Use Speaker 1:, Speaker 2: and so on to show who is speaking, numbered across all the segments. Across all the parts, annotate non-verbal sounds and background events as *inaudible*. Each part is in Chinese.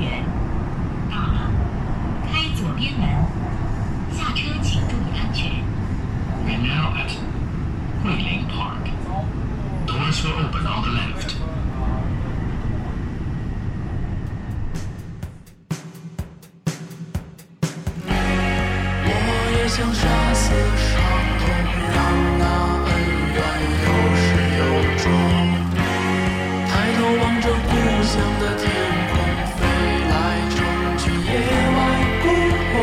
Speaker 1: 远。到了，开左边门，下车请注意安全。
Speaker 2: We're now at Guilin Park. Doors will open on the left.
Speaker 3: 我也想杀死伤痛，让那恩怨有始有终。抬头望着故乡的天空，飞来争取野外孤鸿，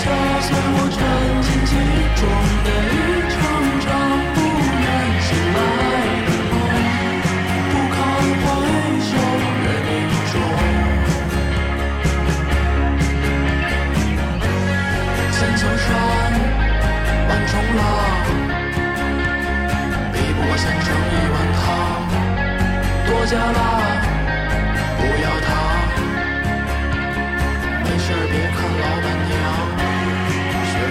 Speaker 3: 敲碎我沉浸其中的一场场不愿醒来的梦。不堪回首的凝重。千层山，万重浪，比不过千城一碗汤。多加辣，不要糖。没事儿别看老板娘，学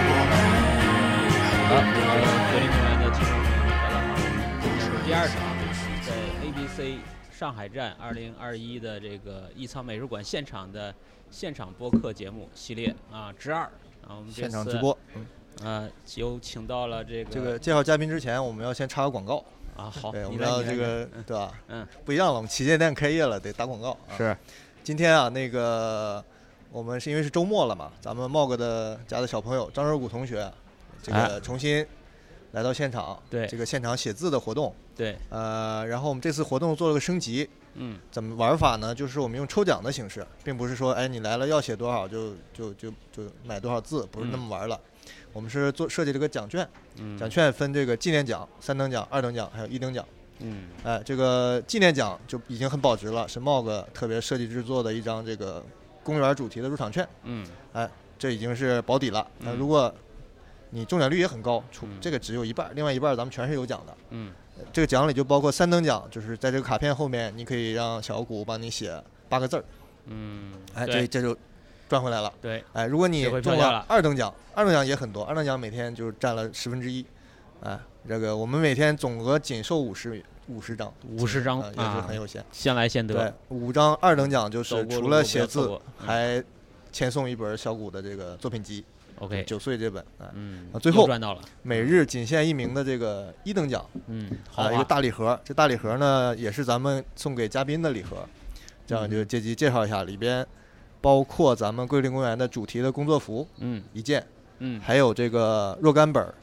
Speaker 4: 好
Speaker 3: 过
Speaker 4: 了，
Speaker 3: 没？
Speaker 4: 呃，所以你们的听众朋友们，大家好，
Speaker 3: 不
Speaker 4: 这
Speaker 3: 吃
Speaker 4: 是第
Speaker 3: 也
Speaker 4: 二
Speaker 3: 傻
Speaker 4: 场
Speaker 3: 不虚
Speaker 4: 在 ABC 上海站二零二一的这个艺仓美术馆现场的现场播客节目系列啊之二啊，我们这
Speaker 5: 现场
Speaker 4: 次
Speaker 5: 直播。嗯，
Speaker 4: 呃，有请到了这个
Speaker 5: 这个介绍嘉宾之前，我们要先插个广告。
Speaker 4: 啊好，
Speaker 5: 对，我
Speaker 4: 你
Speaker 5: 们
Speaker 4: 来
Speaker 5: 要
Speaker 4: 你来
Speaker 5: 这个
Speaker 4: 嗯
Speaker 5: 对吧？
Speaker 4: 嗯，
Speaker 5: 不一样了，我们旗舰店开业了，得打广告。啊。
Speaker 6: 是
Speaker 5: 今天啊，那个我们是因为是周末了嘛，咱们茂哥的家的小朋友张若谷同学，这
Speaker 6: 哎
Speaker 5: 个重新来到现场，
Speaker 4: 对
Speaker 5: 这个现场写字的活动。
Speaker 4: 对，
Speaker 5: 呃，然后我们这次活动做了个升级，
Speaker 4: 嗯
Speaker 5: 怎么玩法呢？就是我们用抽奖的形式，并不是说，哎，你来了要写多少就就就就买多少字，不是那么玩了。我们是做设计了个奖券，
Speaker 4: 嗯
Speaker 5: 奖券分这个纪念奖、三等奖、二等奖，还有一等奖。
Speaker 4: 嗯
Speaker 5: 哎，这个纪念奖就已经很保值了，是茂哥特别设计制作的一张这个公园主题的入场券，
Speaker 4: 嗯
Speaker 5: 哎，这已经是保底了。那
Speaker 4: 嗯
Speaker 5: 如果你中奖率也很高，除
Speaker 4: 嗯
Speaker 5: 这个只有一半儿，另外一半儿咱们全是有奖的。
Speaker 4: 嗯
Speaker 5: 这个奖里就包括三等奖，就是在这个卡片后面，你可以让小谷帮你写八个字儿，
Speaker 4: 嗯，
Speaker 5: 哎，这
Speaker 4: 对
Speaker 5: 这就赚回来了。
Speaker 4: 对，
Speaker 5: 哎，如果你
Speaker 4: 学会
Speaker 5: 中
Speaker 4: 票价了
Speaker 5: 二等奖，二等奖也很多，二等奖每天就占了十分之一，哎，这个我们每天总额仅售五十五十张，
Speaker 4: 五十张
Speaker 5: 啊，也是
Speaker 4: 啊
Speaker 5: 很，有限。
Speaker 4: 先来先
Speaker 5: 对
Speaker 4: 得，，
Speaker 5: 五张二等奖就
Speaker 4: 走
Speaker 5: 是
Speaker 4: 过路
Speaker 5: 除
Speaker 4: 不要
Speaker 5: 了写
Speaker 4: 错
Speaker 5: 字
Speaker 4: 过，嗯
Speaker 5: 还签送一本小谷的这个作品集，
Speaker 4: ，OK，
Speaker 5: 九岁这本，哎，
Speaker 4: 嗯
Speaker 5: 啊，最
Speaker 4: 又
Speaker 5: 后
Speaker 4: 赚到了，
Speaker 5: 每日仅限一名的这个一等奖，
Speaker 4: 嗯，好
Speaker 5: 啊，一个
Speaker 4: 啊，
Speaker 5: 大礼盒。这大礼盒呢，也是咱们送给嘉宾的礼盒。这样
Speaker 4: 嗯
Speaker 5: 就借机介绍一下，里边包括咱们桂林公园的主题的工作服
Speaker 4: 嗯
Speaker 5: 一件，
Speaker 4: 嗯，
Speaker 5: 还有这个若干本儿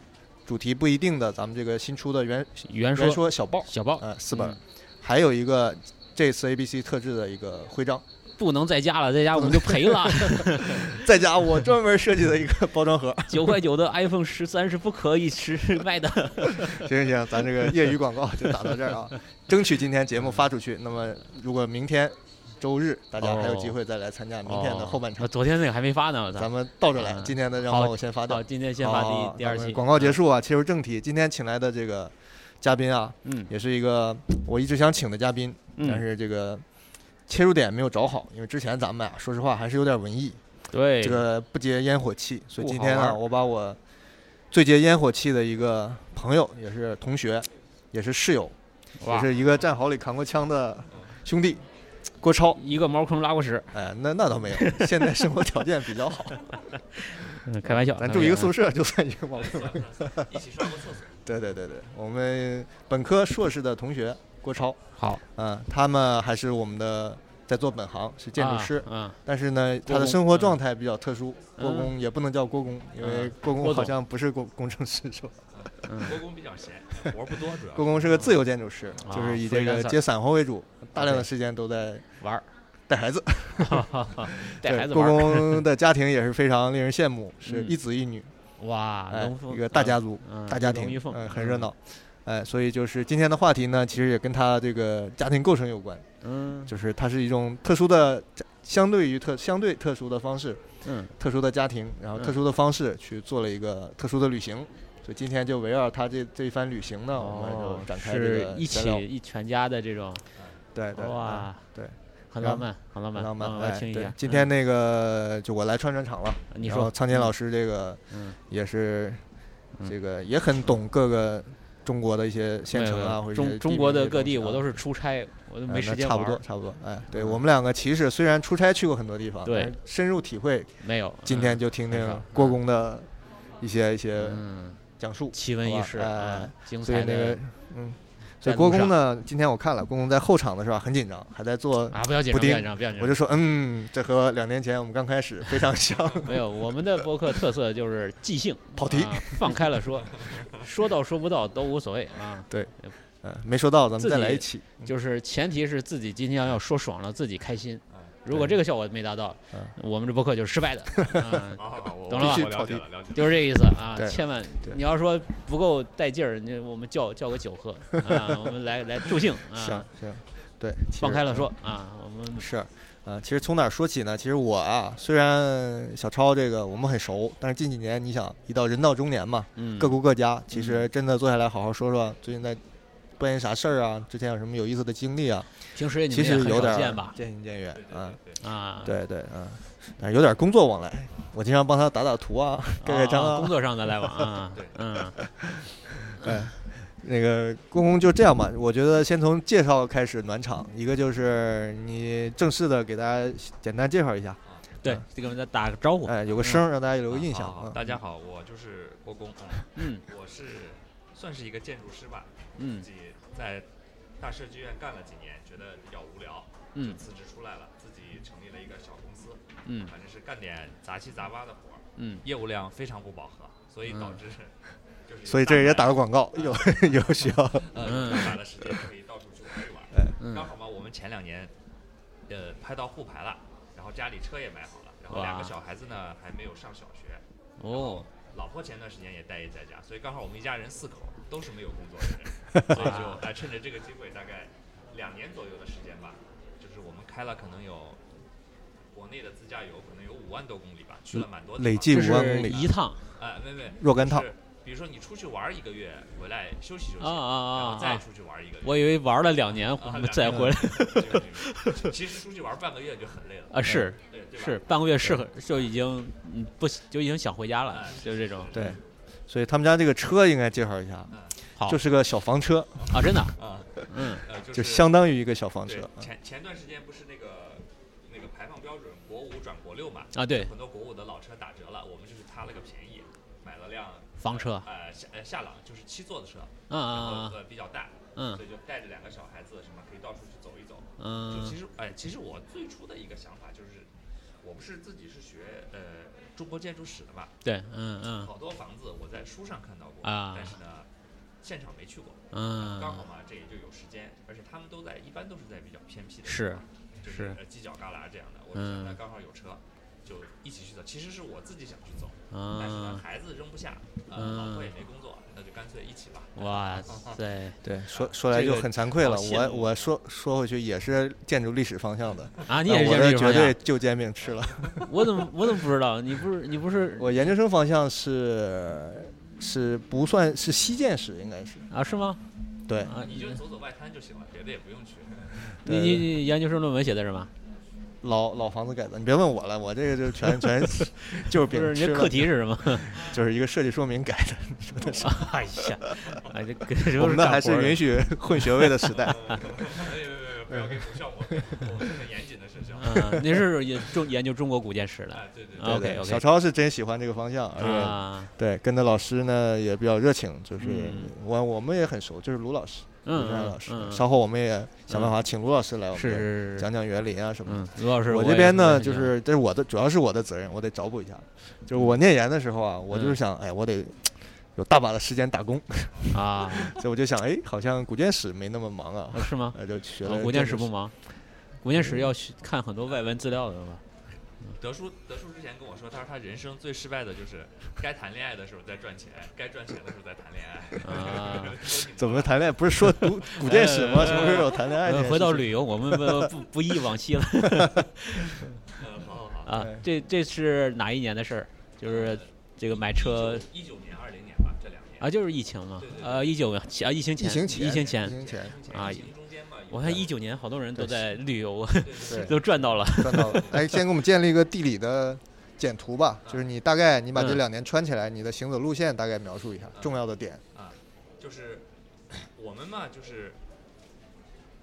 Speaker 5: 主题不一定的咱们这个新出的原
Speaker 4: 原
Speaker 5: 原
Speaker 4: 说
Speaker 5: 说小报，
Speaker 4: 小报
Speaker 5: 呃，四本儿
Speaker 4: 嗯，
Speaker 5: 还有一个这次 ABC 特制的一个徽章，
Speaker 4: 不能再加了，再加我们就赔
Speaker 5: *laughs*
Speaker 4: 了。
Speaker 5: 再加我专门设计的一个包装盒。 *laughs*
Speaker 4: 九块九的 iPhone 十三是不可以吃 *laughs* 卖的。
Speaker 5: 行行行，咱这个业余广告就打到这儿啊，争取今天节目发出去。那么如果明天周日大家还有机会再来参加明天的后半场
Speaker 4: 哦，昨天那个还没发呢，我操
Speaker 5: 咱！们倒着来
Speaker 4: 嗯。
Speaker 5: 今天的让
Speaker 4: 好
Speaker 5: 我先发掉
Speaker 4: 好，，今天先发
Speaker 5: 好
Speaker 4: 第第二
Speaker 5: 咱
Speaker 4: 期嗯
Speaker 5: 们广告结。束啊，切入正题。今天请来的这个嘉宾啊，
Speaker 4: 嗯
Speaker 5: 也是一个我一直想请的嘉宾，
Speaker 4: 嗯
Speaker 5: 但是这个。切入点没有找好，因为之前咱们啊，说实话还是有点文艺，
Speaker 4: 嗯对
Speaker 5: 这个不接烟火气，所以
Speaker 4: 不
Speaker 5: 今
Speaker 4: 好
Speaker 5: 天
Speaker 4: 玩
Speaker 5: 啊，
Speaker 4: 儿
Speaker 5: 我把我最接烟火气的一个朋友，也是同学，也是室友，也
Speaker 4: 哇，
Speaker 5: 是一个战壕里扛过枪的兄弟，郭超。
Speaker 4: 一个毛孔拉过屎，
Speaker 5: 哎，那那倒没
Speaker 4: *laughs*
Speaker 5: 有，现在生活条件比较好，
Speaker 4: 嗯，开玩笑，
Speaker 5: 咱住一个宿
Speaker 4: 舍，
Speaker 5: 舍就算一个毛
Speaker 4: *laughs*
Speaker 5: 病了。
Speaker 4: 一起上过厕所。
Speaker 5: 对对对对，我们本科硕士的同学郭超，
Speaker 4: 好，
Speaker 5: 嗯，他们还是我们的在做本行，是建筑师，
Speaker 4: 嗯，
Speaker 5: 但是呢，
Speaker 4: 工
Speaker 5: 他的生活状态比较特殊，
Speaker 4: 嗯
Speaker 5: 郭工也不能叫郭工，因为
Speaker 4: 郭
Speaker 5: 郭工
Speaker 4: 总
Speaker 5: 好像不是工工程师，是吧？
Speaker 6: 国工比较闲，活儿不多主要。
Speaker 5: 郭工是个自由建筑师，
Speaker 4: 啊
Speaker 5: 就是以这
Speaker 4: freelancer
Speaker 5: 个接散活为主，大量的时间都在
Speaker 4: 玩儿，
Speaker 5: 带孩子。
Speaker 4: 嗯带孩子玩
Speaker 5: 对郭
Speaker 4: 儿，嗯
Speaker 5: 工的家庭也是非常令人羡慕，是一子一女，
Speaker 4: 哇，
Speaker 5: 哎
Speaker 4: 农，夫
Speaker 5: 一个大家族、
Speaker 4: 嗯
Speaker 5: 大家
Speaker 4: 龙
Speaker 5: 庭
Speaker 4: 玉，凤
Speaker 5: 嗯，很热闹。哎，所以就是今天的话题呢，其实也跟他这个家庭构成有关，
Speaker 4: 嗯
Speaker 5: 就是它是一种特殊的，相对于特相对特殊的方式，
Speaker 4: 嗯，
Speaker 5: 特殊的家庭，然后特殊的方式去做了一个特殊的旅行。所以今天就围绕他这这一番旅行呢，我们
Speaker 4: 哦
Speaker 5: 就展开这
Speaker 4: 是
Speaker 5: 个
Speaker 4: 一
Speaker 5: 闲
Speaker 4: 起
Speaker 5: 聊
Speaker 4: 一全家的这种，
Speaker 5: 对对嗯
Speaker 4: 哇，
Speaker 5: 对，
Speaker 4: 很
Speaker 5: 然
Speaker 4: 浪
Speaker 5: 后
Speaker 4: 漫，很浪漫，
Speaker 5: 浪漫
Speaker 4: 嗯我
Speaker 5: 哎
Speaker 4: 要听一
Speaker 5: 对
Speaker 4: 下。
Speaker 5: 今天那个就我来串串场了，
Speaker 4: 嗯你
Speaker 5: 然后
Speaker 4: 说，
Speaker 5: 苍天老师这个
Speaker 4: 嗯
Speaker 5: 也是
Speaker 4: 嗯
Speaker 5: 这个也很懂各个中国的一些县城啊，或者
Speaker 4: 中中国的各地我都
Speaker 5: 是
Speaker 4: 是出差，我都没时间
Speaker 5: 呃哎差
Speaker 4: 玩
Speaker 5: 不
Speaker 4: 儿。
Speaker 5: 多差不多。哎，对
Speaker 4: 嗯
Speaker 5: 我们两个其实虽然出差去过很多地方，
Speaker 4: 对，
Speaker 5: 深入体会。
Speaker 4: 没有。
Speaker 5: 今天就听
Speaker 4: 很
Speaker 5: 听
Speaker 4: 少
Speaker 5: 郭工的一些一些
Speaker 4: 嗯，
Speaker 5: 讲述，
Speaker 4: 奇闻
Speaker 5: 好
Speaker 4: 异
Speaker 5: 吧
Speaker 4: 事，
Speaker 5: 哎
Speaker 4: 啊，，精
Speaker 5: 所以
Speaker 4: 彩
Speaker 5: 那个
Speaker 4: 的
Speaker 5: 嗯，所
Speaker 4: 在
Speaker 5: 以
Speaker 4: 路
Speaker 5: 郭工
Speaker 4: 上
Speaker 5: 呢，今天我看了，郭工在后场的时候啊很紧张，还在做
Speaker 4: 啊，不要紧
Speaker 5: 补
Speaker 4: 张，不要紧
Speaker 5: 丁
Speaker 4: 张，不要紧
Speaker 5: 我
Speaker 4: 张
Speaker 5: 就。说，嗯，这和两年前我们刚开始非常 *laughs* 像。
Speaker 4: 没有，我们的播客特色就是即兴
Speaker 5: *laughs* 跑题
Speaker 4: 啊放开了说，说到说不到都无所谓啊。
Speaker 5: 嗯，没说到，咱
Speaker 4: 自
Speaker 5: 们再来
Speaker 4: 己
Speaker 5: 一期。
Speaker 4: 就是前提是自己今天要说爽了，自己开心。如果
Speaker 5: 对
Speaker 4: 这个效果没达到
Speaker 5: 嗯，
Speaker 4: 我们这播客就是失
Speaker 5: *laughs*
Speaker 4: 败的。啊
Speaker 6: 好好好，我
Speaker 4: 懂了吧
Speaker 6: 我
Speaker 5: 必须
Speaker 6: 了
Speaker 5: 跑
Speaker 6: 解
Speaker 5: 题
Speaker 6: 了，了解了。
Speaker 4: 就是这意思啊
Speaker 5: 对！
Speaker 4: 千万
Speaker 5: 对，
Speaker 4: 你要说不够带劲儿，那我们叫叫个酒喝啊，我们来来助兴
Speaker 5: 行
Speaker 4: 啊，
Speaker 5: 行，对，其
Speaker 4: 放
Speaker 5: 实
Speaker 4: 开了说啊，我们
Speaker 5: 是，呃，其实从哪儿说起呢？其实我啊，虽然小超这个我们很熟，但是近几年你想，一到人到中年嘛，
Speaker 4: 嗯
Speaker 5: 各顾各家，其实真的坐下来好好说说最近在办些啥事儿啊，之前有什么有意思的经历啊，
Speaker 4: 平时你
Speaker 5: 其
Speaker 4: 们也
Speaker 5: 实
Speaker 4: 很
Speaker 5: 有
Speaker 4: 少
Speaker 5: 点
Speaker 4: 见
Speaker 5: 儿
Speaker 4: 吧？
Speaker 5: 渐行渐远啊，
Speaker 4: 啊，
Speaker 5: 对对啊，但是有点工作往来，我经常帮他打打图啊，盖盖章
Speaker 4: 啊
Speaker 5: 啊
Speaker 4: 工，作上的来
Speaker 6: *laughs*
Speaker 4: 往啊，嗯，
Speaker 5: 那个公公就这样吧，我觉得先从介绍开始暖场，一个就是你正式的给大家简单介绍一下，
Speaker 4: 对，这个再打个招呼，
Speaker 5: 哎，有个声儿让大家有个印象
Speaker 6: 好好好
Speaker 5: 啊。
Speaker 6: 大家好，我就是郭工，
Speaker 4: 嗯
Speaker 6: 我是算是一个建筑师吧，自
Speaker 4: 嗯
Speaker 6: 己在大设计院干了几年，觉得比较无聊，就
Speaker 4: 嗯
Speaker 6: 辞职出来了，自己成立了一个小公司，
Speaker 4: 嗯
Speaker 6: 反正是干点杂七杂八的活儿，
Speaker 4: 嗯，
Speaker 6: 业务量非常不饱和，所以导致 *laughs* 就是有
Speaker 5: 所以这也
Speaker 6: 大
Speaker 5: 打
Speaker 6: 把
Speaker 5: 个广告，有
Speaker 4: *laughs*
Speaker 5: 有需要，
Speaker 6: 呃
Speaker 4: 嗯
Speaker 6: 大把的时间可以到处去玩一玩。
Speaker 4: 嗯
Speaker 6: 刚好嘛，我们前两年，呃，拍到沪牌了，然后家里车也买好了，然后
Speaker 4: 哇
Speaker 6: 两个小孩子呢还没有上小学，
Speaker 4: 哦，
Speaker 6: 老婆前段时间也待业在家，所以刚好我们一家人四口都是没有工作的人，
Speaker 4: *laughs*
Speaker 6: 所以就哎趁着这个机会，大概两年左右的时间吧，就是我们开了可能有国内的自驾游可能有五万多公里
Speaker 4: 嗯
Speaker 6: 吧，去了蛮多地方
Speaker 5: 累计
Speaker 4: 这
Speaker 5: 五万
Speaker 4: 是
Speaker 5: 公里，
Speaker 4: 一趟
Speaker 6: 哎，没没
Speaker 5: 若干趟
Speaker 6: 就是比如说你出去玩一个月，回来休息休息，
Speaker 4: 啊啊啊
Speaker 6: 然后再
Speaker 4: 啊！
Speaker 6: 出去玩一个月。
Speaker 4: 我以为玩了两年
Speaker 6: 啊
Speaker 4: 再回来 *laughs*
Speaker 6: 就是其实出去玩半个月就很累了，
Speaker 4: 啊，是
Speaker 6: 对对吧？
Speaker 4: 是，半个月适合就已经嗯不就已经想回家了
Speaker 6: 哎，
Speaker 4: 就是这种
Speaker 5: 对，所以他们家这个车应该介绍一下
Speaker 6: 嗯，
Speaker 4: 好
Speaker 5: 就是个小房车，
Speaker 4: 啊，真的，
Speaker 6: 啊，
Speaker 4: 嗯
Speaker 6: 呃，就
Speaker 5: 就是相当于一个小房
Speaker 6: 对
Speaker 5: 车，嗯
Speaker 6: 前前段时间不是那个那个排放标准国五转国六嘛，
Speaker 4: 啊，对，
Speaker 6: 很多国五的老车打折了，我们就是贪了个便宜，买了辆
Speaker 4: 房车，
Speaker 6: 呃夏呃夏朗，就是七座的车，
Speaker 4: 啊啊
Speaker 6: 然
Speaker 4: 啊
Speaker 6: 后呃比较大，
Speaker 4: 嗯
Speaker 6: 所以就带着两个小孩子什么可以到处去走一走。就其
Speaker 4: 嗯
Speaker 6: 实哎，其实我最初的一个想法就是，我不是自己是学呃中国建筑史的嘛，
Speaker 4: 对，嗯嗯
Speaker 6: 好多房子我在书上看到过，
Speaker 4: 啊
Speaker 6: 但是呢，现场没去过。刚好
Speaker 4: 嗯，
Speaker 6: 嘛，这也就有时间，而且他们都在，一般都是在比较偏僻的地方，
Speaker 4: 是
Speaker 6: 就是呃犄角旮旯这样的。我
Speaker 4: 嗯
Speaker 6: 就想，那刚好有车，就一起去走。其实是我自己想去走，但是呢，
Speaker 4: 啊，
Speaker 6: 孩子扔不下，呃，
Speaker 4: 嗯
Speaker 6: 老婆也没工作，那就干脆一起吧。啊
Speaker 4: 哇塞
Speaker 6: *laughs*
Speaker 5: 对，说说来
Speaker 4: 这
Speaker 5: 就
Speaker 4: 个
Speaker 5: 很惭愧了，
Speaker 4: 好羡
Speaker 5: 我
Speaker 4: 慕
Speaker 5: 我说说回去也是建筑历史方向的，
Speaker 4: 啊，你
Speaker 5: 但
Speaker 4: 也是
Speaker 5: 我
Speaker 4: 建
Speaker 5: 是
Speaker 4: 筑
Speaker 5: 绝
Speaker 4: 方
Speaker 5: 对
Speaker 4: 向，
Speaker 5: 就煎饼吃了。
Speaker 4: *laughs* 我怎么我怎么不知道？你不是你不是
Speaker 5: 我研究生方向是是不算是西建史，应该是
Speaker 4: 啊是吗？
Speaker 5: 对，
Speaker 4: 啊，
Speaker 6: 你
Speaker 4: 你
Speaker 6: 就走走外滩就行了，别的也不用
Speaker 4: *laughs*
Speaker 6: 去。
Speaker 4: 你你你研究生论文写的什么？
Speaker 5: 老老房子改造。你别问我了，我这个就
Speaker 4: *laughs*
Speaker 5: 全全就
Speaker 4: 不
Speaker 5: 是饼
Speaker 4: 是，你
Speaker 5: 吃
Speaker 4: 这
Speaker 5: 了
Speaker 4: 课题是什么？
Speaker 5: *laughs* 就是一个设计说明改的。
Speaker 4: *laughs* 哎呀，哎这跟什
Speaker 5: 我
Speaker 4: 么
Speaker 5: 们那还是允
Speaker 4: 许
Speaker 5: 许混学位的时代。
Speaker 6: 哎呦呦呦，不要给母校抹黑，我们是很严谨的学校。
Speaker 4: 嗯，你是也中研究中国古建史的
Speaker 6: 哎，对对
Speaker 4: 啊
Speaker 6: 对，
Speaker 5: 对对
Speaker 4: OK，OK
Speaker 5: 小超是真喜欢这个方向，而且
Speaker 4: 啊？
Speaker 5: *laughs* 对跟的老师呢也比较热情，就是
Speaker 4: 嗯
Speaker 5: 我我们也很熟，就是卢老师，卢
Speaker 4: 嗯
Speaker 5: 山
Speaker 4: 嗯
Speaker 5: 老师。
Speaker 4: 嗯，
Speaker 5: 稍后我们也想办法请卢老师来我
Speaker 4: 是是
Speaker 5: 们
Speaker 4: 是
Speaker 5: 讲
Speaker 4: 是，
Speaker 5: 讲园林啊什么的。
Speaker 4: 嗯，卢老师，
Speaker 5: 我
Speaker 4: 也
Speaker 5: 这边呢，
Speaker 4: 很
Speaker 5: 就
Speaker 4: 想
Speaker 5: 是这是我的，主要是我的责任，我得找补一下。就是我念研的时候啊，我就是
Speaker 4: 嗯
Speaker 5: 想，哎，我得有大把的时间打工， *laughs*
Speaker 4: 啊，
Speaker 5: 所以我就想，哎，好像古建史没那么忙啊，
Speaker 4: 是
Speaker 5: *laughs*
Speaker 4: 吗？
Speaker 5: 呃，就学
Speaker 4: 啊
Speaker 5: 了
Speaker 4: 古建史
Speaker 5: 筑
Speaker 4: 不忙，古建史要去看很多外文资料的吧？
Speaker 6: 德叔德叔之前跟我说，他说他人生最失败的就是该谈恋爱的时候在赚钱， *laughs* 该赚钱的时候在谈恋爱。
Speaker 4: 啊，
Speaker 6: *laughs*
Speaker 5: 怎么谈恋爱？不是
Speaker 4: *laughs*
Speaker 5: 说读古建史吗？
Speaker 4: 呃
Speaker 5: 什么时候有谈恋爱这件事情？
Speaker 4: 回到旅游，我们不不不忆往
Speaker 5: *laughs*
Speaker 4: 昔了
Speaker 6: 嗯，好好好。
Speaker 4: 啊。这这是哪一年的事儿？就是这个买车
Speaker 6: 一九年、二零年吧，这两年。
Speaker 4: 啊，就是疫情嘛
Speaker 6: 对对。对
Speaker 4: 呃，一九啊，疫情前，
Speaker 5: 疫情前，
Speaker 4: 疫情
Speaker 5: 疫
Speaker 4: 前，
Speaker 5: 情前，
Speaker 4: 啊
Speaker 6: 疫情中间嘛，有
Speaker 4: 我看一九年好多人都
Speaker 5: 对
Speaker 4: 在旅游，
Speaker 6: 对对对
Speaker 5: 对，
Speaker 4: *laughs* 都赚到了。
Speaker 5: 赚到了。
Speaker 4: *laughs*
Speaker 5: 哎，先给我们建立一个地理的简图吧，就是你大概你把这
Speaker 4: 啊嗯
Speaker 5: 两年穿起来，你的行走路线大概描述一下重要的点。
Speaker 6: 啊，就是我们嘛，就是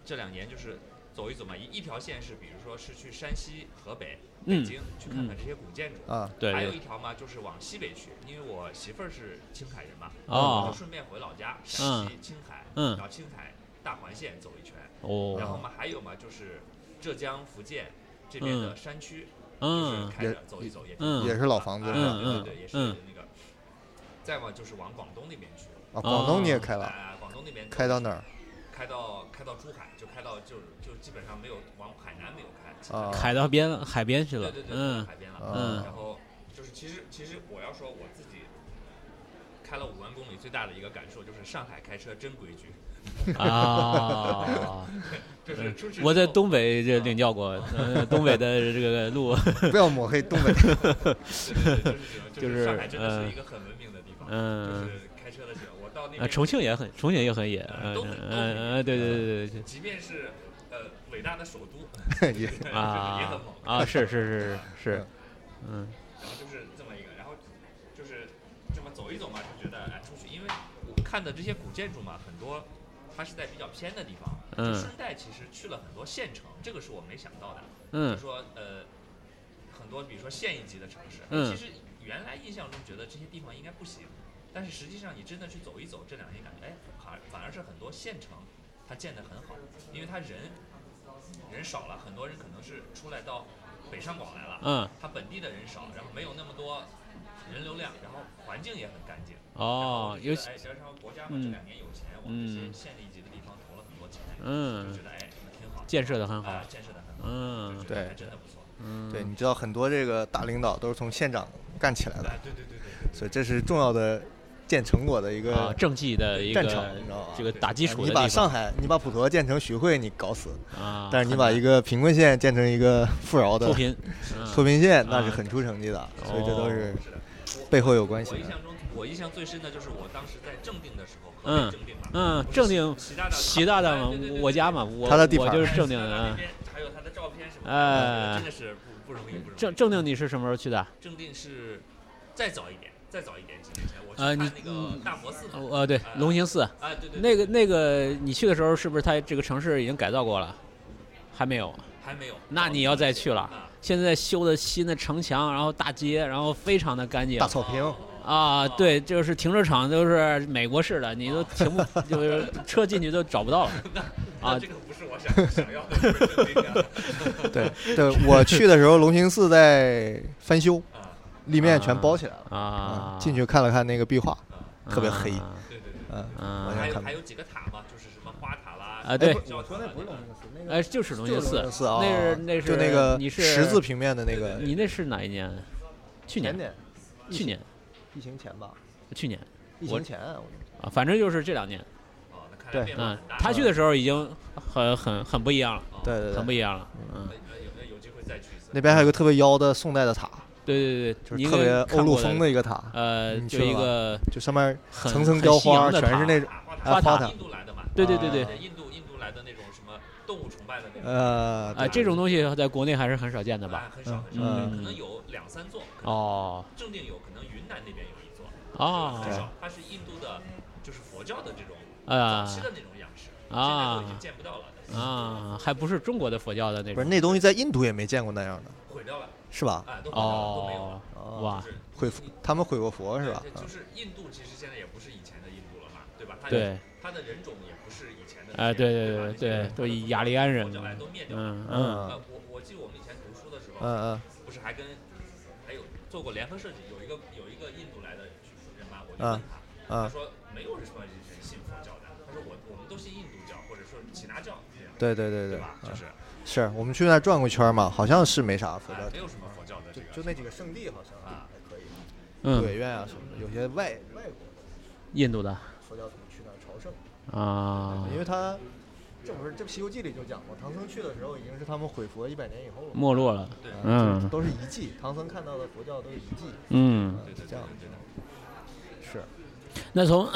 Speaker 6: 这两年就是走一走嘛，一一条线是，比如说是去山西、河北、北
Speaker 4: 嗯
Speaker 6: 京、去看看这些古建筑。
Speaker 5: 啊，
Speaker 4: 对
Speaker 6: 还有
Speaker 4: 对
Speaker 6: 一条嘛，就是往西北去，因为我媳妇儿是青海人嘛，
Speaker 4: 哦
Speaker 6: 我就顺便回老家，陕西、青海，
Speaker 4: 嗯
Speaker 6: 然后青海大环线走一圈，然后
Speaker 4: 哦，
Speaker 6: 嘛还有嘛就是浙江、福建这边的
Speaker 4: 嗯
Speaker 6: 山区，就是
Speaker 4: 嗯
Speaker 6: 开着走一走也挺
Speaker 4: 嗯
Speaker 6: 好
Speaker 5: 也是老房子
Speaker 6: 啊
Speaker 5: 是吧
Speaker 6: 对对对，也是
Speaker 4: 嗯
Speaker 6: 那个。再往就是往广东那边去，
Speaker 5: 啊，广
Speaker 4: 哦
Speaker 5: 东你也开了，
Speaker 6: 啊，广东那边走
Speaker 5: 开到
Speaker 4: *laughs*
Speaker 5: 哪儿？
Speaker 6: 开到开到珠海，就开到就是就基本上没有往海南没有开，其
Speaker 5: 啊
Speaker 6: 他
Speaker 4: 海到边海边去
Speaker 6: 对
Speaker 4: 了
Speaker 6: 对，对，
Speaker 4: 嗯
Speaker 6: 海边了。
Speaker 5: 嗯
Speaker 6: 然后就是其实其实我要说我自己开了五万公里，最大的一个感受就是上海开车真规矩，
Speaker 4: 啊，
Speaker 6: *laughs* 就是出去之后啊
Speaker 4: 我在东北这领教过，呃，东北的这个路，
Speaker 5: 不要抹黑东北。
Speaker 6: 对对对
Speaker 4: *laughs*
Speaker 6: 就是这种
Speaker 4: 就
Speaker 6: 就是是上海真的是一个很文明的地方，
Speaker 4: 嗯
Speaker 6: 就是开车的时候，我到 *laughs* 那
Speaker 4: 呃，
Speaker 6: 边
Speaker 4: 重庆也很，重庆也很野，
Speaker 6: 呃
Speaker 4: 嗯
Speaker 6: 都很
Speaker 4: 嗯
Speaker 6: 都很野
Speaker 4: 嗯，对对对对
Speaker 6: 即便是呃伟大的首都，
Speaker 5: *laughs* 也
Speaker 6: *laughs* 就是
Speaker 4: 对，
Speaker 6: 也很
Speaker 4: 啊
Speaker 6: 猛 *laughs*
Speaker 4: 啊，是是是是是，嗯
Speaker 6: 然后就是这么一个，然后就是这么走一走嘛，就觉得哎出去，因为我看的这些古建筑嘛，很多它是在比较偏的地方，
Speaker 4: 嗯
Speaker 6: 就顺带其实去了很多县城，这个是我没想到的，就
Speaker 4: 嗯
Speaker 6: 说呃很多比如说县一级的城市，
Speaker 4: 嗯
Speaker 6: 其实原来印象中觉得这些地方应该不行，但是实际上你真的去走一走，这两年感觉哎反反而是很多县城它建得很好，因为它人人少了，很多人可能是出来到北上广来了，
Speaker 4: 嗯，
Speaker 6: 它本地的人少，然后没有那么多人流量，然后环境也很干净。
Speaker 4: 哦，尤
Speaker 6: 尤
Speaker 4: 其
Speaker 6: 其哎，加上国家嘛，
Speaker 4: 嗯
Speaker 6: 这两年有钱，我们这些
Speaker 4: 嗯
Speaker 6: 县一级的地方投了很多钱，就
Speaker 4: 嗯
Speaker 6: 觉，得哎挺好，
Speaker 4: 建设的很好
Speaker 6: 啊，，建设的很好，
Speaker 4: 嗯
Speaker 6: 就觉得还
Speaker 5: 对
Speaker 6: 真的不错。
Speaker 4: 嗯，
Speaker 5: 对，你知道很多这个大领导都是从县长干起来的，
Speaker 6: 哎，
Speaker 4: 嗯
Speaker 6: 对对对对
Speaker 5: 所以这是重要的建成果的一
Speaker 4: 啊，
Speaker 5: 个
Speaker 4: 政绩的一
Speaker 5: 战
Speaker 4: 个
Speaker 5: 场，你知道吧？
Speaker 4: 这个打基础的
Speaker 5: 哎你
Speaker 4: 地
Speaker 5: 把
Speaker 4: 方
Speaker 5: 上海，你把普陀建成徐汇，你搞死；
Speaker 4: 啊，
Speaker 5: 但是你把一个贫困县建成一个富饶的
Speaker 4: 脱贫，嗯
Speaker 5: 脱贫县，
Speaker 4: 啊
Speaker 5: 那是很出成绩的。所以这都是
Speaker 6: 对，是的。
Speaker 5: 背后有关
Speaker 6: 我
Speaker 5: 系
Speaker 6: 印
Speaker 5: 的。
Speaker 6: 象中，我印象最深的就是我当时在正定的时候，河
Speaker 4: 嗯
Speaker 6: 北正定嘛，
Speaker 4: 嗯
Speaker 6: 不是
Speaker 4: 正定
Speaker 6: 习大大
Speaker 4: 习大大
Speaker 6: 哎
Speaker 4: 嘛
Speaker 6: 对对对，对
Speaker 4: 我家嘛，我
Speaker 5: 他的地
Speaker 4: 我
Speaker 5: 盘
Speaker 4: 就
Speaker 5: 儿
Speaker 4: 是正定的，
Speaker 6: 哎习大大 *laughs* 那
Speaker 4: 嗯
Speaker 6: 边还有他的照片什么的，
Speaker 4: 哎
Speaker 6: 真的是不不容易，不容易。
Speaker 4: 正正定你是什么时候去的？
Speaker 6: 正定是再早一点，再早一点几年前，我去
Speaker 4: 呃
Speaker 6: 看
Speaker 4: 你
Speaker 6: 那个
Speaker 4: 嗯
Speaker 6: 大佛寺嘛。
Speaker 4: 呃，对，龙兴寺。
Speaker 6: 啊，对对，对
Speaker 4: 那个那个，你去的时候是不是它这个城市已经改造过了？还没有，
Speaker 6: 还没有。
Speaker 4: 那你要再去了。现在修的新的城墙，然后大街，然后非常的干净
Speaker 5: 大草坪，
Speaker 4: 啊，对，就是停车场都是美国式的，你都停不， *laughs* 就是车进去都找不到
Speaker 5: *laughs*
Speaker 4: 了
Speaker 6: 啊，
Speaker 4: 啊
Speaker 6: 那这个不是我想想要的正定啊。
Speaker 5: 对对，我去的时候龙兴寺在翻修，
Speaker 6: 啊
Speaker 5: 立面全包起来了。
Speaker 4: 啊
Speaker 5: 嗯，进去看了看那个壁画，
Speaker 6: 啊，
Speaker 5: 特别黑。
Speaker 4: 啊
Speaker 6: 对对对。
Speaker 5: 嗯，
Speaker 4: 啊
Speaker 5: 完
Speaker 6: 还
Speaker 5: 全
Speaker 6: 有
Speaker 5: 看不
Speaker 6: 还有几个塔嘛，就是什么花塔啦。啊
Speaker 4: 啊对
Speaker 6: 什么教堂啦
Speaker 5: 兴寺，那
Speaker 4: 哎，就是龙兴
Speaker 5: 就是
Speaker 4: 寺
Speaker 5: 龙兴寺啊，
Speaker 4: 那是那是
Speaker 5: 就那个
Speaker 4: 你是
Speaker 5: 十字平面的那个，
Speaker 4: 你那是哪一年？去
Speaker 5: 前
Speaker 4: 年，
Speaker 5: 年
Speaker 4: 去年，
Speaker 5: 疫情前吧，
Speaker 4: 去年
Speaker 5: 疫
Speaker 4: 我
Speaker 5: 情前我
Speaker 4: 啊，反正就是这两年。
Speaker 6: 哦，那看
Speaker 5: 对
Speaker 6: 来变化
Speaker 4: 嗯
Speaker 6: 很，大。
Speaker 4: 他去的时候已经很很很不一样了，
Speaker 6: 哦
Speaker 5: 对对
Speaker 4: 很不
Speaker 5: 对，
Speaker 4: 一样了。嗯
Speaker 6: 呃，呃有有机会再去一次。
Speaker 5: 那边还有个特别妖的宋代的塔，
Speaker 4: 对对对对，
Speaker 5: 就是
Speaker 4: 您
Speaker 5: 特别欧
Speaker 4: 看
Speaker 5: 陆
Speaker 4: 过
Speaker 5: 风
Speaker 4: 的，
Speaker 5: 的一个塔，
Speaker 4: 呃，
Speaker 5: 你去
Speaker 4: 就一
Speaker 5: 了吧
Speaker 4: 个
Speaker 5: 就上面
Speaker 4: 很
Speaker 5: 层层
Speaker 4: 很
Speaker 5: 雕
Speaker 4: 西洋
Speaker 5: 花，
Speaker 4: 的
Speaker 5: 全
Speaker 4: 塔
Speaker 5: 是那种
Speaker 6: 花
Speaker 5: 啊
Speaker 6: 塔，
Speaker 5: 花
Speaker 6: 塔，
Speaker 5: 塔
Speaker 6: 印，度来的嘛。
Speaker 4: 对对对对
Speaker 6: 啊印度印度来的那种什么动物崇拜的那种。
Speaker 5: 呃，
Speaker 4: 啊，
Speaker 5: 对
Speaker 4: 这种东西在国内还是很少见的吧？
Speaker 6: 啊，很少很少，
Speaker 5: 嗯
Speaker 6: 对可能有两三座。可能
Speaker 4: 哦
Speaker 6: 正定有，可能云南那边有一座。
Speaker 4: 哦
Speaker 6: 很少，它是印度的，就是佛教的这种早
Speaker 4: 啊
Speaker 6: 期的那种样式，现在都已
Speaker 4: 啊
Speaker 6: 经见不到了，
Speaker 4: 啊，还不是中国的佛教的那
Speaker 5: 不是
Speaker 4: 种
Speaker 5: 那东西在印度也没见过那样的，
Speaker 6: 毁掉了，
Speaker 5: 是吧？
Speaker 6: 啊，都毁掉了，都没有
Speaker 4: 哦
Speaker 6: 了，啊
Speaker 5: 哦
Speaker 4: 哇
Speaker 6: 就是
Speaker 5: 毁佛他们毁过佛是吧
Speaker 6: 对？就是印度其实现在也不是以前的印度了嘛，对吧？它
Speaker 4: 对，
Speaker 6: 它的人种也不是以前的那些，
Speaker 4: 哎对对
Speaker 6: 吧
Speaker 4: 对
Speaker 6: 那些
Speaker 4: 对
Speaker 6: 人
Speaker 4: 都以雅利安人
Speaker 6: 佛教哎都灭掉了。
Speaker 4: 嗯嗯
Speaker 6: 呃，我我记得我们以前读书的时
Speaker 5: 嗯
Speaker 6: 候，
Speaker 5: 嗯
Speaker 6: 不是还跟还有做过联合设计，有一个有一个印度来的人嘛，我就
Speaker 5: 嗯
Speaker 6: 问他。他
Speaker 5: 嗯，
Speaker 6: 说没有人说人信佛教的，他说我我们都信印度教或者说耆那教这样，
Speaker 5: 对对对
Speaker 6: 对
Speaker 5: 对，
Speaker 6: 吧？就
Speaker 5: 嗯
Speaker 6: 是
Speaker 5: 是我们去那儿转过圈儿嘛，好像是没啥佛
Speaker 6: 哎
Speaker 5: 教，
Speaker 6: 没有什么佛教的这
Speaker 5: 就
Speaker 6: 个，
Speaker 5: 就那几个圣地好像
Speaker 6: 啊
Speaker 5: 还可以，
Speaker 4: 嗯，
Speaker 5: 鬼院啊什么的，有些外外国
Speaker 4: 印度的
Speaker 5: 佛教徒去那儿朝圣。
Speaker 4: 啊，
Speaker 5: 因为他这不是这《西游记》里就讲过，唐僧去的时候已经是他们毁佛一百年以后了嘛，
Speaker 4: 没落了，
Speaker 6: 对
Speaker 5: 啊
Speaker 4: 嗯
Speaker 5: 就都是遗迹，唐僧看到的佛教都是遗迹，
Speaker 4: 嗯。
Speaker 5: 嗯
Speaker 6: 对
Speaker 5: 是
Speaker 6: 对
Speaker 5: 这
Speaker 6: 对
Speaker 5: 样
Speaker 6: 对对。
Speaker 5: 是
Speaker 4: 那从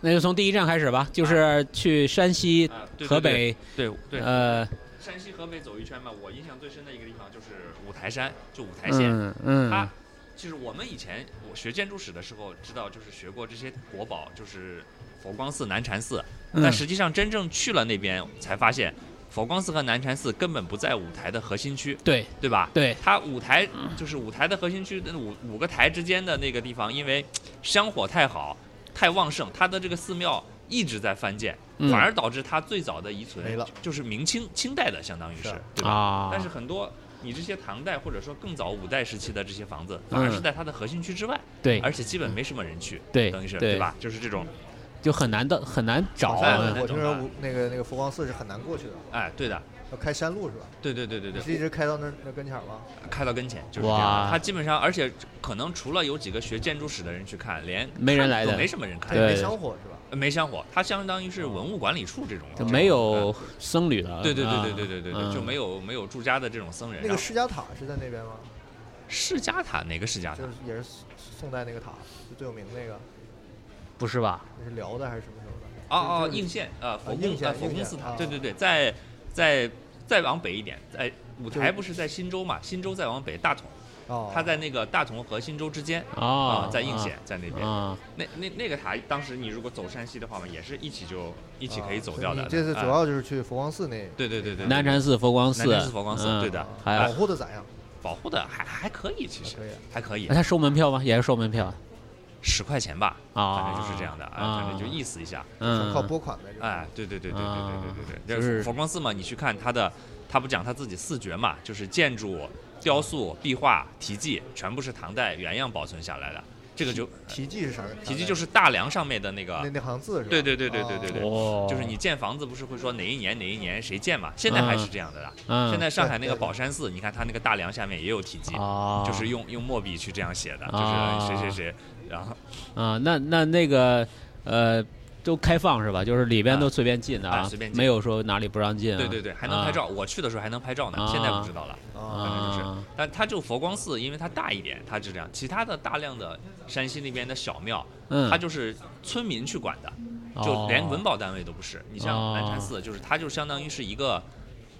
Speaker 4: 那就从第一站开始吧，就是去山西
Speaker 6: 啊对对、
Speaker 4: 河北，
Speaker 6: 对对
Speaker 4: 呃，
Speaker 6: 山西、河北走一圈嘛，我印象最深的一个地方就是五台山，就五台县。
Speaker 4: 嗯嗯
Speaker 6: 它就是我们以前我学建筑史的时候，知道就是学过这些国宝，就是佛光寺、南禅寺。
Speaker 4: 嗯
Speaker 6: 但实际上真正去了那边，才发现佛光寺和南禅寺根本不在舞台的核心区，
Speaker 4: 对
Speaker 6: 对吧？
Speaker 4: 对，
Speaker 6: 它舞台就是舞台的核心区，那五五个台之间的那个地方，因为香火太好、太旺盛，它的这个寺庙一直在翻建，
Speaker 4: 嗯
Speaker 6: 反而导致它最早的遗存
Speaker 5: 没了
Speaker 6: 就是明清清代的，相当于是
Speaker 5: 是
Speaker 6: 对吧？
Speaker 4: 啊，
Speaker 6: 但是很多你这些唐代或者说更早五代时期的这些房子，反而是在它的核心区之外，
Speaker 4: 嗯对嗯
Speaker 6: 而且基本没什么人去，
Speaker 4: 对
Speaker 6: 等于是
Speaker 4: 对
Speaker 6: 吧？就是这种，
Speaker 4: 就很难的很难找
Speaker 6: 好
Speaker 4: 啊
Speaker 6: 像
Speaker 5: 我听说无那个那个佛光寺是很难过去的，
Speaker 6: 哎，对的，
Speaker 5: 要开山路是吧？
Speaker 6: 对对对对
Speaker 5: 你
Speaker 6: 对
Speaker 5: 是，一直开到那那跟前儿吗？
Speaker 6: 开到跟前就是这样
Speaker 4: 哇。
Speaker 6: 它基本上，而且可能除了有几个学建筑史的人去看，连
Speaker 4: 没人
Speaker 6: 看
Speaker 4: 来
Speaker 6: 都
Speaker 4: 的
Speaker 6: 没什么人看，
Speaker 4: 对
Speaker 5: 没香火是吧？
Speaker 6: 呃没香火。它相当于是文物管理处这种，
Speaker 4: 就
Speaker 6: 这种
Speaker 4: 没有。僧侣了，
Speaker 6: 嗯呃对对
Speaker 4: 啊
Speaker 6: 对对对对对对，
Speaker 4: 嗯
Speaker 6: 就没有没有住家的这种僧人。
Speaker 5: 那
Speaker 6: 然
Speaker 5: 个
Speaker 6: 后
Speaker 5: 释迦塔是在那边吗？
Speaker 6: 世家塔哪个世家塔
Speaker 5: 就？是也是宋代那个塔，就最有名那个，
Speaker 4: 不是吧？
Speaker 5: 那是辽的还是什么时候的？
Speaker 6: 哦哦，
Speaker 5: 就是啊
Speaker 6: 应县呃，佛
Speaker 5: 应
Speaker 6: 宫
Speaker 5: 县
Speaker 6: 呃佛
Speaker 5: 应
Speaker 6: 宫
Speaker 5: 县
Speaker 6: 寺塔，
Speaker 5: 啊
Speaker 6: 对对对，在在再往北一点，在舞台
Speaker 5: 就
Speaker 6: 不是在新州嘛？新州再往北大同，
Speaker 5: 哦，
Speaker 6: 它在那个大同和新州之间啊、
Speaker 4: 哦，
Speaker 6: 在应县，在那边。
Speaker 4: 啊，
Speaker 6: 那那那个塔，当时你如果走山西的话嘛，也是一起就一
Speaker 5: 一
Speaker 6: 起可以走掉的。
Speaker 5: 这次主
Speaker 6: 啊
Speaker 5: 要哦就是去佛光寺那啊
Speaker 6: 对啊对对对，
Speaker 4: 南
Speaker 6: 对
Speaker 4: 禅寺、佛光寺，
Speaker 6: 南禅寺佛光寺
Speaker 4: 嗯
Speaker 6: 对的
Speaker 4: 还
Speaker 5: 保
Speaker 4: 有，
Speaker 5: 护的咋样？
Speaker 6: 保护的还还可以，其实
Speaker 5: 还可以啊
Speaker 6: 还可以
Speaker 4: 那，他收门票吗？也是收门票
Speaker 6: 十块钱吧，
Speaker 4: 啊，
Speaker 6: 反正就是这样的，啊，反正就意思一下。
Speaker 4: 嗯，
Speaker 5: 靠拨款呗。这个
Speaker 6: 哎，对对对对对对对对对，
Speaker 4: 啊就
Speaker 6: 就是是佛光寺嘛，你去看他的，他不讲他自己四绝嘛，就是建筑、雕塑、壁画、题记，全部是唐代原样保存下来的。这个就
Speaker 5: 题记是啥？啊
Speaker 6: 题记就是大梁上面的那
Speaker 5: 那
Speaker 6: 个，
Speaker 5: 那行字是吧？
Speaker 6: 对对对对对对对，
Speaker 4: 哦，
Speaker 6: 就是你建房子不是会说哪一年哪一年谁建嘛？现在还是这样的啦。
Speaker 4: 嗯
Speaker 6: 现在上海那个
Speaker 5: 对对
Speaker 6: 宝山寺，你看它那个大梁下面也有题记，
Speaker 4: 啊，
Speaker 6: 就是用用墨笔去这样写的，
Speaker 4: 啊
Speaker 6: 就是谁谁谁，然后
Speaker 4: 啊，那那那个呃，都开放是吧？就是里边都随便进的
Speaker 6: 啊随便进
Speaker 4: 没有说哪里不让进啊。
Speaker 6: 对对对，还能拍照。我去的时候还能拍照呢，现在不知道了。
Speaker 5: 啊，
Speaker 6: 反正就是
Speaker 4: 啊，
Speaker 6: 但它就佛光寺，因为它大一点，它是这样。其他的大量的山西那边的小庙，
Speaker 4: 嗯，哦
Speaker 6: 它就是村民去管的，就连文保单位都不是。你像南禅寺，就是它就相当于是一个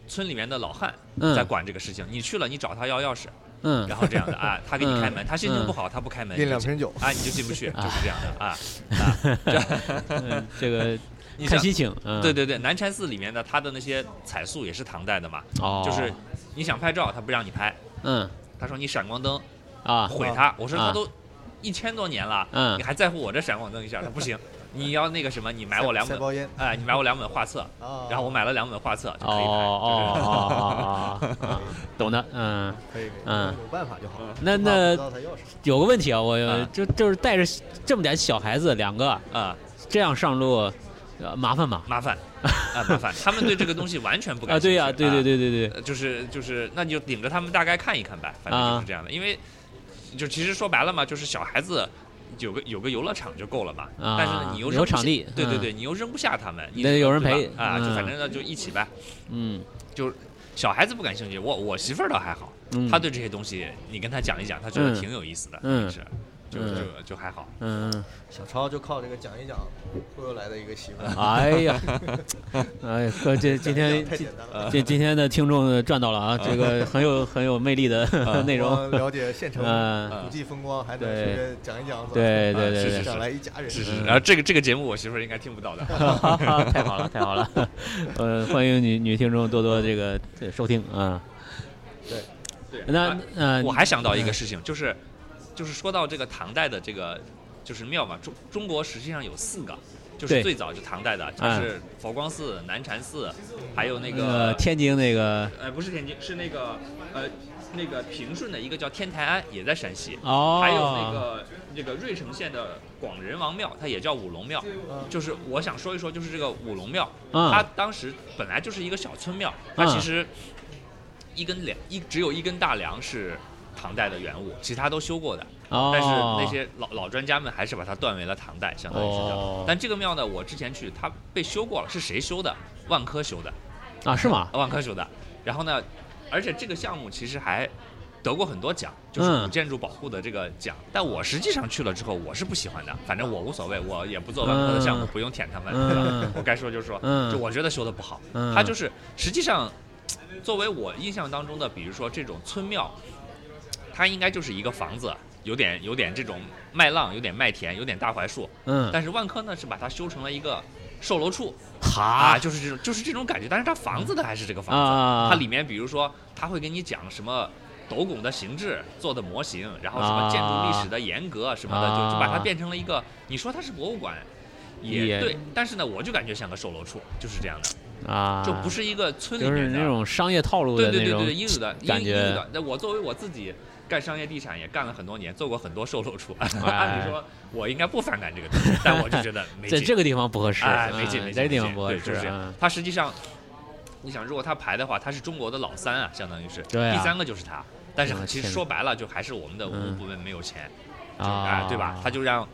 Speaker 6: 村里面的老汉
Speaker 4: 嗯
Speaker 6: 在管这个事情。你去了，你找他要钥匙，
Speaker 4: 嗯 *laughs*
Speaker 6: 然后这样的啊，他给你开门，
Speaker 4: 嗯
Speaker 6: 他心情不好，他不开门，
Speaker 5: 订
Speaker 6: 你就
Speaker 5: 两瓶酒
Speaker 6: 啊，你就进不去，就是这样的
Speaker 4: *laughs*
Speaker 6: 啊。
Speaker 4: 嗯，这个
Speaker 6: 你
Speaker 4: 看
Speaker 6: 像
Speaker 4: 心情，嗯，
Speaker 6: 对对对，南禅寺里面的它的那些彩塑也是唐代的嘛，
Speaker 4: 哦，
Speaker 6: 就是你想拍照，他不让你拍，
Speaker 4: 嗯
Speaker 6: 他说你闪光灯
Speaker 4: 啊，
Speaker 6: 毁它。我说
Speaker 4: 啊
Speaker 6: 他都一千多年了，
Speaker 4: 嗯
Speaker 6: 你还在乎我这闪光灯一下？他不
Speaker 4: *laughs*
Speaker 6: 行，你要那个什么，你买我两
Speaker 5: 塞
Speaker 6: 本
Speaker 5: 包烟，
Speaker 6: 哎，你买我两本画册，
Speaker 5: 啊
Speaker 6: 然后我买了两本画册就
Speaker 4: 哦
Speaker 6: 可以拍。就是
Speaker 4: 哦哦哦哦，懂的，嗯。
Speaker 5: 可以可以，
Speaker 4: 嗯
Speaker 5: 有办法就好。
Speaker 4: 那
Speaker 5: 那
Speaker 4: 那
Speaker 5: 知道他要啥？
Speaker 4: 有个问题啊，我
Speaker 6: 啊
Speaker 4: 就就是带着这么点小孩子两个
Speaker 6: 啊，
Speaker 4: 这样上路，呃麻烦吗？
Speaker 6: 麻烦，啊麻烦，他们对这个东西完全不感
Speaker 4: *laughs* 啊，
Speaker 6: 兴
Speaker 4: 对
Speaker 6: 趣。
Speaker 4: 呀，对对对对对，
Speaker 6: 呃，就是就是，那你就顶着他们大概看一看呗，反
Speaker 4: 啊
Speaker 6: 正就是这样的。因为就其实说白了嘛，就是小孩子有个有个游乐场就够了嘛。
Speaker 4: 啊
Speaker 6: 但是你又
Speaker 4: 有
Speaker 6: 扔不下
Speaker 4: 场地
Speaker 6: 对对
Speaker 4: 嗯
Speaker 6: 对，你又扔不下他们，你
Speaker 4: 得有人陪
Speaker 6: 对吧啊，就
Speaker 4: 嗯
Speaker 6: 反正呢就一起呗。
Speaker 4: 嗯，
Speaker 6: 就是小孩子不感兴趣，我我媳妇儿倒还好，
Speaker 4: 嗯
Speaker 6: 她对这些东西你跟她讲一讲，她觉得
Speaker 4: 嗯
Speaker 6: 挺有意思的，
Speaker 4: 嗯
Speaker 6: 是，就
Speaker 4: 嗯
Speaker 6: 就就还好。
Speaker 4: 嗯，嗯
Speaker 5: 小超就靠这个讲一讲忽悠来的一个媳妇儿。
Speaker 4: 哎呀，哎呀，哥，这今天
Speaker 5: 太
Speaker 4: 今
Speaker 5: 简单了。
Speaker 4: 这今天的听众赚到了啊，这个很有很有魅力的呃
Speaker 5: *laughs*
Speaker 4: 内
Speaker 5: 光
Speaker 4: 容，
Speaker 5: 了解县城
Speaker 4: *laughs* 嗯
Speaker 5: 古迹风光，还得
Speaker 4: 对
Speaker 5: 去讲一讲怎么
Speaker 4: 对对对
Speaker 6: 是
Speaker 4: 对
Speaker 6: 是，
Speaker 5: 想来一家人。
Speaker 6: 是是是，
Speaker 4: 嗯
Speaker 6: 然后这个这个节目我媳妇儿应该听不到
Speaker 4: *laughs*
Speaker 6: 的。
Speaker 4: 太好了太好了，呃，欢迎女女听众多多这个呃收听啊，
Speaker 5: 对，
Speaker 6: 对，
Speaker 4: *laughs* 那
Speaker 6: 啊
Speaker 4: 呃，
Speaker 6: 我还想到一个事情，就是就是说到这个唐代的这个就是庙嘛，中中国实际上有四个，就是
Speaker 4: 对
Speaker 6: 最早就唐代的，就
Speaker 4: 嗯
Speaker 6: 是佛光寺、南禅寺，还有那
Speaker 4: 那个
Speaker 6: 个。
Speaker 4: 天津那个
Speaker 6: 呃，不是天津，是那个，呃，那个平顺的一个叫天台庵，也在山西。
Speaker 4: 哦，
Speaker 6: 还有那个那个芮城县的广仁王庙，它也叫五龙庙。就是我想说一说，就是这个五龙庙，
Speaker 4: 嗯
Speaker 6: 它当时本来就是一个小村庙，它
Speaker 4: 嗯
Speaker 6: 其实一根梁一只有一根大梁是唐代的原物，其他都修过的。
Speaker 4: 哦，
Speaker 6: 但是那些老老专家们还是把它断为了唐代，相当于是这
Speaker 4: 哦
Speaker 6: 样。但这个庙呢，我之前去它被修过了，是谁修的？万科修的。
Speaker 4: 啊是吗？
Speaker 6: 万科修的。然后呢，而且这个项目其实还得过很多奖，就是古
Speaker 4: 嗯
Speaker 6: 建筑保护的这个奖。但我实际上去了之后，我是不喜欢的，反正我无所谓，我也不做万科的项目，
Speaker 4: 嗯
Speaker 6: 不用舔他们。
Speaker 4: 嗯
Speaker 6: 对吧 *laughs* 我该说就说，
Speaker 4: 嗯
Speaker 6: 就我觉得修的不好，
Speaker 4: 嗯
Speaker 6: 它就是实际上作为我印象当中的，比如说这种村庙，它应该就是一个房子。有点有点这种卖浪，有点卖田，有点大槐树。
Speaker 4: 嗯，
Speaker 6: 但是万科呢是把它修成了一个售楼处
Speaker 4: 哈
Speaker 6: 啊，就是这种就是这种感觉。但是它房子它还是这个房子，
Speaker 4: 嗯啊，
Speaker 6: 它里面比如说它会给你讲什么。斗拱的形制做的模型，然后什么建筑历史的严格什么的，就就把它
Speaker 4: 啊
Speaker 6: 变成了一个，你说它是博物馆，
Speaker 4: 也
Speaker 6: 也对，但是呢，我就感觉像个售楼处，就是这样的，
Speaker 4: 啊，
Speaker 6: 就不是一个村里
Speaker 4: 就
Speaker 6: 面
Speaker 4: 是
Speaker 6: 的
Speaker 4: 那种商业套路
Speaker 6: 对
Speaker 4: 的
Speaker 6: 对
Speaker 4: 那
Speaker 6: 对
Speaker 4: 种
Speaker 6: 对，应有的应
Speaker 4: 感
Speaker 6: 应有
Speaker 4: 觉
Speaker 6: 的。那我作为我自己干商业地产也干了很多年，做过很多售楼处。 *laughs* 按
Speaker 4: 哎
Speaker 6: 理说我应该不反感这个东西，但我就觉得没
Speaker 4: 在
Speaker 6: 劲，
Speaker 4: 这个地方不合适，
Speaker 6: 哎
Speaker 4: 嗯
Speaker 6: 没劲没劲，
Speaker 4: 在这地
Speaker 6: 没
Speaker 4: 方
Speaker 6: 劲
Speaker 4: 不合
Speaker 6: 对
Speaker 4: 适
Speaker 6: 就是这样
Speaker 4: 嗯。
Speaker 6: 它实际上，你想如果它排的话，它是中国的老三啊，相当于是
Speaker 4: 对啊
Speaker 6: 第三个就是它。但是
Speaker 4: 我的
Speaker 6: 其实
Speaker 4: 天
Speaker 6: 说白了，就还是我们的文物
Speaker 4: 嗯
Speaker 6: 部门没有钱，就是哎
Speaker 4: 啊，
Speaker 6: 对吧？他就让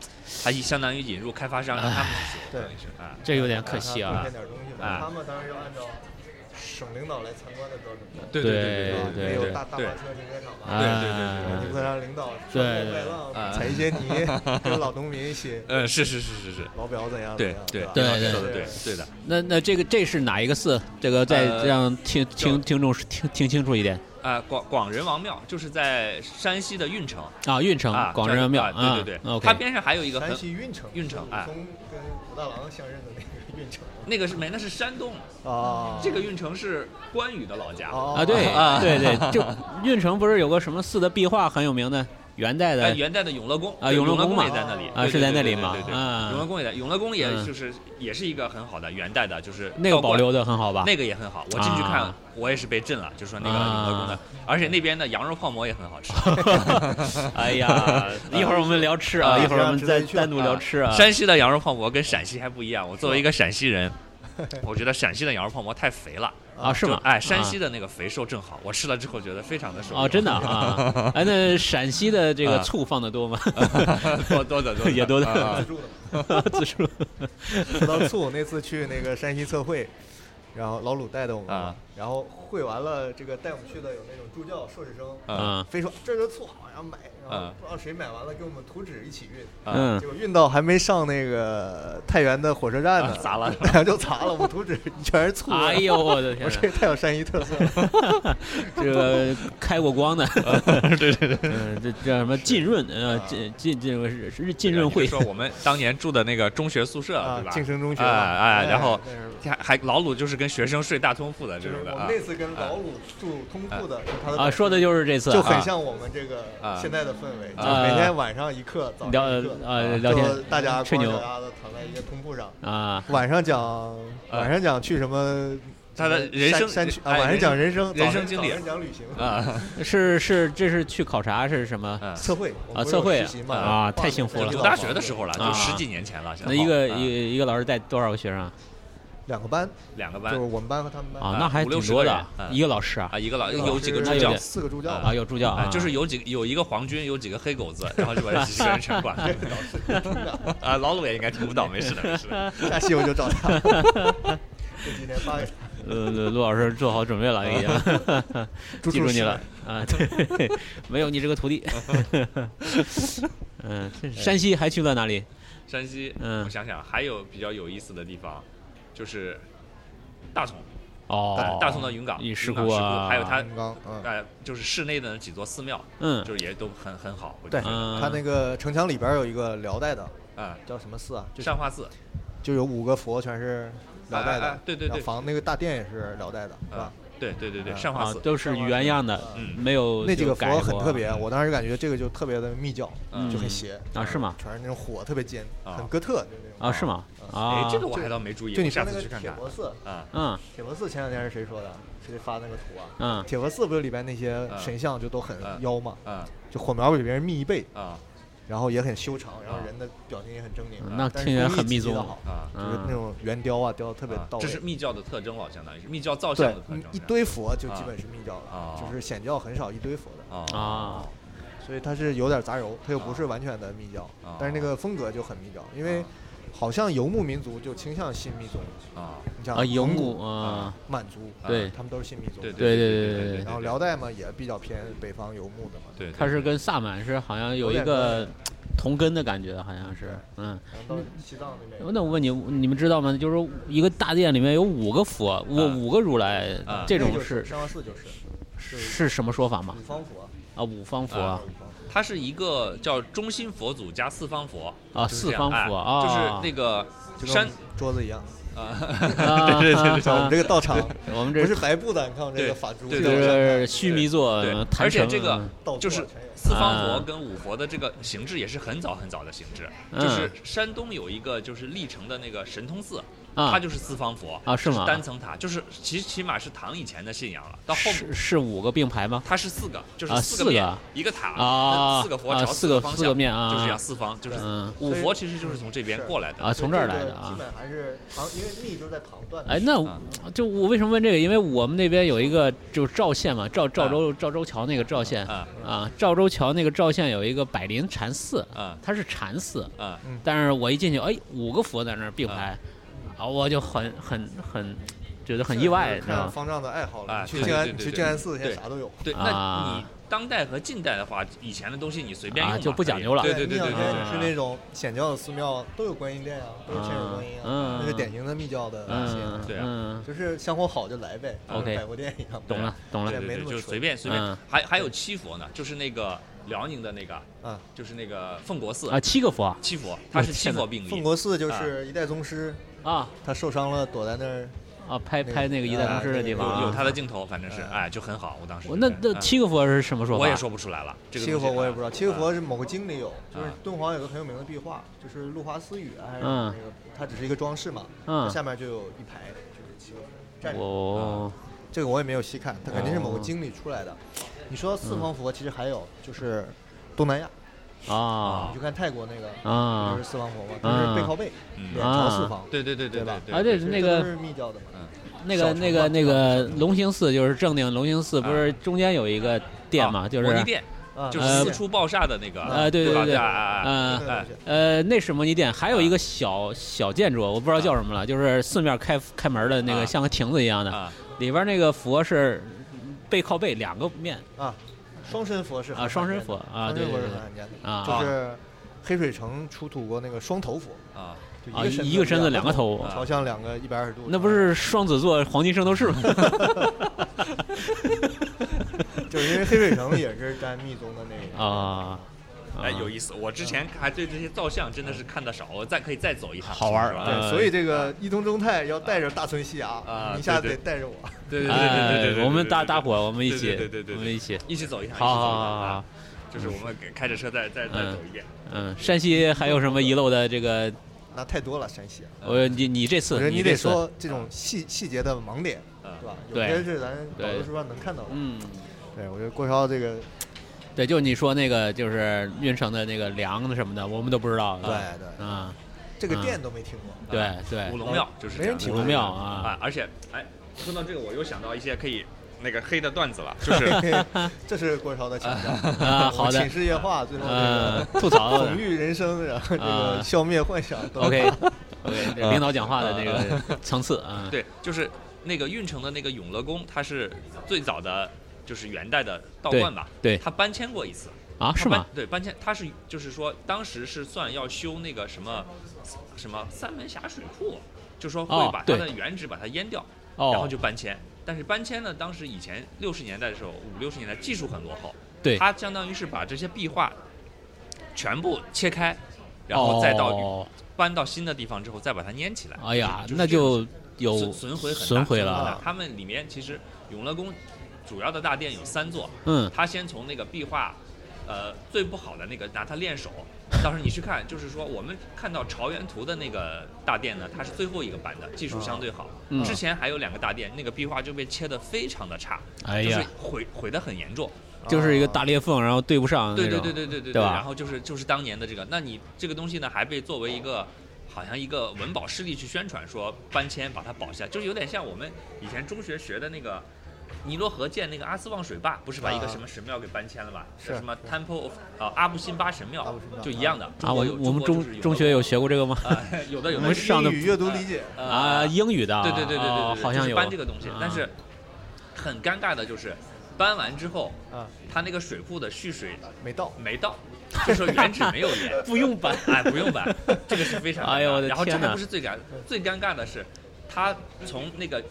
Speaker 6: 他一相当于引入开发商让他们去做，相当于是啊。
Speaker 4: 这有点可惜
Speaker 5: 贡
Speaker 4: 啊
Speaker 5: 献，点东
Speaker 6: 啊
Speaker 5: 西吧。他们当然要按照省领导来参观的标准嘛，
Speaker 6: 对
Speaker 4: 对
Speaker 5: 吧？
Speaker 4: 对
Speaker 5: 没有
Speaker 6: 对
Speaker 5: 大大
Speaker 6: 对
Speaker 5: 巴车停车场
Speaker 4: 啊
Speaker 5: 吧？
Speaker 6: 对对对
Speaker 5: 你
Speaker 6: 对
Speaker 5: 不能让领导
Speaker 4: 对
Speaker 5: 穿
Speaker 4: 对
Speaker 5: 过外
Speaker 6: 啊
Speaker 5: 浪踩一些泥，跟老农民一起
Speaker 6: 呃，是是是是是，
Speaker 5: 老表怎样怎
Speaker 6: 对
Speaker 5: 样，
Speaker 6: 对
Speaker 5: 吧？
Speaker 4: 对
Speaker 6: 对
Speaker 4: 对
Speaker 6: 说的
Speaker 5: 对
Speaker 6: 对对的。
Speaker 4: 那那这个这是哪一个寺？这个再
Speaker 6: 呃
Speaker 4: 让听听听众听听清楚一点
Speaker 6: 啊，广广仁王庙就是在山西的运城
Speaker 4: 啊！运城
Speaker 6: 啊，
Speaker 4: 广仁王庙嗯
Speaker 6: 啊对对对，它
Speaker 4: OK，
Speaker 6: 边上还有一个很
Speaker 5: 山，西运城，
Speaker 6: 运城
Speaker 4: 啊
Speaker 5: 武
Speaker 6: 哎
Speaker 5: 松跟武大郎相认的那个运城
Speaker 6: 那个是没，那是山东，
Speaker 5: 啊
Speaker 6: 这个运城是关羽的老家。
Speaker 5: 啊
Speaker 4: 啊，对
Speaker 6: 哦啊
Speaker 4: 对对，就运城不是有个什么寺的壁画很有名的，元代
Speaker 6: 呃，
Speaker 4: 的
Speaker 6: 元代的永乐宫
Speaker 4: 啊
Speaker 6: 对
Speaker 4: 永乐
Speaker 6: 乐
Speaker 4: 宫嘛
Speaker 6: 也在那里
Speaker 4: 啊
Speaker 6: 对
Speaker 4: 是在那里
Speaker 6: 对对
Speaker 4: 嘛
Speaker 6: 对对，
Speaker 4: 啊
Speaker 6: 对永乐宫也在，永乐宫也
Speaker 4: 嗯
Speaker 6: 就是也是一个很好的元代的，就是
Speaker 4: 那个
Speaker 6: 道观
Speaker 4: 保留的很好吧？
Speaker 6: 那个也很好，我进去看
Speaker 4: 啊，
Speaker 6: 我也是被震了，就说那个
Speaker 4: 啊
Speaker 6: 永乐宫的， *laughs* 而且那边的羊肉泡馍也很好
Speaker 4: *laughs*
Speaker 6: 吃。
Speaker 4: 哎呀，一会儿我们聊吃啊，
Speaker 6: 啊
Speaker 4: 一会儿我们
Speaker 5: 值得
Speaker 4: 再
Speaker 5: 一去啊
Speaker 4: 单独聊吃啊。
Speaker 6: 山西的羊肉泡馍跟陕西还不一样，我作为一个陕西人，我觉得陕西的羊肉泡馍太肥了。
Speaker 4: 啊，是
Speaker 6: 就
Speaker 4: 吗？
Speaker 6: 哎，山西
Speaker 4: 的
Speaker 6: 的那个肥瘦正好，我吃了之后觉得非常的瘦。
Speaker 4: 哦，真
Speaker 6: *laughs*
Speaker 4: 的啊。哎，那陕西的这个
Speaker 6: 啊
Speaker 4: 醋放的多吗？
Speaker 6: 多多的多的
Speaker 4: *laughs* 也多的
Speaker 6: 啊
Speaker 5: 自助的。
Speaker 4: 自助
Speaker 5: 说到醋，那次去那个山西测绘，然后老鲁带的我们嘛
Speaker 6: 啊，
Speaker 5: 然后会完了，这个带我们去的有那种助教、硕士生，
Speaker 6: 啊
Speaker 4: 啊
Speaker 5: 非说这是醋好，然后买，然后
Speaker 6: 啊
Speaker 5: 不知道谁买完了给我们图纸一起运，
Speaker 4: 嗯
Speaker 5: 结果运到还没上那个太原的火车站呢，
Speaker 6: 砸了，
Speaker 5: 然后 *laughs* 就砸了，我们图纸全是醋。
Speaker 4: 哎呦，我的天
Speaker 5: 啊我
Speaker 4: 哪
Speaker 5: 说！这太有山西特色了，
Speaker 4: *laughs* 这个开过光的，
Speaker 6: *laughs* 对对对。
Speaker 4: 嗯，这叫什么浸润？呃，浸浸这个是是浸润
Speaker 6: 哎你
Speaker 4: 会
Speaker 6: 就说我们当年住的那个中学宿舍，
Speaker 5: 啊
Speaker 6: 对吧？
Speaker 5: 晋升中学
Speaker 6: 哎
Speaker 5: 嘛
Speaker 6: 哎，然后
Speaker 5: 哎那是
Speaker 6: 还还老鲁就是跟学生睡大通铺的
Speaker 5: 就
Speaker 6: 这
Speaker 5: 是
Speaker 6: 种的
Speaker 5: 我
Speaker 6: 啊
Speaker 5: 们。那次跟老鲁住通铺的，是他的导
Speaker 4: 啊，
Speaker 5: 师
Speaker 4: 说的就是这次
Speaker 5: 就
Speaker 4: 啊
Speaker 5: 很像我们这个
Speaker 6: 啊
Speaker 5: 现在的氛围，就
Speaker 4: 啊
Speaker 5: 每天晚上一课，早
Speaker 4: 聊
Speaker 5: 上一课，
Speaker 4: 呃
Speaker 5: 就
Speaker 4: 聊天
Speaker 5: 大家
Speaker 4: 吹
Speaker 5: 光
Speaker 4: 牛
Speaker 5: 脚丫子躺在一个通铺上，
Speaker 4: 啊，
Speaker 5: 晚上讲晚上讲去什么
Speaker 6: 他的人生
Speaker 5: 山山区啊，
Speaker 6: 哎
Speaker 5: 晚上讲人生
Speaker 6: 人
Speaker 5: 早
Speaker 6: 生
Speaker 5: 上
Speaker 6: 经历
Speaker 5: 早上讲旅行
Speaker 6: 啊，
Speaker 4: 是是这是去考察是什么？
Speaker 6: 嗯
Speaker 5: *laughs* 测绘我们
Speaker 4: 啊
Speaker 5: 不是
Speaker 4: 测绘
Speaker 5: 有实习嘛
Speaker 6: 啊
Speaker 4: 啊太幸福
Speaker 5: 我
Speaker 4: 了
Speaker 5: 们
Speaker 6: 读大学的时候了，
Speaker 4: 啊
Speaker 6: 就十几年前了。现在
Speaker 4: 那一个
Speaker 6: 啊
Speaker 4: 一个一个老师带多少个学生啊？
Speaker 5: 两个班，
Speaker 6: 两个
Speaker 5: 就
Speaker 6: 班
Speaker 5: 是我们班和他们班
Speaker 4: 啊，
Speaker 6: 啊
Speaker 4: 那还
Speaker 6: 五
Speaker 4: 挺
Speaker 6: 六十
Speaker 4: 多
Speaker 6: 个
Speaker 4: 的
Speaker 6: 人，嗯
Speaker 4: 一个老师啊
Speaker 6: 啊，一个老
Speaker 5: 一个老
Speaker 6: 有几个
Speaker 5: 师
Speaker 6: 助
Speaker 4: 那有
Speaker 6: 教
Speaker 4: 点
Speaker 5: 四个助教
Speaker 6: 啊
Speaker 4: 啊，有助教
Speaker 6: 啊
Speaker 4: 啊，，
Speaker 6: 就是有几个有一个皇军，有几个黑狗子，然后就把这几个人全管了。
Speaker 5: *laughs*
Speaker 6: *laughs* 啊，老鲁也应该听不到，没事的，没事
Speaker 4: *laughs*
Speaker 6: 的。
Speaker 5: 下期我就找他。这几天发给他
Speaker 4: 呃，陆陆老师做好准备了，已经
Speaker 5: 猪
Speaker 4: *laughs* 记住
Speaker 5: 猪
Speaker 4: 你
Speaker 5: 师
Speaker 4: 了啊！ *laughs* 对，没有你这个徒弟。 *laughs* 嗯，这山西还去了哪里？
Speaker 6: 山西，
Speaker 4: 嗯
Speaker 6: 我想想，还有比较有意思的地方，就是大同，
Speaker 4: 哦
Speaker 6: 大，大同的云岗，
Speaker 4: 一
Speaker 6: 云
Speaker 4: 石
Speaker 6: 岗
Speaker 4: 窟
Speaker 6: 石
Speaker 4: 啊
Speaker 6: 窟，还有它
Speaker 5: 刚刚嗯。
Speaker 6: 呃，就是室内的那几座寺庙，
Speaker 4: 嗯
Speaker 6: 就是也都很很好。我觉
Speaker 5: 对，
Speaker 6: 得
Speaker 4: 嗯
Speaker 5: 他那个城墙里边有一个辽代的，
Speaker 6: 啊，
Speaker 5: 叫什么寺啊？就是
Speaker 6: 善化寺，
Speaker 5: 就有五个佛全是辽代
Speaker 6: 哎哎
Speaker 5: 的
Speaker 6: 哎，对对
Speaker 5: 然后
Speaker 6: 对
Speaker 5: 房那个大殿也是辽代的，是吧
Speaker 6: 啊？，对对对对，
Speaker 5: 啊
Speaker 6: 善化
Speaker 4: 啊，
Speaker 6: 寺，
Speaker 4: 都是原样的，
Speaker 6: 嗯
Speaker 4: 没有
Speaker 5: 那几
Speaker 4: 就
Speaker 5: 个
Speaker 4: 改
Speaker 5: 佛很
Speaker 4: 过
Speaker 5: 特别，我当时感觉这个就特别的密教，
Speaker 6: 嗯
Speaker 5: 就很邪
Speaker 4: 啊是吗？
Speaker 5: 全是那种火特别尖，
Speaker 6: 啊
Speaker 5: 很哥特，就那种。
Speaker 4: 啊，是吗？啊
Speaker 6: 哎，，这个我还倒没注意，
Speaker 5: 就你
Speaker 6: 我
Speaker 5: 说
Speaker 6: 下
Speaker 5: 那个
Speaker 6: 次去看
Speaker 5: 铁
Speaker 6: 看
Speaker 5: 佛寺，
Speaker 6: 啊。
Speaker 4: 嗯
Speaker 5: 铁佛寺前两天是谁说的？谁发那个图啊？
Speaker 4: 嗯
Speaker 5: 铁佛寺不是里边那些
Speaker 6: 嗯
Speaker 5: 神像就都很
Speaker 6: 啊
Speaker 5: 妖嘛，
Speaker 6: 啊
Speaker 5: 就火苗比别人密一倍，
Speaker 6: 啊
Speaker 5: 然后也很修长，然后
Speaker 6: 啊
Speaker 5: 人的表情也很狰狞
Speaker 4: 嗯，那
Speaker 5: 但是
Speaker 4: 听起来
Speaker 5: 工艺
Speaker 4: 很密
Speaker 5: 极其地
Speaker 4: 宗
Speaker 5: 好
Speaker 6: 啊！
Speaker 5: 就是
Speaker 4: 嗯，
Speaker 5: 那种圆雕啊，雕得特别
Speaker 6: 啊
Speaker 5: 到位。
Speaker 6: 这是密教的特征了，相当于是密教造像
Speaker 5: 对
Speaker 6: 的特征，
Speaker 5: 一堆佛就基本是密教
Speaker 6: 啊
Speaker 5: 了，就是显教很少一堆佛的，
Speaker 6: 啊
Speaker 4: 啊，
Speaker 5: 所以它是有点杂糅，它又不
Speaker 6: 啊
Speaker 5: 是完全的密教
Speaker 6: 啊，
Speaker 5: 但是那个风格就很密教，因为
Speaker 6: 啊
Speaker 5: 好像游牧民族就倾向信密宗，
Speaker 6: 啊！
Speaker 5: 你像
Speaker 4: 啊，游
Speaker 5: 蒙
Speaker 4: 牧
Speaker 5: 古、
Speaker 4: 啊，
Speaker 5: 满族，
Speaker 4: 对
Speaker 5: 他们都是信密宗
Speaker 6: 对
Speaker 5: 的。
Speaker 6: 对
Speaker 4: 对对
Speaker 6: 对
Speaker 4: 对
Speaker 5: 然后辽代嘛也比较偏北方游牧的嘛，
Speaker 6: 对，
Speaker 4: 它是跟萨满是好像有一
Speaker 5: 有点
Speaker 4: 个
Speaker 5: 关
Speaker 4: 同根的感觉，好像是，嗯。
Speaker 5: 然后到西藏那边
Speaker 4: 那我问你，你们知道吗？就是说一个大殿里面有五个佛，五、
Speaker 6: 啊
Speaker 4: 五个如来，
Speaker 6: 啊
Speaker 4: 这
Speaker 5: 那
Speaker 4: 种
Speaker 5: 就是是山王寺就是，是
Speaker 4: 是什么说法吗
Speaker 5: 五？方佛，
Speaker 4: 啊，五方佛
Speaker 5: 啊
Speaker 4: 啊，
Speaker 5: 五方佛
Speaker 6: 它是一个叫中心佛祖加四方佛
Speaker 4: 啊
Speaker 6: 就是这
Speaker 4: 四
Speaker 6: 样
Speaker 4: 方佛
Speaker 6: 哎
Speaker 4: 啊
Speaker 6: 就是那个
Speaker 5: 就跟我
Speaker 6: 山
Speaker 5: 们桌子一样，
Speaker 4: 啊
Speaker 6: 对对对
Speaker 5: 像我们这个道场
Speaker 4: 我们
Speaker 5: 不
Speaker 4: 这
Speaker 5: 是白布的，你看我们这个
Speaker 6: 对
Speaker 5: 法珠，
Speaker 6: 对
Speaker 5: 这个
Speaker 4: 是须弥座
Speaker 6: 对，
Speaker 4: 坛
Speaker 6: 而且
Speaker 4: 城
Speaker 6: 这个
Speaker 4: 嗯
Speaker 5: 道
Speaker 6: 就
Speaker 5: 座
Speaker 6: 是
Speaker 5: 全有
Speaker 6: 四方佛
Speaker 4: 啊
Speaker 6: 跟五佛的这个形制也是很早很早的形制，
Speaker 4: 嗯
Speaker 6: 就是山东有一个就是历城的那个神通寺，
Speaker 4: 啊
Speaker 6: 它就是四方佛
Speaker 4: 啊是吗
Speaker 6: 单层塔，就是其起码是唐以前的信仰了，到后
Speaker 4: 是是五个并排吗？
Speaker 6: 它是四个，就
Speaker 4: 啊
Speaker 6: 是四
Speaker 4: 四个
Speaker 6: 个面、一个塔
Speaker 4: 啊
Speaker 6: 四个佛
Speaker 4: 啊
Speaker 6: 朝四
Speaker 4: 四个
Speaker 6: 方向，
Speaker 4: 四个面啊
Speaker 6: 就是这样四方，就是
Speaker 4: 嗯
Speaker 6: 五佛其实就是从这边
Speaker 5: 是
Speaker 6: 过来的
Speaker 4: 啊，从这儿
Speaker 5: 个
Speaker 4: 来的啊
Speaker 5: 基。本还是唐，因为密都在唐段的
Speaker 4: 哎，那我就我为什么问这个？因为我们那边有一个就是赵县嘛，赵赵州赵州桥那个赵县
Speaker 6: 啊
Speaker 4: 啊，赵州桥那个赵县有一个百灵禅寺，
Speaker 6: 啊
Speaker 4: 它是禅寺，
Speaker 6: 啊
Speaker 4: 但是我一进去，哎，五个佛在那儿并排，啊，我就很很很觉得很意外，你知道
Speaker 5: 看上
Speaker 4: 吗？
Speaker 5: 方丈的爱好了。
Speaker 6: 哎
Speaker 5: 你去
Speaker 6: 对
Speaker 5: 静安，
Speaker 6: 对
Speaker 5: 你
Speaker 6: 对
Speaker 5: 去
Speaker 6: 对
Speaker 5: 静安寺现在
Speaker 6: 对
Speaker 5: 啥都有。
Speaker 6: 对，
Speaker 4: 啊
Speaker 6: 那你当代和近代的话，以前的东西你随便
Speaker 4: 啊
Speaker 6: 用嘛
Speaker 4: 就不讲究了
Speaker 6: 对对对
Speaker 5: 你
Speaker 6: 对
Speaker 5: 想
Speaker 6: 对
Speaker 5: 见
Speaker 6: 对
Speaker 5: 你是那种显教的寺庙，都有观音殿啊，都有千手观音
Speaker 4: 嗯
Speaker 5: 啊，那是典型的密教的那
Speaker 4: 嗯
Speaker 5: 些，
Speaker 6: 对啊
Speaker 4: 嗯，
Speaker 5: 就是香火好就来呗，就
Speaker 4: OK
Speaker 5: 跟百货店一样。
Speaker 4: 懂了懂了
Speaker 5: 对
Speaker 6: 对
Speaker 5: 没
Speaker 6: 对
Speaker 5: 那么
Speaker 6: 对，就
Speaker 5: 纯
Speaker 6: 随便随便
Speaker 4: 嗯，
Speaker 6: 还还有七佛呢，就是那个辽宁的那个，
Speaker 5: 啊。
Speaker 6: 就是那个奉国寺
Speaker 4: 啊，七个佛
Speaker 6: 七佛，它是七
Speaker 4: 天哪
Speaker 6: 佛并立。
Speaker 5: 奉国寺就是一代宗师，
Speaker 4: 啊
Speaker 5: 他受伤了，躲在那儿。
Speaker 4: 啊，拍
Speaker 5: 那个
Speaker 4: 拍那个一代宗师的地
Speaker 6: 有
Speaker 4: 方
Speaker 5: 啊嗯
Speaker 6: 有
Speaker 4: 啊
Speaker 6: 它的镜头，反正是哎，就很好。我当时
Speaker 4: 我那
Speaker 6: 觉得
Speaker 4: 那
Speaker 6: 哎
Speaker 4: 七个佛是什么说法？
Speaker 6: 我也说不出来了。这个
Speaker 5: 七个
Speaker 6: 东
Speaker 5: 佛
Speaker 6: 西
Speaker 5: 我也不知道，
Speaker 4: 啊
Speaker 6: 哎
Speaker 5: 七个佛是某个经里有，就是
Speaker 6: 啊
Speaker 5: 敦煌有个很有名的壁画，就是《露华丝雨》啊还是
Speaker 4: 嗯
Speaker 5: 那个，它只是一个装饰嘛，
Speaker 4: 嗯
Speaker 5: 它下面就有一排就是七个佛站着。
Speaker 4: 哦，
Speaker 5: 这个我也没有细看，它肯定是某个经里出来的。你说
Speaker 4: 嗯
Speaker 5: 四方佛，其实还有就是东南亚，
Speaker 4: 啊
Speaker 5: 你去看泰国那个，
Speaker 4: 啊
Speaker 5: 就是四方佛嘛，就是背靠背，
Speaker 6: 嗯
Speaker 5: 脸朝四
Speaker 4: 啊
Speaker 5: 方，
Speaker 6: 对对对
Speaker 5: 对吧
Speaker 6: 对
Speaker 4: 啊，对，
Speaker 5: 这
Speaker 4: 那
Speaker 5: 都
Speaker 4: 个
Speaker 5: 是密教的嘛。
Speaker 4: 那
Speaker 5: 小
Speaker 4: 个
Speaker 5: 城
Speaker 4: 那个
Speaker 5: 嘛
Speaker 4: 那个龙兴寺就是正定龙兴寺，不
Speaker 6: 啊
Speaker 4: 是中间有一个殿嘛，
Speaker 6: 啊
Speaker 4: 就是
Speaker 6: 摩尼殿，
Speaker 5: 啊
Speaker 6: 就是
Speaker 4: 呃
Speaker 6: 四处爆炸的那个。
Speaker 4: 呃，对对
Speaker 6: 吧
Speaker 4: 对，
Speaker 6: 啊啊啊
Speaker 4: 嗯
Speaker 5: 对对对
Speaker 4: 呃，那是摩尼殿，还有一个小小建筑，我不知道
Speaker 6: 啊
Speaker 4: 叫什么了，就是四面开开门的那个，
Speaker 6: 啊
Speaker 4: 像个亭子一样的，
Speaker 6: 啊
Speaker 4: 里边那个佛是背靠背两个面
Speaker 5: 啊，双身佛是
Speaker 4: 啊
Speaker 5: 很
Speaker 4: 双身
Speaker 5: 罕见的
Speaker 4: 佛啊
Speaker 5: 双身
Speaker 4: 对
Speaker 5: 佛
Speaker 4: 对
Speaker 5: 是
Speaker 4: 对
Speaker 5: 很罕见的，
Speaker 4: 啊
Speaker 6: 啊
Speaker 5: 就是黑水城出土过那个双头佛，
Speaker 6: 啊！
Speaker 5: 就
Speaker 4: 啊，
Speaker 5: 身
Speaker 4: 一个身子两个
Speaker 5: 头，
Speaker 4: 头
Speaker 6: 啊，
Speaker 5: 朝向两个一百二十度，
Speaker 4: 那不是双子座黄金圣斗士
Speaker 6: *laughs*
Speaker 4: 吗？
Speaker 5: *laughs* 就是因为黑水城也是沾密宗的那个
Speaker 4: 啊，
Speaker 6: 哎，有意思。我之前还对这些造像真的是看的少，我再可以再走一趟。
Speaker 4: 好玩儿
Speaker 6: 是吧
Speaker 4: 啊
Speaker 5: 对，所以这个伊东忠太要带着大村西
Speaker 6: 啊
Speaker 5: 你一下子
Speaker 6: 对
Speaker 5: 得
Speaker 6: 对
Speaker 5: 带着我。
Speaker 6: 对对对对对对对
Speaker 4: 哎
Speaker 6: 对，对
Speaker 4: 我们搭搭伙，我们一
Speaker 6: 对
Speaker 4: 起，
Speaker 6: 对对对对
Speaker 4: 我们一起，
Speaker 6: 一起走一趟，一
Speaker 4: 好
Speaker 6: 起走
Speaker 4: 好
Speaker 6: 一趟
Speaker 4: 好好
Speaker 6: 啊
Speaker 4: 好，
Speaker 6: 就是我们给开着车再再再走一遍。
Speaker 4: 嗯，山西还有什么遗漏的这个？
Speaker 5: 那太多了，山西
Speaker 4: *laughs*
Speaker 5: 啊。
Speaker 4: 我你你这
Speaker 5: 我
Speaker 4: 次
Speaker 5: 觉得你
Speaker 4: 这
Speaker 5: 得
Speaker 4: 次
Speaker 5: 说这种细细节的盲点，
Speaker 6: 嗯
Speaker 5: 是吧？有
Speaker 4: 对
Speaker 5: 些是咱导
Speaker 4: 对
Speaker 5: 游书上能看到的。
Speaker 4: 嗯，
Speaker 5: 对，我觉得郭超这个，
Speaker 4: 对，就你说那个就是运城的那个粮什么的，我们都不知道。
Speaker 5: 对对，
Speaker 4: 啊，
Speaker 5: 这个
Speaker 4: 嗯
Speaker 5: 店都没听过。
Speaker 4: 对对
Speaker 6: 五，龙庙就是
Speaker 5: 没人提
Speaker 4: 五
Speaker 5: 过
Speaker 4: 龙庙啊，
Speaker 6: 啊！而且，哎，说到这个，我又想到一些可以那个黑的段子了，就是
Speaker 4: *laughs*
Speaker 5: 这是郭超的强项
Speaker 4: 啊好的
Speaker 5: *laughs* 我寝室夜话，最后这
Speaker 4: 呃
Speaker 5: 个，
Speaker 4: 吐槽
Speaker 5: *laughs* 讽喻人生，然后这
Speaker 4: 啊
Speaker 5: 个消灭幻想。都 *laughs*
Speaker 4: OK OK，领导讲话的那个层次啊，
Speaker 6: 对，就是那个运城的那个永乐宫，它是最早的，就是元代的道观吧？
Speaker 4: 对对
Speaker 6: 它搬迁过一次
Speaker 4: 啊
Speaker 6: 它
Speaker 4: 是吗
Speaker 6: 搬？对，搬迁，它是就是说，当时是算要修那个什么什么三门峡水库，就说
Speaker 4: 哦
Speaker 6: 会把它
Speaker 4: 对
Speaker 6: 的原址把它淹掉，然后
Speaker 4: 哦
Speaker 6: 就，搬迁。但是搬迁呢，当时以前六十年代的时候，五六十年代技术很落后，
Speaker 4: 对，
Speaker 6: 它相当于是把这些壁画全部切开，然后再到、
Speaker 4: 哦
Speaker 6: 搬到新的地方之后再把它粘起来。
Speaker 4: 哎呀，
Speaker 6: 就是
Speaker 4: 那
Speaker 6: 这样
Speaker 4: 就有
Speaker 6: 损损毁很大
Speaker 4: 损毁
Speaker 6: 很
Speaker 4: 了，
Speaker 6: 大他们里面其实永乐宫主要的大殿有三座，
Speaker 4: 嗯
Speaker 6: 他先从那个壁画，呃，最不好的那个拿它练手。当时你去看，就是说我们看到朝元图的那个大殿呢，它是最后一个搬的，技术相对好。
Speaker 4: 嗯
Speaker 6: 之前还有两个大殿，那个壁画就被切得非常的差，
Speaker 4: 哎
Speaker 6: 就是
Speaker 4: 呀，
Speaker 6: 毁毁得很严重。
Speaker 4: 就是一
Speaker 5: 啊
Speaker 4: 个大裂缝，然后对不上
Speaker 6: 对
Speaker 4: 那
Speaker 6: 对
Speaker 4: 种，
Speaker 6: 对对对对
Speaker 4: 对吧
Speaker 6: 然后就是就是当年的这个，那你这个东西呢，还被作为一个好像一个文保势力去宣传说搬迁把它保下来，就是有点像我们以前中学学的那个。尼罗河建那个阿斯旺水坝，不是把一个
Speaker 5: 啊
Speaker 6: 什么神庙给搬迁了吧？
Speaker 5: 是
Speaker 6: 叫什么 Temple of 啊阿布辛巴神
Speaker 5: 阿
Speaker 6: 庙
Speaker 5: 布辛巴，
Speaker 6: 就一样的。
Speaker 4: 啊，我
Speaker 6: 中国有
Speaker 4: 我们
Speaker 6: 中国就
Speaker 4: 中
Speaker 6: 是
Speaker 4: 中学有学
Speaker 6: 过
Speaker 4: 过这个吗？
Speaker 6: *laughs* 啊，有的有的
Speaker 5: 我们
Speaker 4: 们上的
Speaker 5: 英语阅读理解，
Speaker 4: 啊，
Speaker 6: 呃
Speaker 4: 英语的啊，
Speaker 6: 对对对对对
Speaker 4: 哦
Speaker 6: 对对，
Speaker 4: 好像
Speaker 6: 就是
Speaker 4: 有
Speaker 6: 搬这个东西
Speaker 4: 啊，
Speaker 6: 但是很尴尬的就是搬完之后，
Speaker 5: 啊，
Speaker 6: 它那个水库的蓄水
Speaker 5: 没到。
Speaker 6: 没到，就说原址
Speaker 4: *laughs*
Speaker 6: 没有淹，
Speaker 4: 不用搬
Speaker 6: 哎，不用搬，这个是非常尴尬
Speaker 4: 哎呦我的
Speaker 6: 然后这
Speaker 4: 天
Speaker 6: 还
Speaker 4: 哪
Speaker 6: 不是最尴，最尴尬的是，他从那个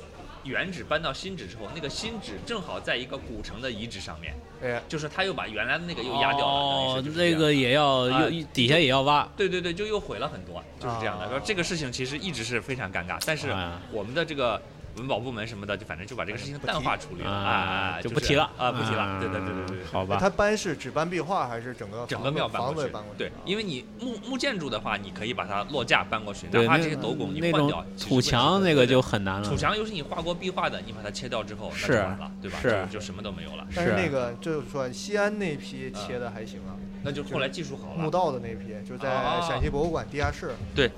Speaker 6: 原址搬到新址之后，那个新址正好在一个古城的遗址上面，
Speaker 5: 哎，
Speaker 6: 就是他又把原来的那个又压掉了，
Speaker 4: 哦
Speaker 6: 等于，是就是这
Speaker 4: 那
Speaker 6: 样
Speaker 4: 个也要
Speaker 6: 啊
Speaker 4: 又底下也要挖，
Speaker 6: 对对对，就又毁了很多，就是这样的。
Speaker 5: 啊
Speaker 6: 说这个事情其实一直是非常尴尬，但是
Speaker 4: 啊
Speaker 6: 我们的这个文保部门什么的，就反正就把这个事情
Speaker 5: 不提
Speaker 6: 淡化处理了
Speaker 4: 啊
Speaker 6: 啊，
Speaker 4: 就
Speaker 6: 就
Speaker 4: 不
Speaker 6: 是
Speaker 4: 提了
Speaker 6: 啊，不提了。
Speaker 4: 啊
Speaker 6: 对对对对对哎对。
Speaker 4: 好吧，
Speaker 5: 他搬是只搬壁画还是整个
Speaker 6: 整
Speaker 5: 哦房
Speaker 6: 个
Speaker 5: 子
Speaker 6: 庙搬
Speaker 5: 房
Speaker 6: 过
Speaker 5: 子
Speaker 6: 去
Speaker 5: 搬过去？哦
Speaker 6: 对，因
Speaker 5: 为
Speaker 6: 为你木木建筑的话，你可以把它落架搬过去，哪
Speaker 4: 对
Speaker 6: 怕
Speaker 4: 那
Speaker 6: 这些斗拱你
Speaker 4: 那
Speaker 6: 换掉
Speaker 4: 种，土墙那个就很难了
Speaker 6: 土，墙，尤其你画过壁画的，你把它切掉之后，那
Speaker 4: 是
Speaker 6: 就完了，对吧？
Speaker 4: 是
Speaker 6: 就就什么都没有了，
Speaker 5: 但
Speaker 4: 是
Speaker 5: 是那个就是说西安那批切的还行啊，
Speaker 6: 那就后来技术好
Speaker 5: 墓
Speaker 6: 了。
Speaker 5: 道的那批就在
Speaker 6: 啊
Speaker 5: 陕西博物馆地下室，
Speaker 6: 对，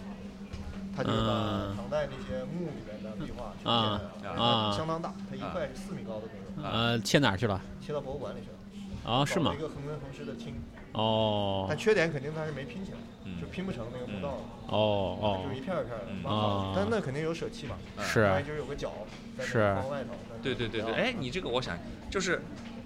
Speaker 5: 他就把
Speaker 4: 嗯
Speaker 5: 唐代那些墓里面的壁画去切
Speaker 4: 啊
Speaker 5: 的，而且
Speaker 4: 啊
Speaker 5: 它相当大，它一块是四米高的那种，
Speaker 6: 啊
Speaker 4: 呃，切哪儿去了？
Speaker 5: 切到博物馆里去了。
Speaker 4: 哦，是
Speaker 5: 搞
Speaker 4: 吗
Speaker 5: 了一？个横根横尸的厅，
Speaker 4: 哦
Speaker 5: 但缺点肯定它是没拼起来，
Speaker 6: 嗯
Speaker 5: 就拼不成那个墓道了，
Speaker 4: 哦哦
Speaker 5: 就，一片儿一片儿的
Speaker 6: 嗯
Speaker 5: 挖好
Speaker 4: 哦
Speaker 5: 了。但那肯定有舍弃嘛，万
Speaker 4: 是
Speaker 5: 一就是有个角在那
Speaker 4: 是
Speaker 5: 个窗外头。那就
Speaker 6: 对对对
Speaker 5: 不
Speaker 6: 对，
Speaker 5: 要
Speaker 6: 哎，你这个我想就是。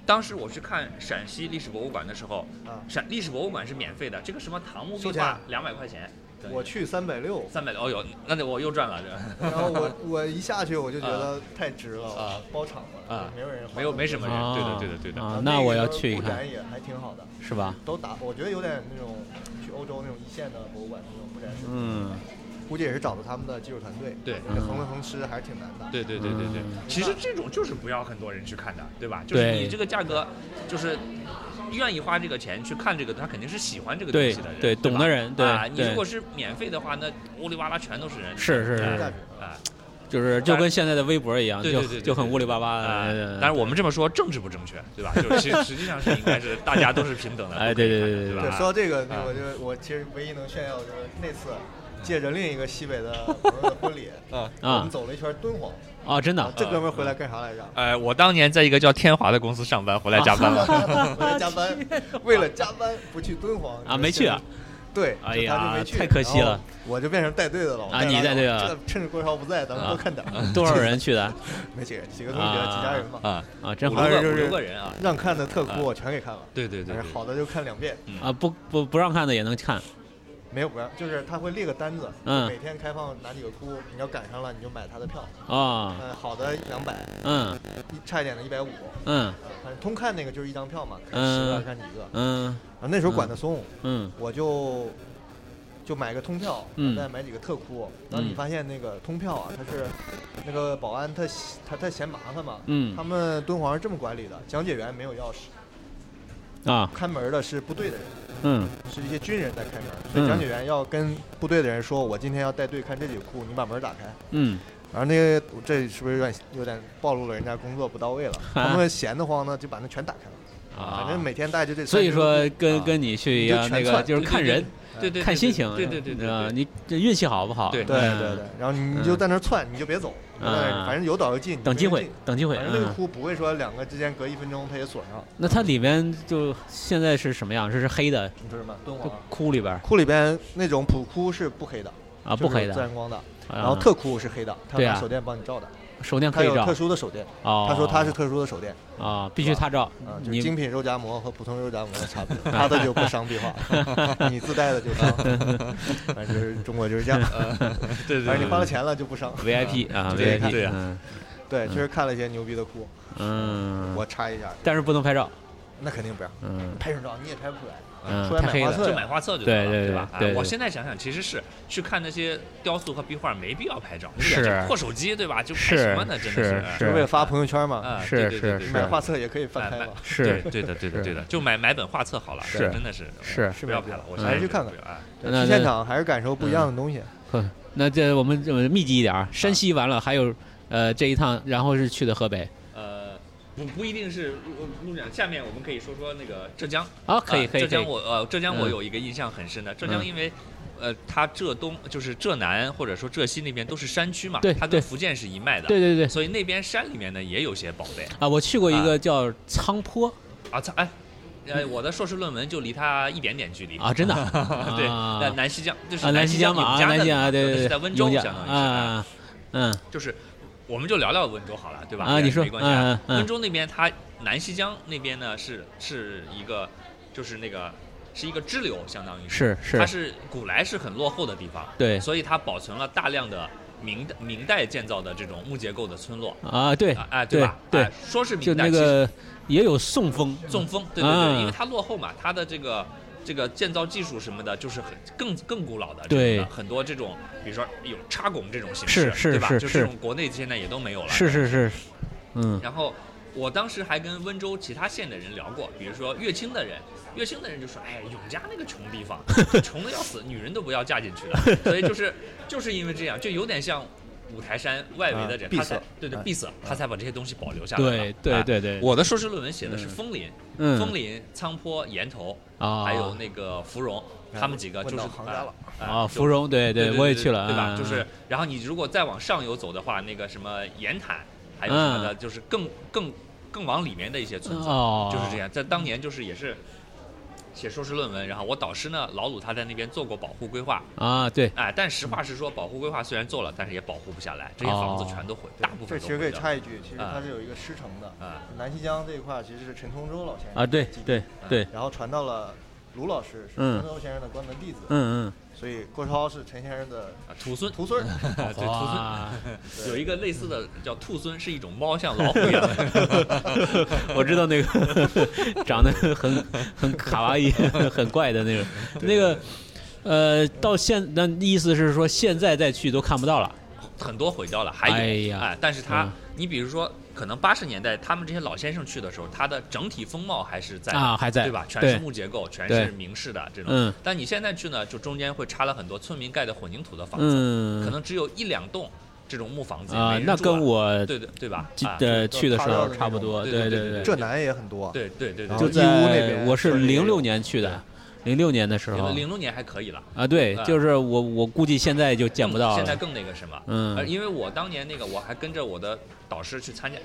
Speaker 6: 当时我去看陕西历史博物馆的时候，
Speaker 5: 啊，
Speaker 6: 陕历史博物馆是免费的，这个什么唐墓
Speaker 5: 收
Speaker 6: 壁
Speaker 5: 钱
Speaker 6: 画
Speaker 5: 啊
Speaker 6: 两百块钱，
Speaker 5: 我去三百六，
Speaker 6: 三百哦哟，那得我又赚了这，
Speaker 5: 然后我我一下去我就觉得太值了，
Speaker 6: 啊
Speaker 5: 包场了，
Speaker 6: 啊
Speaker 5: 没有人花
Speaker 6: 没有没什么人，哎对的
Speaker 4: 啊
Speaker 6: 对的对的，
Speaker 4: 啊
Speaker 5: 然后
Speaker 4: 那
Speaker 5: 个
Speaker 4: 我要
Speaker 5: 时候
Speaker 4: 去一
Speaker 5: 布
Speaker 4: 看
Speaker 5: 展也还挺好的，
Speaker 4: 是吧？
Speaker 5: 都打，我觉得有点那种去欧洲那种一线的博物馆那种布展式，
Speaker 4: 嗯，
Speaker 5: 估计也是找到他们的技术团队。
Speaker 6: 对
Speaker 5: 那个横纹横尸还是挺难的。
Speaker 6: 对对对对对
Speaker 4: 嗯，
Speaker 6: 其实这种就是不要很多人去看的，对吧？就是
Speaker 4: 对
Speaker 6: 你这个价格，就是愿意花这个钱去看这个，他肯定是喜欢这个东
Speaker 4: 对
Speaker 6: 西的人，
Speaker 4: 对，
Speaker 6: 吧
Speaker 4: 懂的人对
Speaker 6: 啊，你
Speaker 4: 对
Speaker 6: 如果是免费的话，那乌里哇啦全都是人，
Speaker 4: 是是
Speaker 5: 价
Speaker 4: 是
Speaker 5: 值，
Speaker 6: 啊
Speaker 4: 就是就跟现在的微博一样，
Speaker 6: 对
Speaker 4: 就
Speaker 6: 对对对
Speaker 4: 就很乌里巴巴
Speaker 6: 啊
Speaker 4: 的。！呃
Speaker 6: 但是我们这么说政治不正确，对吧？就是其实实际上是应该是大家都是平等的，
Speaker 4: 哎
Speaker 6: 都可以
Speaker 4: 对对
Speaker 6: 看的
Speaker 4: 对对
Speaker 6: 对
Speaker 5: 对，
Speaker 6: 吧？
Speaker 5: 说到这个，
Speaker 6: 啊
Speaker 5: 我就我其实唯一能炫耀就是那次借着另一个西北的朋友的婚礼，我
Speaker 4: *laughs* 啊
Speaker 5: 们走了一圈敦煌，
Speaker 4: 哦，真的
Speaker 5: 啊这哥们儿回来干啥来着？
Speaker 6: 呃，我当年在一个叫天华的公司上班，回来加班了。
Speaker 5: *laughs* 回来加班，为了加班不去敦煌
Speaker 4: 啊，没去啊。
Speaker 5: 对，
Speaker 4: 哎
Speaker 5: 就他就
Speaker 4: 呀
Speaker 5: 没去
Speaker 4: 太可惜了，
Speaker 5: 然后我就变成带队的了。我
Speaker 4: 啊
Speaker 5: 带
Speaker 4: 你
Speaker 5: 大
Speaker 4: 带
Speaker 5: 家
Speaker 4: 队
Speaker 5: 伙
Speaker 4: 了
Speaker 5: 这趁着郭少不在，咱们多看点儿。
Speaker 4: 啊多少人去的
Speaker 5: *laughs* 没几个人，几个同学，几家人嘛。
Speaker 6: 啊，
Speaker 4: 啊？真
Speaker 6: 五
Speaker 4: 好
Speaker 5: 还
Speaker 6: 六
Speaker 5: 是
Speaker 6: 个
Speaker 5: 就
Speaker 6: 五
Speaker 5: 是
Speaker 6: 六个人啊，
Speaker 5: 让看的特哭，我全给看了。
Speaker 6: 对对对
Speaker 5: 但
Speaker 6: 对
Speaker 5: 是好的就看两遍，
Speaker 4: 啊！不不不让看的也能看，
Speaker 5: 没有不让，就是他会列个单子，
Speaker 4: 嗯
Speaker 5: 每天开放哪几个窟，你要赶上了你就买他的票。
Speaker 4: 啊，
Speaker 5: 嗯，好的两百，
Speaker 4: 嗯
Speaker 5: 一差一点的一百五，
Speaker 4: 嗯
Speaker 5: 反正通看那个就是一张票嘛，看
Speaker 4: 嗯
Speaker 5: 十个看几个。
Speaker 4: 嗯
Speaker 5: 啊，那时候管得松，
Speaker 4: 嗯
Speaker 5: 我就就买个通票，
Speaker 4: 嗯
Speaker 5: 再买几个特窟。然后你
Speaker 4: 嗯
Speaker 5: 发现那个通票啊，它是那个保安他他他嫌麻烦嘛，
Speaker 4: 嗯
Speaker 5: 他们敦煌是这么管理的：讲解员没有钥匙，
Speaker 4: 啊
Speaker 5: 看门儿的是部队的人，
Speaker 4: 嗯
Speaker 5: 是一些军人在开门儿，所以讲解员要跟部队的人说：“我今天要带队看这几个窟，你把门儿打开。”
Speaker 4: 嗯
Speaker 5: 然后那个这是不是有点有点暴露了人家工作不到
Speaker 4: *laughs*
Speaker 5: 位了？他们闲得慌呢，就把那全打开了。
Speaker 4: 啊
Speaker 5: 反正每天大概就这30个窟。
Speaker 4: 所以说跟
Speaker 5: 啊
Speaker 4: 跟你去一
Speaker 5: 就
Speaker 4: 样，
Speaker 5: 全
Speaker 4: 那个
Speaker 5: 串
Speaker 4: 就是看人
Speaker 6: 对对，对
Speaker 4: 看心情，
Speaker 6: 对对对对
Speaker 4: 啊，
Speaker 6: 对，
Speaker 4: 你这运气好不好？
Speaker 6: 对
Speaker 5: 对对
Speaker 4: 嗯
Speaker 5: 对，，然后你就在那儿窜，你就别走，你就在那儿
Speaker 4: 嗯
Speaker 5: 反正有导游进，你就
Speaker 4: 等机
Speaker 5: 跟着
Speaker 4: 会
Speaker 5: 进，
Speaker 4: 等机会。
Speaker 5: 反正那个
Speaker 4: 嗯，
Speaker 5: 窟不会说两个之间隔一分钟它也锁上，
Speaker 4: 那它里面就现在是什么样？这是黑的，
Speaker 5: 你知道吗？敦
Speaker 4: 就
Speaker 5: 煌
Speaker 4: 窟里边儿
Speaker 5: 窟里边那种普窟是不黑的
Speaker 4: 啊，
Speaker 5: 就
Speaker 4: 不
Speaker 5: 是
Speaker 4: 黑
Speaker 5: 有自
Speaker 4: 的。
Speaker 5: 然光的，
Speaker 4: 然
Speaker 5: 然后特窟是黑的，他
Speaker 4: 对
Speaker 5: 拿
Speaker 4: 啊
Speaker 5: 手电帮你照的，
Speaker 4: 手电
Speaker 5: 他
Speaker 4: 可以
Speaker 5: 有
Speaker 4: 照
Speaker 5: 特，殊的手电，
Speaker 4: 哦，
Speaker 5: 他说他是特殊的手电
Speaker 4: 啊，必须他照
Speaker 5: 啊，，就是精
Speaker 4: 你
Speaker 5: 品肉夹馍和普通肉夹
Speaker 4: *laughs*
Speaker 5: 馍的差别，他的就不 *laughs* 伤壁画，你自带的就
Speaker 4: *laughs*
Speaker 5: 伤，反正就是中国就是这样，啊
Speaker 6: 对对，
Speaker 5: 反正你花了
Speaker 6: 钱，
Speaker 5: 钱了就不伤，
Speaker 4: VIP 啊
Speaker 5: 就这个
Speaker 4: ，VIP
Speaker 5: 看
Speaker 6: 对啊
Speaker 4: 嗯
Speaker 5: 对，确实看了一些牛逼的窟，
Speaker 4: 嗯，
Speaker 5: 我插一下，
Speaker 4: 但是不能拍照，
Speaker 5: 那肯定不让。
Speaker 4: 嗯
Speaker 5: 拍张照你也拍不出来，
Speaker 4: 嗯，
Speaker 5: 出来
Speaker 4: 太
Speaker 5: 买
Speaker 4: 黑
Speaker 5: 花
Speaker 4: 了，
Speaker 5: 册
Speaker 6: 就
Speaker 5: 呀
Speaker 6: 啊买画册就
Speaker 4: 对
Speaker 6: 得了
Speaker 4: 对对
Speaker 6: 吧？啊
Speaker 4: 对对
Speaker 6: 我现在想想，其实是去看那些雕塑和壁画，没必要拍照，
Speaker 4: 是
Speaker 6: 那个破手机对吧？就拍
Speaker 4: 是
Speaker 6: 什么呢？真的
Speaker 4: 是
Speaker 6: 哎
Speaker 5: 就是为了发朋友圈嘛。
Speaker 6: 啊，
Speaker 4: 是
Speaker 6: 对对对
Speaker 4: 是
Speaker 6: 对对
Speaker 5: 你买
Speaker 4: 是
Speaker 5: 画册也可以翻
Speaker 6: 买
Speaker 5: 拍
Speaker 6: 买
Speaker 5: 嘛。
Speaker 6: 对
Speaker 4: 是
Speaker 6: 对的对的
Speaker 4: 是
Speaker 6: 对的，就买买本画册好了，
Speaker 4: 是
Speaker 6: 真的是嗯
Speaker 4: 是
Speaker 5: 是
Speaker 6: 不要拍了，我现
Speaker 5: 还
Speaker 6: 在
Speaker 5: 是去看看
Speaker 6: 觉得。哎
Speaker 5: 对
Speaker 4: 那
Speaker 5: 去现场还是感受不一
Speaker 4: 嗯
Speaker 5: 样的东西。
Speaker 4: 呵那这我们我们密集一点啊，山西完了还有呃这一趟，然后是去的河北
Speaker 6: 呃，不不一定是呃陆展，下面我们可以说说那个浙江。
Speaker 4: 啊，可以
Speaker 6: 啊
Speaker 4: 可
Speaker 6: 浙
Speaker 4: 以可
Speaker 6: 江
Speaker 4: 以，
Speaker 6: 我呃，浙江我
Speaker 4: 嗯
Speaker 6: 有一个印象很深的，浙江
Speaker 4: 嗯
Speaker 6: 因为。呃，它浙东就是浙南或者说浙西那边都是山区嘛，
Speaker 4: 对
Speaker 6: 它
Speaker 4: 对
Speaker 6: 跟福建是一脉的，*laughs*
Speaker 4: 对对对
Speaker 6: 所以那边山里面呢也有些宝贝
Speaker 4: 啊，我去过一
Speaker 6: 啊
Speaker 4: 个叫仓坡
Speaker 6: 啊。它哎，呃，我的硕士论文就离它一点点距离
Speaker 4: 嗯啊，真的
Speaker 6: *laughs* 对，
Speaker 4: 啊
Speaker 6: 那南西江就是
Speaker 4: 啊，南
Speaker 6: 西
Speaker 4: 西江嘛，
Speaker 6: 永
Speaker 4: 啊，
Speaker 6: 嘉
Speaker 4: 南
Speaker 6: 那
Speaker 4: 西
Speaker 6: 里
Speaker 4: 江
Speaker 6: 嘛
Speaker 4: 啊，对对对，
Speaker 6: 是在温州
Speaker 4: 永嘉
Speaker 6: 相当于是，哎
Speaker 4: 啊，嗯
Speaker 6: 就是我们就聊聊温州好了，对吧？
Speaker 4: 啊
Speaker 6: 也
Speaker 4: 你说
Speaker 6: 没关系啊。
Speaker 4: 嗯嗯嗯
Speaker 6: 温州那边它南西江那边呢是是一个就是那个是一个支流，相当于
Speaker 4: 是是
Speaker 6: 它是古来是很落后的地方，
Speaker 4: 对
Speaker 6: 所以它保存了大量的明代明代建造的这种木结构的村落，
Speaker 4: 啊，对
Speaker 6: 啊，哎，
Speaker 4: 对
Speaker 6: 吧？
Speaker 4: 对
Speaker 6: 哎，说是
Speaker 4: 就
Speaker 6: 明代，
Speaker 4: 那
Speaker 6: 其实
Speaker 4: 个也有宋风，
Speaker 6: 中风，对对对，
Speaker 4: 啊
Speaker 6: 因为它落后嘛，它的这个这个建造技术什么的，就是很更更古老的，
Speaker 4: 对
Speaker 6: 这种的很多这种，比如说有插拱这种形
Speaker 4: 是
Speaker 6: 式，
Speaker 4: 是
Speaker 6: 对吧？
Speaker 4: 是
Speaker 6: 就是这种国内现在也都没有了。
Speaker 4: 是是是，嗯，
Speaker 6: 然后我当时还跟温州其他县的人聊过，比如说乐清的人，乐清的人就说：“哎呀，永嘉那个穷地
Speaker 4: *laughs*
Speaker 6: 方，穷的要死，女人都不要嫁进去了。”所以就是就是因为这样，就有点像五台山外围的人，
Speaker 5: 啊闭
Speaker 6: 他才
Speaker 5: 塞
Speaker 6: 对对
Speaker 5: 啊
Speaker 6: 闭塞，他才把这些东西保留下来了。
Speaker 4: 对对
Speaker 6: 哎
Speaker 4: 对对，
Speaker 6: 我的硕士论文写的是枫林，
Speaker 4: 嗯
Speaker 6: 枫林、仓坡、岩头，
Speaker 4: 啊
Speaker 6: 还有那个芙蓉，他们几个就是
Speaker 5: 哎问到行家了，
Speaker 6: 哎
Speaker 4: 啊，
Speaker 6: 就
Speaker 4: 芙蓉，对
Speaker 6: 对对
Speaker 4: 我也去了，
Speaker 6: 对吧
Speaker 4: 嗯？
Speaker 6: 就是，然后你如果再往上游走的话，那个什么盐潭，还有什么的，就是更更更往里面的一些村子，
Speaker 4: 嗯哦
Speaker 6: 就是这样。在当年就是也是写硕士论文，然后我导师呢老鲁他在那边做过保护规划，
Speaker 4: 啊，对，
Speaker 6: 哎，但实话实说，保护规划虽然做了，但是也保护不下来，这些房子
Speaker 4: 哦
Speaker 6: 全都毁，
Speaker 5: 对
Speaker 6: 大部
Speaker 5: 这
Speaker 6: 分
Speaker 5: 其
Speaker 6: 都
Speaker 5: 实可
Speaker 6: 毁
Speaker 5: 以
Speaker 6: 掉。
Speaker 5: 插一句，其实它
Speaker 6: 啊
Speaker 5: 是有一个师承的。
Speaker 6: 啊，
Speaker 5: 南溪江这一块儿其实是陈同舟老先生
Speaker 4: 啊，对
Speaker 5: 的基地
Speaker 4: 对对，
Speaker 5: 然后传到了卢老师，是
Speaker 4: 嗯
Speaker 5: 陈同舟先生的关门弟子，
Speaker 6: *laughs*
Speaker 4: 嗯
Speaker 5: 所以郭超是陈先生的
Speaker 6: 啊土孙，
Speaker 5: 徒孙儿。
Speaker 6: 哎对徒孙。 *laughs*
Speaker 4: 嗯，哇，
Speaker 6: 有一个类似的叫兔孙，是一种猫，像老虎一
Speaker 4: *laughs*
Speaker 6: 样的。
Speaker 4: 我知道那个 *laughs* 长得很很卡哇伊、 *laughs* 很怪的那种，那个。呃，到现那意思是说，现在再去都看不到了。
Speaker 6: 很多毁掉了，还有
Speaker 4: 哎呀
Speaker 6: 哎但是它，
Speaker 4: 嗯
Speaker 6: 你比如说，可能八十年代他们这些老先生去的时候，它的整体风貌还是在的
Speaker 4: 啊还在
Speaker 6: 对吧？全
Speaker 4: 对
Speaker 6: 是木结构，全
Speaker 4: 对
Speaker 6: 是明式的这种。
Speaker 4: 嗯
Speaker 6: 但你现在去呢，就中间会插了很多村民盖的混凝土的房子，
Speaker 4: 嗯，
Speaker 6: 可能只有一两栋这种木房子
Speaker 4: 啊、
Speaker 6: 没人
Speaker 4: 那
Speaker 6: 住了
Speaker 4: 跟我
Speaker 6: 对对对吧？
Speaker 4: 记
Speaker 6: 啊
Speaker 4: 得
Speaker 5: 就
Speaker 4: 去的时
Speaker 5: 踏到
Speaker 4: 候
Speaker 5: 的那
Speaker 4: 差不
Speaker 5: 种
Speaker 4: 多，
Speaker 6: 对
Speaker 4: 对
Speaker 6: 对对
Speaker 4: 对，
Speaker 5: 浙南也很多，
Speaker 6: 对对对
Speaker 5: 然后
Speaker 4: 就
Speaker 6: 对，
Speaker 5: 义乌那
Speaker 4: 在
Speaker 5: 边
Speaker 4: 我是
Speaker 5: 设立
Speaker 4: 零六
Speaker 5: 有
Speaker 4: 年去
Speaker 5: 对
Speaker 4: 的，零六年的时候
Speaker 6: 零零六年还可以了，
Speaker 4: 啊，对，
Speaker 6: 啊
Speaker 4: 就是我我估计现在就见不到
Speaker 6: 现在
Speaker 4: 了，
Speaker 6: 更那个什么。呃，
Speaker 4: 嗯，
Speaker 6: 因为我当年那个我还跟着我的导师去参加，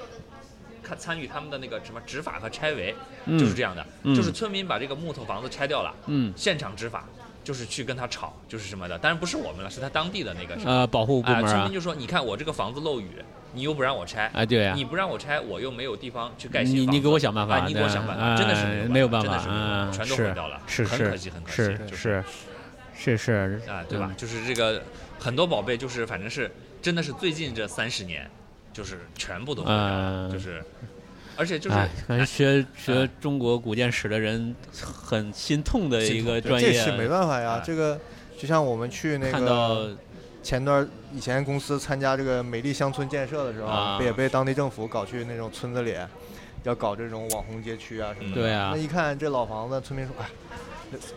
Speaker 6: 看参与他们的那个什么执法和拆围，
Speaker 4: 嗯
Speaker 6: 就是这样的，
Speaker 4: 嗯
Speaker 6: 就是村民把这个木头房子拆掉了，
Speaker 4: 嗯，
Speaker 6: 现场执法，就是去跟他吵，就是什么的，当然不是我们了，是他当地的那个什么，
Speaker 4: 呃，保护部
Speaker 6: 啊、
Speaker 4: 门
Speaker 6: 村
Speaker 4: 啊
Speaker 6: 民，就说，你看我这个房子漏雨，你又不让我拆。
Speaker 4: 啊，对啊
Speaker 6: 你，不让我拆，我又没有地方去盖新
Speaker 4: 你
Speaker 6: 房
Speaker 4: 你
Speaker 6: 子
Speaker 4: 给我想办
Speaker 6: 啊
Speaker 4: 法，
Speaker 6: 你给我想办法，
Speaker 4: 对
Speaker 6: 真的是
Speaker 4: 哎
Speaker 6: 没
Speaker 4: 没
Speaker 6: 有
Speaker 4: 有办
Speaker 6: 真
Speaker 4: 法
Speaker 6: 的是没有办
Speaker 4: 啊，
Speaker 6: 法，全都
Speaker 4: 是
Speaker 6: 毁掉了，
Speaker 4: 是
Speaker 6: 很
Speaker 4: 是
Speaker 6: 可惜，很可惜，
Speaker 4: 是
Speaker 6: 就是
Speaker 4: 是是是
Speaker 6: 啊，对吧？？就是这个很多宝贝，就是反正是真的是最近这三十年，就是全部都毁掉了
Speaker 4: 嗯
Speaker 6: 就是，而且就是
Speaker 4: 哎，感觉学学
Speaker 6: 哎
Speaker 4: 中国古建史的人很心痛的一个
Speaker 5: 对
Speaker 4: 专
Speaker 5: 这
Speaker 4: 业，
Speaker 5: 是没办法呀
Speaker 6: 啊。
Speaker 5: 这个就像我们去那
Speaker 4: 看到
Speaker 5: 个前段儿以前公司参加这个美丽乡村建设的时
Speaker 4: 啊
Speaker 5: 候，也被当地政府搞去那种村子里，要搞这种网红街区啊什么的。
Speaker 4: 对啊
Speaker 5: 那，一看这老房子，村民说：“哎，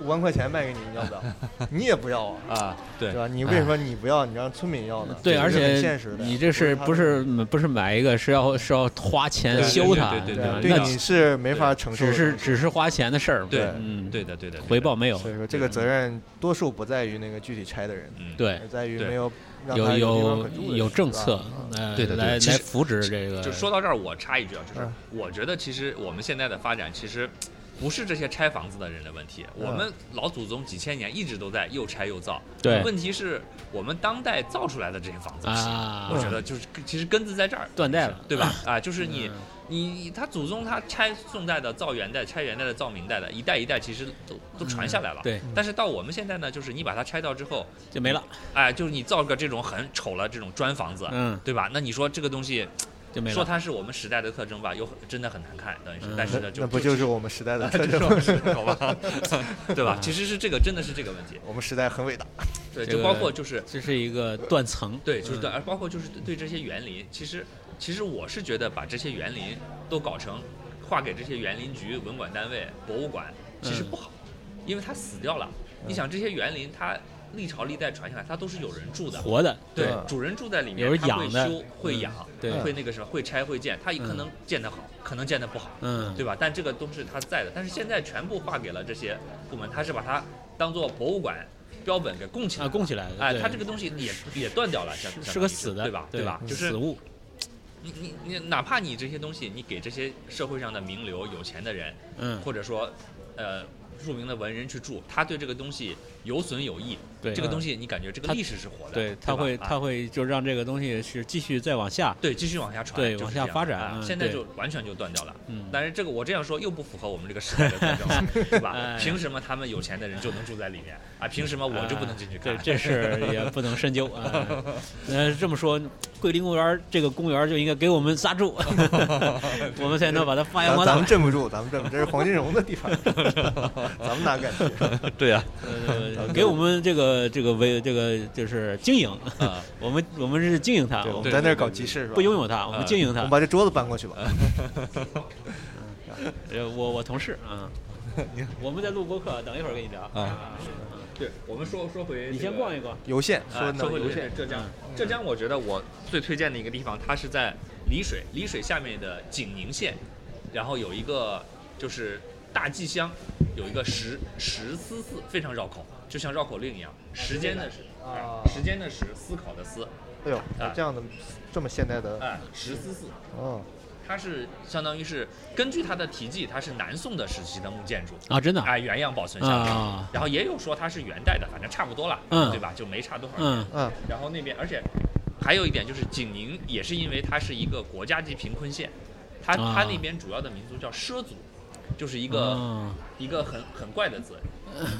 Speaker 5: 五万块钱卖给你，你要
Speaker 4: *laughs*
Speaker 5: 不要？你也不要啊，
Speaker 6: 啊，对
Speaker 5: 对，吧？你为什么你不要？你让村民要呢？
Speaker 4: 对，
Speaker 5: 这
Speaker 4: 而
Speaker 5: 是很
Speaker 4: 且
Speaker 5: 现实的呀
Speaker 4: 你这是
Speaker 5: 他
Speaker 4: 不
Speaker 5: 们
Speaker 4: 是不是买一个，是要是要花钱
Speaker 6: 对对
Speaker 4: 修
Speaker 6: 对
Speaker 4: 它，
Speaker 6: 对
Speaker 5: 对
Speaker 4: 吧
Speaker 5: 啊
Speaker 6: 对
Speaker 5: 对
Speaker 4: 那
Speaker 5: 你是没法承受
Speaker 4: 只
Speaker 5: 的，
Speaker 4: 是只是花钱的事儿嘛，
Speaker 6: 对
Speaker 4: 嗯，
Speaker 6: 对的，对的，对的
Speaker 4: 回报，没有，
Speaker 5: 所以说这个责任多数不在于那个具体拆的人，
Speaker 6: 嗯，
Speaker 4: 对
Speaker 5: 而，在于
Speaker 6: 对
Speaker 5: 没有让他
Speaker 4: 有
Speaker 5: 地方
Speaker 4: 有
Speaker 5: 可住的人
Speaker 4: 有政策
Speaker 5: 是吧，啊嗯
Speaker 4: 呃，
Speaker 6: 对的对的
Speaker 4: 来
Speaker 6: 其实
Speaker 4: 来扶持这个，
Speaker 6: 就说到这儿，我插一句啊，就是
Speaker 5: 嗯
Speaker 6: 我觉得其实我们现在的发展其实。不是这些拆房子的人的问题，
Speaker 5: 嗯
Speaker 6: 我们老祖宗几千年一直都在又拆又造。
Speaker 4: 对
Speaker 6: 问题是我们当代造出来的这些房子不行，
Speaker 4: 啊，
Speaker 6: 我觉
Speaker 5: 嗯
Speaker 6: 得就是其实根子在这儿，
Speaker 4: 断代了
Speaker 6: 对
Speaker 4: *laughs*
Speaker 6: 吧？啊，就是你、
Speaker 4: 嗯
Speaker 6: 你他祖宗他拆宋代的造元代，拆元代的造明代的，一代一代其实都都传下来了。
Speaker 4: 嗯对，
Speaker 5: 嗯
Speaker 6: 但是到我们现在呢，就是你把它拆掉之后，
Speaker 4: 就没了，
Speaker 6: 哎，就是你造个这种很丑了这种砖房子，
Speaker 4: 嗯，
Speaker 6: 对吧？那你说这个东西，
Speaker 4: 就没
Speaker 6: 说
Speaker 4: 了，
Speaker 6: 它是我们时代的特征吧，又很真的很难看，等于是，
Speaker 4: 嗯
Speaker 6: 但是呢，就
Speaker 5: 那不就是我们时代
Speaker 6: *laughs*
Speaker 5: 的特
Speaker 6: 这
Speaker 5: 征
Speaker 6: 种
Speaker 5: *laughs*
Speaker 6: 好
Speaker 5: 吗？
Speaker 6: 吧？ *laughs* 对吧？其实是这个，真的是这个问题。
Speaker 5: 我们时代很伟大，
Speaker 6: 对，
Speaker 4: 这
Speaker 6: 就
Speaker 4: 个
Speaker 6: 包括就是
Speaker 4: 这是一个断层，
Speaker 6: 对，就是对，而包括就是对这些园林，其实其实我是觉得把这些园林都搞成划给这些园林局、文管单位、博物馆，其实
Speaker 4: 嗯
Speaker 6: 不好，因为它死掉了。你想这些园林，它历朝历代传下来，它都是有人住的，
Speaker 4: 活的，
Speaker 6: 对
Speaker 5: 嗯，
Speaker 6: 主人住在里面，
Speaker 4: 有人
Speaker 6: 他会
Speaker 4: 养的
Speaker 6: 修、会
Speaker 4: 嗯
Speaker 6: 养、
Speaker 4: 对
Speaker 6: 会那个什么、会拆会建，它可能建得好，可能建得不好，
Speaker 4: 嗯
Speaker 6: 对吧？但这个都是它在的，但是现在全部划给了这些部门，它是把它当做博物馆标本给供起来
Speaker 4: 啊，
Speaker 6: 了。
Speaker 4: 供起来的，
Speaker 6: 哎，
Speaker 4: 对
Speaker 6: 它这个东西也也断掉了，相相当于
Speaker 4: 嗯是个死的，
Speaker 6: 对吧？
Speaker 4: 对
Speaker 6: 吧？就是
Speaker 4: 死物，
Speaker 6: 你你你，哪怕你这些东西，你给这些社会上的名流、有钱的人，
Speaker 4: 嗯，
Speaker 6: 或者说，呃，著名的文人去住，他对这个东西有损有益，
Speaker 4: 对
Speaker 6: 这个东西你感觉这个
Speaker 4: 它
Speaker 6: 历史是活的，
Speaker 4: 对，他
Speaker 6: 吧
Speaker 4: 会
Speaker 6: 啊
Speaker 4: 他会就让这个东西是继续再往下，
Speaker 6: 对，继续往下传，
Speaker 4: 对
Speaker 6: 就是
Speaker 4: 往下
Speaker 6: 这样
Speaker 4: 发展
Speaker 6: 啊
Speaker 4: 嗯
Speaker 6: 现在
Speaker 4: 对
Speaker 6: 就完全就断掉了。
Speaker 4: 嗯
Speaker 6: 但是这个我这样说又不符合我们这个时代的观
Speaker 4: *laughs*
Speaker 6: 众，是
Speaker 4: 哎
Speaker 6: 吧？凭什么他们有钱的人就能住在里面啊？凭什么我就不能进去看？
Speaker 4: 嗯哎呃对，
Speaker 6: *laughs*
Speaker 4: 这事儿也不能深究啊。呃，这么说，桂林公园儿这个公园儿就应该给我们刹住， *laughs* 哎我们才能把它发扬
Speaker 5: 咱
Speaker 4: 光
Speaker 5: 咱
Speaker 4: 大
Speaker 5: 们。镇不住，咱们镇不住，这是黄金荣的地方，咱们哪敢去？
Speaker 6: 对啊，
Speaker 4: 呃 *laughs* 给我们这个这个为这个就是经营，
Speaker 6: 啊，
Speaker 4: *laughs* 我们我们是经营它，
Speaker 5: 对，我
Speaker 4: 我
Speaker 5: 们
Speaker 4: 们啊
Speaker 5: 在那儿搞集市是吧？
Speaker 4: 不拥有它，我们经营
Speaker 5: 我
Speaker 4: 它
Speaker 5: 们。把这桌子搬过去吧。
Speaker 4: 呃我我同事
Speaker 5: *laughs*
Speaker 4: 啊，我们在录播客，等一会儿跟你聊。
Speaker 6: 啊 *laughs* 对，我们说说回
Speaker 4: 你
Speaker 6: 这
Speaker 4: 先
Speaker 6: 个
Speaker 4: 逛一逛，
Speaker 5: 游县说
Speaker 6: 啊，
Speaker 5: 呢
Speaker 6: 说，回这浙江，
Speaker 4: 嗯
Speaker 6: 浙江我觉得我最推荐的一个地方，它是在丽水，丽水下面的景宁县，然后有一个就是大纪乡，有一个石石思寺，非常绕口，就像绕口令一样，时间的时，
Speaker 5: 啊
Speaker 6: 时间的时，思考的思，
Speaker 5: 哎呦，这样的这么现代的，
Speaker 6: 哎，石思寺，
Speaker 5: 嗯，
Speaker 6: 它是相当于是根据它的题记，它是南宋的时期的木建筑。
Speaker 4: 啊，真的
Speaker 6: 哎，原样保存下来，
Speaker 4: 啊
Speaker 6: 然后也有说它是元代的，反正差不多了，
Speaker 4: 嗯
Speaker 6: 对吧？就没差多少年。
Speaker 4: 嗯
Speaker 5: 嗯，
Speaker 6: 然后那边，而且还有一点就是景宁，也是因为它是一个国家级贫困县，它、
Speaker 4: 啊
Speaker 6: 它那边主要的民族叫畲族，就是一个、
Speaker 4: 嗯
Speaker 6: 一个很很怪的字，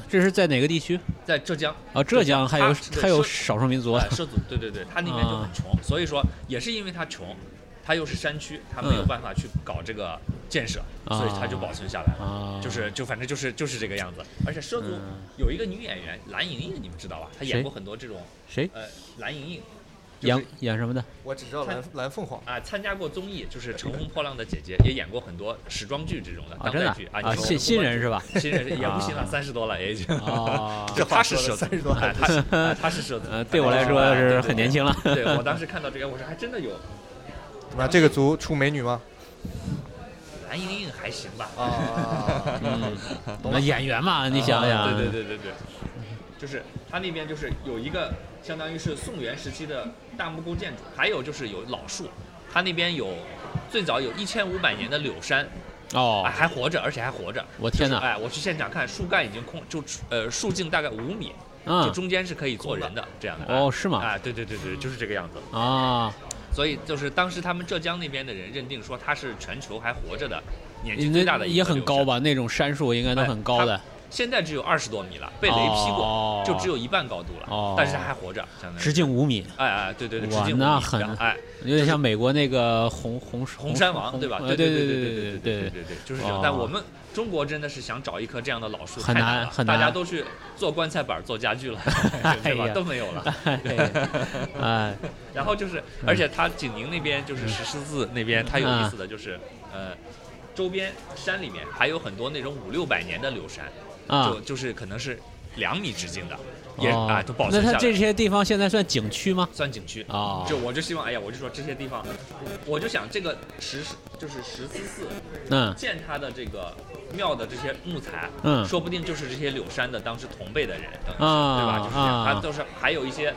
Speaker 4: 这是在哪个地区？
Speaker 6: 在浙江
Speaker 4: 啊，哎浙江还有
Speaker 6: 它对
Speaker 4: 还有
Speaker 6: 畲
Speaker 4: 少数民族啊
Speaker 6: 呃，畲族，对对对，它那边就
Speaker 4: 嗯
Speaker 6: 很穷，所以说也是因为它穷，它又是山区，它没有
Speaker 4: 嗯
Speaker 6: 办法去搞这个建设，所以它就保存下来了。
Speaker 4: 啊，
Speaker 6: 就是就反正就是就是这个样子，而且畲族
Speaker 4: 嗯
Speaker 6: 有一个女演员蓝盈莹，你们知道吧？她演
Speaker 4: 谁
Speaker 6: 过很多这种
Speaker 4: 谁
Speaker 6: 呃蓝盈莹，就是
Speaker 4: 演演什么的？
Speaker 5: 我只知道蓝蓝凤凰，
Speaker 6: 啊，参加过综艺，就是《乘风破浪的姐姐》，也演过很多时装剧这种的
Speaker 4: 呃啊，
Speaker 6: 当
Speaker 4: 真的
Speaker 6: 代剧啊。
Speaker 4: 啊，
Speaker 6: 你说
Speaker 4: 新新人是吧？
Speaker 6: *laughs* 新人也不新了，
Speaker 4: 啊
Speaker 6: 三十多了也已经。 *laughs*
Speaker 4: 啊，
Speaker 6: 就他是
Speaker 5: 这
Speaker 6: 社
Speaker 5: 话说了
Speaker 6: 子，
Speaker 5: 30多
Speaker 6: 哎他
Speaker 5: *laughs*
Speaker 6: 是哎他是社子
Speaker 4: *laughs* 呃，，对我来说是很年轻了。
Speaker 6: 对。对
Speaker 4: *laughs*
Speaker 6: 对我当时看到这个，我说还真的有
Speaker 5: 怎么样这个族出美女吗？
Speaker 6: 蓝盈莹还行吧？
Speaker 5: 啊，
Speaker 4: 嗯，那演员嘛，你想想，
Speaker 6: 啊
Speaker 4: 啊
Speaker 6: 对对对对对，就是他那边就是有一个相当于是宋元时期的大木构建筑，还有就是有老树，他那边有最早有一千五百年的柳杉，
Speaker 4: 哦
Speaker 6: 哎，，还活着，而且还活着。
Speaker 4: 我天
Speaker 6: 就是
Speaker 4: 哪，
Speaker 6: 哎，我去现场看，树干已经空，就呃树径大概五米，就
Speaker 4: 嗯，
Speaker 6: 中间是可以坐人的这样的。
Speaker 4: 哦，是吗？
Speaker 6: 啊，对对对对，就是这个样子。
Speaker 4: 啊，
Speaker 6: 所以就是当时他们浙江那边的人认定说他是全球还活着的年纪最大
Speaker 4: 那
Speaker 6: 的，
Speaker 4: 也很高？吧？那种杉树应该都很高的
Speaker 6: 哎，现在只有二十多米了，被雷劈过
Speaker 4: 哦，
Speaker 6: 就只有一半高度了
Speaker 4: 哦，
Speaker 6: 但是他还活着，相当于
Speaker 4: 直。径五米，
Speaker 6: 哎哎，对对对，直
Speaker 4: 哇
Speaker 6: 径五米
Speaker 4: 那很
Speaker 6: 然后哎，
Speaker 4: 有点像美国那个红红
Speaker 6: 红山王对吧？
Speaker 4: 呃
Speaker 6: 对
Speaker 4: 对
Speaker 6: 对
Speaker 4: 对
Speaker 6: 对
Speaker 4: 对
Speaker 6: 对
Speaker 4: 对
Speaker 6: 对对，就是这样
Speaker 4: 哦。
Speaker 6: 但我们中国真的是想找一棵这样的老树
Speaker 4: 很
Speaker 6: 太
Speaker 4: 难
Speaker 6: 了
Speaker 4: 很
Speaker 6: 大家
Speaker 4: 难
Speaker 6: 都去做棺材板儿做家具了，对吧？
Speaker 4: 哎呀
Speaker 6: 都没有了。
Speaker 4: 对，
Speaker 6: *laughs*
Speaker 4: 哎，
Speaker 6: 然后就是，而且它景宁那边就是石狮子那边，它有意思的就是，呃，周边山里面还有很多那种五六百年的柳杉，
Speaker 4: 啊
Speaker 6: 就就是可能是两米直径的，也
Speaker 4: 哦
Speaker 6: 啊都保
Speaker 4: 那
Speaker 6: 存下
Speaker 4: 它
Speaker 6: 来
Speaker 4: 这
Speaker 6: 了。
Speaker 4: 些地方现在算景区吗？
Speaker 6: 算景区
Speaker 4: 哦
Speaker 6: 就我就希望，哎呀，我就说这些地方，我就想这个石狮就是石狮寺，
Speaker 4: 嗯
Speaker 6: 建它的这个庙的这些木材，
Speaker 4: 嗯
Speaker 6: 说不定就是这些柳杉的当时同辈的人，等于是
Speaker 4: 啊
Speaker 6: 对吧？就是这样，
Speaker 4: 啊
Speaker 6: 它都是还有一些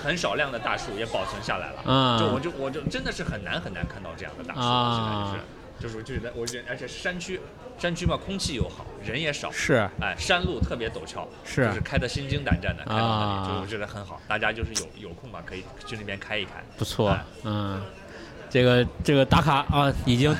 Speaker 6: 很少量的大树也保存下来了。
Speaker 4: 啊
Speaker 6: 就我就我就真的是很难很难看到这样的大树，
Speaker 4: 啊
Speaker 6: 现在就是就是我就觉得我觉得，而且是山区，山区嘛，空气又好，人也少。
Speaker 4: 是
Speaker 6: 哎，山路特别陡峭，
Speaker 4: 是
Speaker 6: 就是开的心惊胆战的，开到那里，
Speaker 4: 啊
Speaker 6: 就我觉得很好，大家就是有有空吧，可以去那边开一开。
Speaker 4: 不错
Speaker 6: 哎，
Speaker 4: 嗯，这个这个打卡啊，已经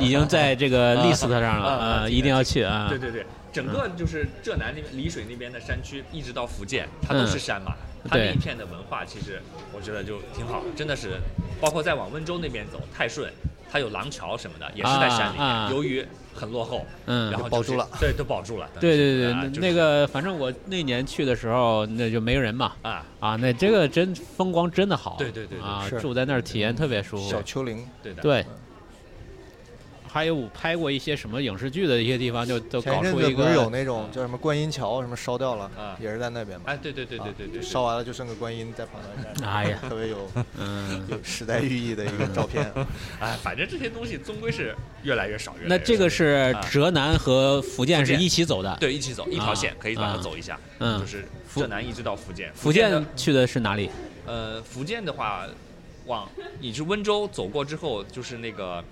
Speaker 4: 已经在这个 list 上
Speaker 6: 啊啊
Speaker 4: 了，
Speaker 6: 这个
Speaker 4: 呃，一定要去啊
Speaker 6: 对。对对，整个就是浙南那边、丽水那边的山区，一直到福建，它都
Speaker 4: 嗯
Speaker 6: 是山嘛。它那
Speaker 4: 对
Speaker 6: 一片的文化，其实我觉得就挺好，真的是，包括再往温州那边走，泰顺，它有廊桥什么的，也是在山里面。
Speaker 4: 啊啊
Speaker 6: 由于很落后，
Speaker 4: 嗯
Speaker 6: 然后、
Speaker 5: 保
Speaker 6: 就是、
Speaker 5: 住了，
Speaker 6: 对，都保住了。等于是
Speaker 4: 对对对，
Speaker 6: 啊
Speaker 4: 那
Speaker 6: 就是
Speaker 4: 那个反正我那年去的时候，那就没人嘛，
Speaker 6: 啊，
Speaker 4: 啊，那这个真风光真的好，
Speaker 6: 对对对对
Speaker 4: 啊
Speaker 5: 是，
Speaker 4: 住在那儿体验特别舒服
Speaker 5: *laughs* 小，丘陵，
Speaker 6: 对的，嗯
Speaker 4: 对。还有我拍过一些什么影视剧的一些地方，就都
Speaker 5: 前一
Speaker 4: 搞
Speaker 5: 阵
Speaker 4: 出
Speaker 5: 子
Speaker 4: 一
Speaker 5: 不是有
Speaker 4: 个
Speaker 5: 那种叫什么观音桥什么烧掉了
Speaker 6: 啊，
Speaker 5: 也是在那边嘛。
Speaker 6: 哎，对对对对对对，对
Speaker 5: 烧完了就剩个观音在旁边站
Speaker 4: *laughs*
Speaker 5: 着，
Speaker 4: 哎
Speaker 6: *laughs*
Speaker 4: 呀
Speaker 5: *laughs* 特别有
Speaker 4: 嗯。
Speaker 5: 有时代寓意的一个照片。啊
Speaker 6: 哎，反正这些东西终归是越来越少，越来越
Speaker 4: 那这个
Speaker 6: 少
Speaker 4: 是
Speaker 6: 啊
Speaker 4: 浙南和福建是一起走的，
Speaker 6: 对一起走一条线，
Speaker 4: 啊
Speaker 6: 可以把它
Speaker 4: 啊
Speaker 6: 走一下，
Speaker 4: 嗯
Speaker 6: 就是
Speaker 4: 福
Speaker 6: 浙南一直到福建，
Speaker 4: 福
Speaker 6: 的
Speaker 4: 建去的是哪里？
Speaker 6: 呃，福建的话，往你去温州走过之后，就是那个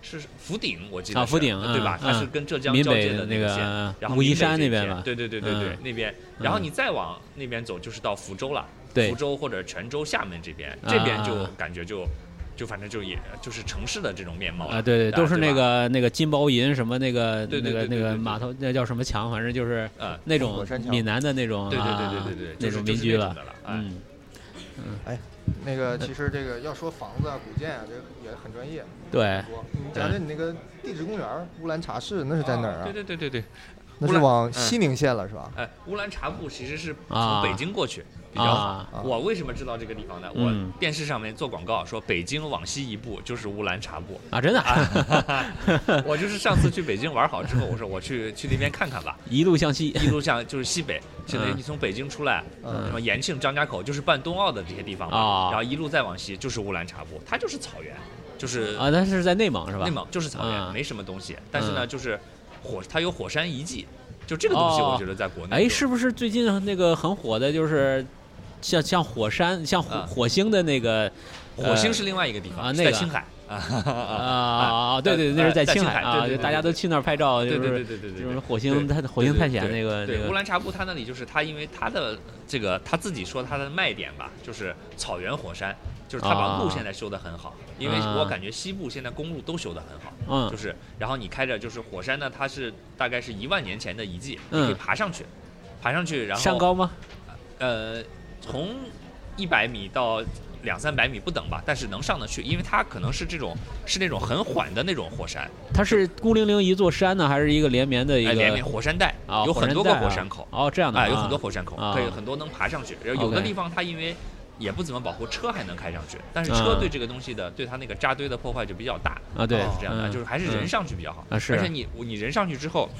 Speaker 6: 是福鼎，我记得
Speaker 4: 啊
Speaker 6: 是
Speaker 4: 福鼎
Speaker 6: 对吧
Speaker 4: 嗯？
Speaker 6: 它是
Speaker 4: 嗯
Speaker 6: 跟浙江
Speaker 4: 闽
Speaker 6: 交
Speaker 4: 北
Speaker 6: 界
Speaker 4: 的
Speaker 6: 的
Speaker 4: 那
Speaker 6: 个
Speaker 4: 个呃
Speaker 6: 县，然后
Speaker 4: 武夷
Speaker 6: 闽北
Speaker 4: 山
Speaker 6: 这
Speaker 4: 那边
Speaker 6: 片
Speaker 4: 吧
Speaker 6: 对对对对对
Speaker 4: 嗯，
Speaker 6: 那边，然后
Speaker 4: 嗯
Speaker 6: 你再往那边走就是到福州了，
Speaker 4: 对
Speaker 6: 福州或者泉州、厦门这边，这边就
Speaker 4: 啊
Speaker 6: 感觉就就反正就也就是城市的这种面貌了
Speaker 4: 啊，对对，都是那
Speaker 6: 吧
Speaker 4: 个那个金包银什么那个
Speaker 6: 对
Speaker 4: 那
Speaker 6: 对
Speaker 4: 个
Speaker 6: 对
Speaker 4: 那
Speaker 6: 对
Speaker 4: 个
Speaker 6: 对对
Speaker 4: 码头那叫什么墙，反正就是
Speaker 6: 呃，
Speaker 4: 那
Speaker 5: 火
Speaker 4: 种
Speaker 5: 山墙
Speaker 4: 闽南的那种
Speaker 6: 对对
Speaker 4: 啊
Speaker 6: 对对对对，
Speaker 4: 那
Speaker 6: 就是
Speaker 4: 种
Speaker 6: 就
Speaker 4: 民
Speaker 6: 是
Speaker 4: 居
Speaker 6: 那种
Speaker 4: 了
Speaker 6: 的了，，哎，
Speaker 4: 嗯哎
Speaker 5: 那个其实这个要说房子啊、古建啊，这个也很专业。
Speaker 4: 对
Speaker 5: 多你讲讲你那个地质公园儿乌兰察市，那是在哪儿啊
Speaker 6: 对？对对对对，
Speaker 5: 那是往西宁县了是吧？
Speaker 6: 哎，乌兰察布其实是
Speaker 4: 啊
Speaker 6: 从北京过去比较好。
Speaker 4: 啊
Speaker 5: 啊
Speaker 6: 我为什么知道这个地方呢？我
Speaker 4: 嗯
Speaker 6: 电视上面做广告说北京往西一步就是乌兰察
Speaker 4: *laughs*
Speaker 6: 布，
Speaker 4: 啊，真的 *laughs* 啊
Speaker 6: *laughs* 我就是上次去北京玩好之后，我说我去去那边看看吧。
Speaker 4: 一路向西，
Speaker 6: 一路向就是西北，相当于
Speaker 4: 嗯
Speaker 6: 你从北京出来，
Speaker 5: 嗯
Speaker 6: 什么延庆、张家口，就是办冬奥的这些地方嘛。
Speaker 4: 啊
Speaker 6: 然后一路再往西就是乌兰察布，它就是草原，就是
Speaker 4: 啊，那是在内蒙是吧？
Speaker 6: 内蒙就是草原，
Speaker 4: 嗯
Speaker 6: 没什么东西。但是呢，
Speaker 4: 嗯
Speaker 6: 就是火，它有火山遗迹，就这个东西，
Speaker 4: 哦
Speaker 6: 我觉得在国内
Speaker 4: 哎，
Speaker 6: 就是
Speaker 4: 不是最近那个很火的，就是像像火山、像火
Speaker 6: 啊
Speaker 4: 火星的那个
Speaker 6: 火星是另外一个地方，
Speaker 4: 啊
Speaker 6: 是
Speaker 4: 那个
Speaker 6: 在青
Speaker 4: *laughs*
Speaker 6: 海
Speaker 4: 啊
Speaker 6: 啊，
Speaker 4: 啊啊，对对，
Speaker 6: 呃
Speaker 4: 那是
Speaker 6: 在
Speaker 4: 青
Speaker 6: 青海
Speaker 4: 海
Speaker 6: 对
Speaker 4: 啊，
Speaker 6: 对
Speaker 4: 就
Speaker 6: 对
Speaker 4: 大家都去那儿拍照，
Speaker 6: 对
Speaker 4: 就
Speaker 6: 对对
Speaker 4: 是
Speaker 6: 对对对
Speaker 4: 就是
Speaker 6: 对。
Speaker 4: 火星探火星探险那个那
Speaker 6: 对乌
Speaker 4: 个
Speaker 6: 兰察布，它那里就是它，因为它的这个他自己说它的卖点吧，就是草原火山，就是它把路
Speaker 4: 啊
Speaker 6: 现在修得很好，因为
Speaker 4: 啊
Speaker 6: 我感觉西部现在公路都修得很好，
Speaker 4: 嗯
Speaker 6: 就是然后你开着就是火山呢，它是大概是一万年前的遗迹，你可以
Speaker 4: 嗯
Speaker 6: 爬上去，爬上去然后
Speaker 4: 山高吗？
Speaker 6: 呃，从一百米到两三百米不等吧，但是能上得去，因为它可能是这种是那种很缓的那种火山，
Speaker 4: 它是孤零零一座山呢，还是一个连绵的一
Speaker 6: 哎，
Speaker 4: 个
Speaker 6: 连绵火山带，
Speaker 4: 啊？
Speaker 6: 有很多个
Speaker 4: 带啊
Speaker 6: 火山口。
Speaker 4: 哦，这样的
Speaker 6: 哎，有
Speaker 4: 啊
Speaker 6: 很多火山口，
Speaker 4: 啊
Speaker 6: 可以很多能爬上去。然后有
Speaker 4: OK
Speaker 6: 的地方它因为也不怎么保护，车还能开上去，但是车
Speaker 4: 嗯
Speaker 6: 对这个东西的对它那个扎堆的破坏就比较大，
Speaker 4: 啊，对
Speaker 6: 哦是，这样的，
Speaker 4: 嗯
Speaker 6: 就是还是人上去比较好
Speaker 4: 啊是
Speaker 6: 而且你你人上去之后。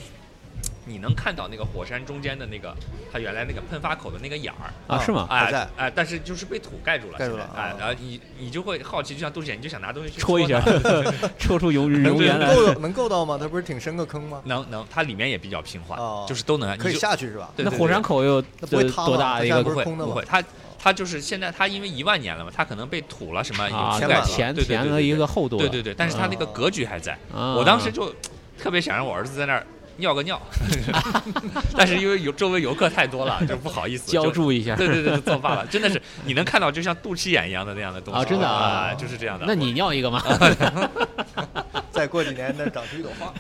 Speaker 6: 你能看到那个火山中间的那个，它原来那个喷发口的那个眼儿，
Speaker 4: 啊是吗？
Speaker 5: 还在
Speaker 6: 哎哎，但是就是被土盖住了，
Speaker 5: 盖住了
Speaker 6: 现在哎
Speaker 5: 啊，
Speaker 6: 然后你你就会好奇，就像杜姐，你就想拿东西去
Speaker 4: 戳一下
Speaker 6: 它
Speaker 4: *laughs* 戳
Speaker 6: *laughs*
Speaker 4: 出永永远
Speaker 5: 能
Speaker 4: *laughs* 来
Speaker 5: 够能够到吗？它不是挺深个坑吗？
Speaker 6: 能能，它里面也比较平缓
Speaker 5: 哦，
Speaker 6: 就是都能
Speaker 5: 可以。
Speaker 6: 你就
Speaker 5: 下去是吧？
Speaker 6: 对
Speaker 4: 那
Speaker 6: 对
Speaker 4: 火
Speaker 6: 对
Speaker 4: 山口又
Speaker 5: 那不会
Speaker 4: 多
Speaker 5: 塌吗
Speaker 4: 多大
Speaker 5: 它
Speaker 4: 一
Speaker 5: 下
Speaker 4: 个
Speaker 5: 边不是
Speaker 6: 会
Speaker 5: 空的
Speaker 6: 不
Speaker 5: 吗
Speaker 6: 会，它它就是现在它因为一万年了嘛，它可能被土了什么
Speaker 4: 啊？
Speaker 6: 覆
Speaker 5: 填
Speaker 6: 盖
Speaker 5: 满
Speaker 4: 那
Speaker 5: 了
Speaker 6: 起来
Speaker 4: 填填了一个，厚度了，
Speaker 6: 对对对对对对，但是它那个格局还在。
Speaker 4: 啊
Speaker 6: 我当时就特别想让我儿子在那儿尿个尿， *laughs* 但是因为有周围游客太多了，就不好意思
Speaker 4: 浇
Speaker 6: 就
Speaker 4: 筑一下。
Speaker 6: 对对对，就作罢了，真的是你能看到就像肚脐眼一样的那样的东西
Speaker 4: 啊真的啊
Speaker 6: 啊，就是这样的。
Speaker 4: 那你尿一
Speaker 6: *laughs*
Speaker 4: 个吗？ *laughs*
Speaker 5: 再过几年那长啊出一朵花。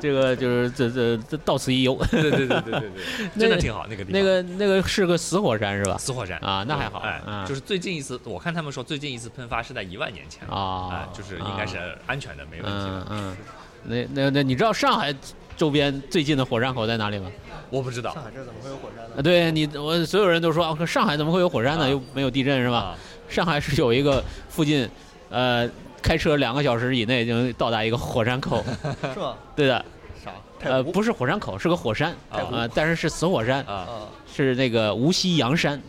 Speaker 4: 这个就是这这这到此一游。
Speaker 6: 对对对对对对对，真的挺好那个地方。
Speaker 4: *laughs* 那个那个是个死火山是吧？
Speaker 6: 死火山
Speaker 4: 啊那还好
Speaker 6: 哎
Speaker 4: 嗯，
Speaker 6: 就是最近一次，我看他们说最近一次喷发是在一万年前了
Speaker 4: 啊
Speaker 6: 哎，就是应该是安全的，没问题
Speaker 4: 嗯
Speaker 6: 的。
Speaker 4: 嗯，那那那你知道上海周边最近的火山口在哪里吗？
Speaker 6: 我不知道
Speaker 5: 上海这怎么会有火山
Speaker 4: 啊，
Speaker 5: 呢？
Speaker 4: 对你我所有人都说啊，可上海怎么会有火山呢？
Speaker 6: 啊
Speaker 4: 又没有地震是吧？
Speaker 6: 啊，
Speaker 4: 上海是有一个附近，呃，开车两个小时以内就能到达一个火
Speaker 6: *laughs*
Speaker 4: 山口，
Speaker 5: 是吗？
Speaker 4: 对的，
Speaker 5: 啥？太
Speaker 4: 呃，
Speaker 5: 湖
Speaker 4: 不是火山口，是个火山
Speaker 6: 太
Speaker 4: 啊，但是是死火山，
Speaker 6: 啊
Speaker 5: 啊，
Speaker 4: 是那个无锡阳山，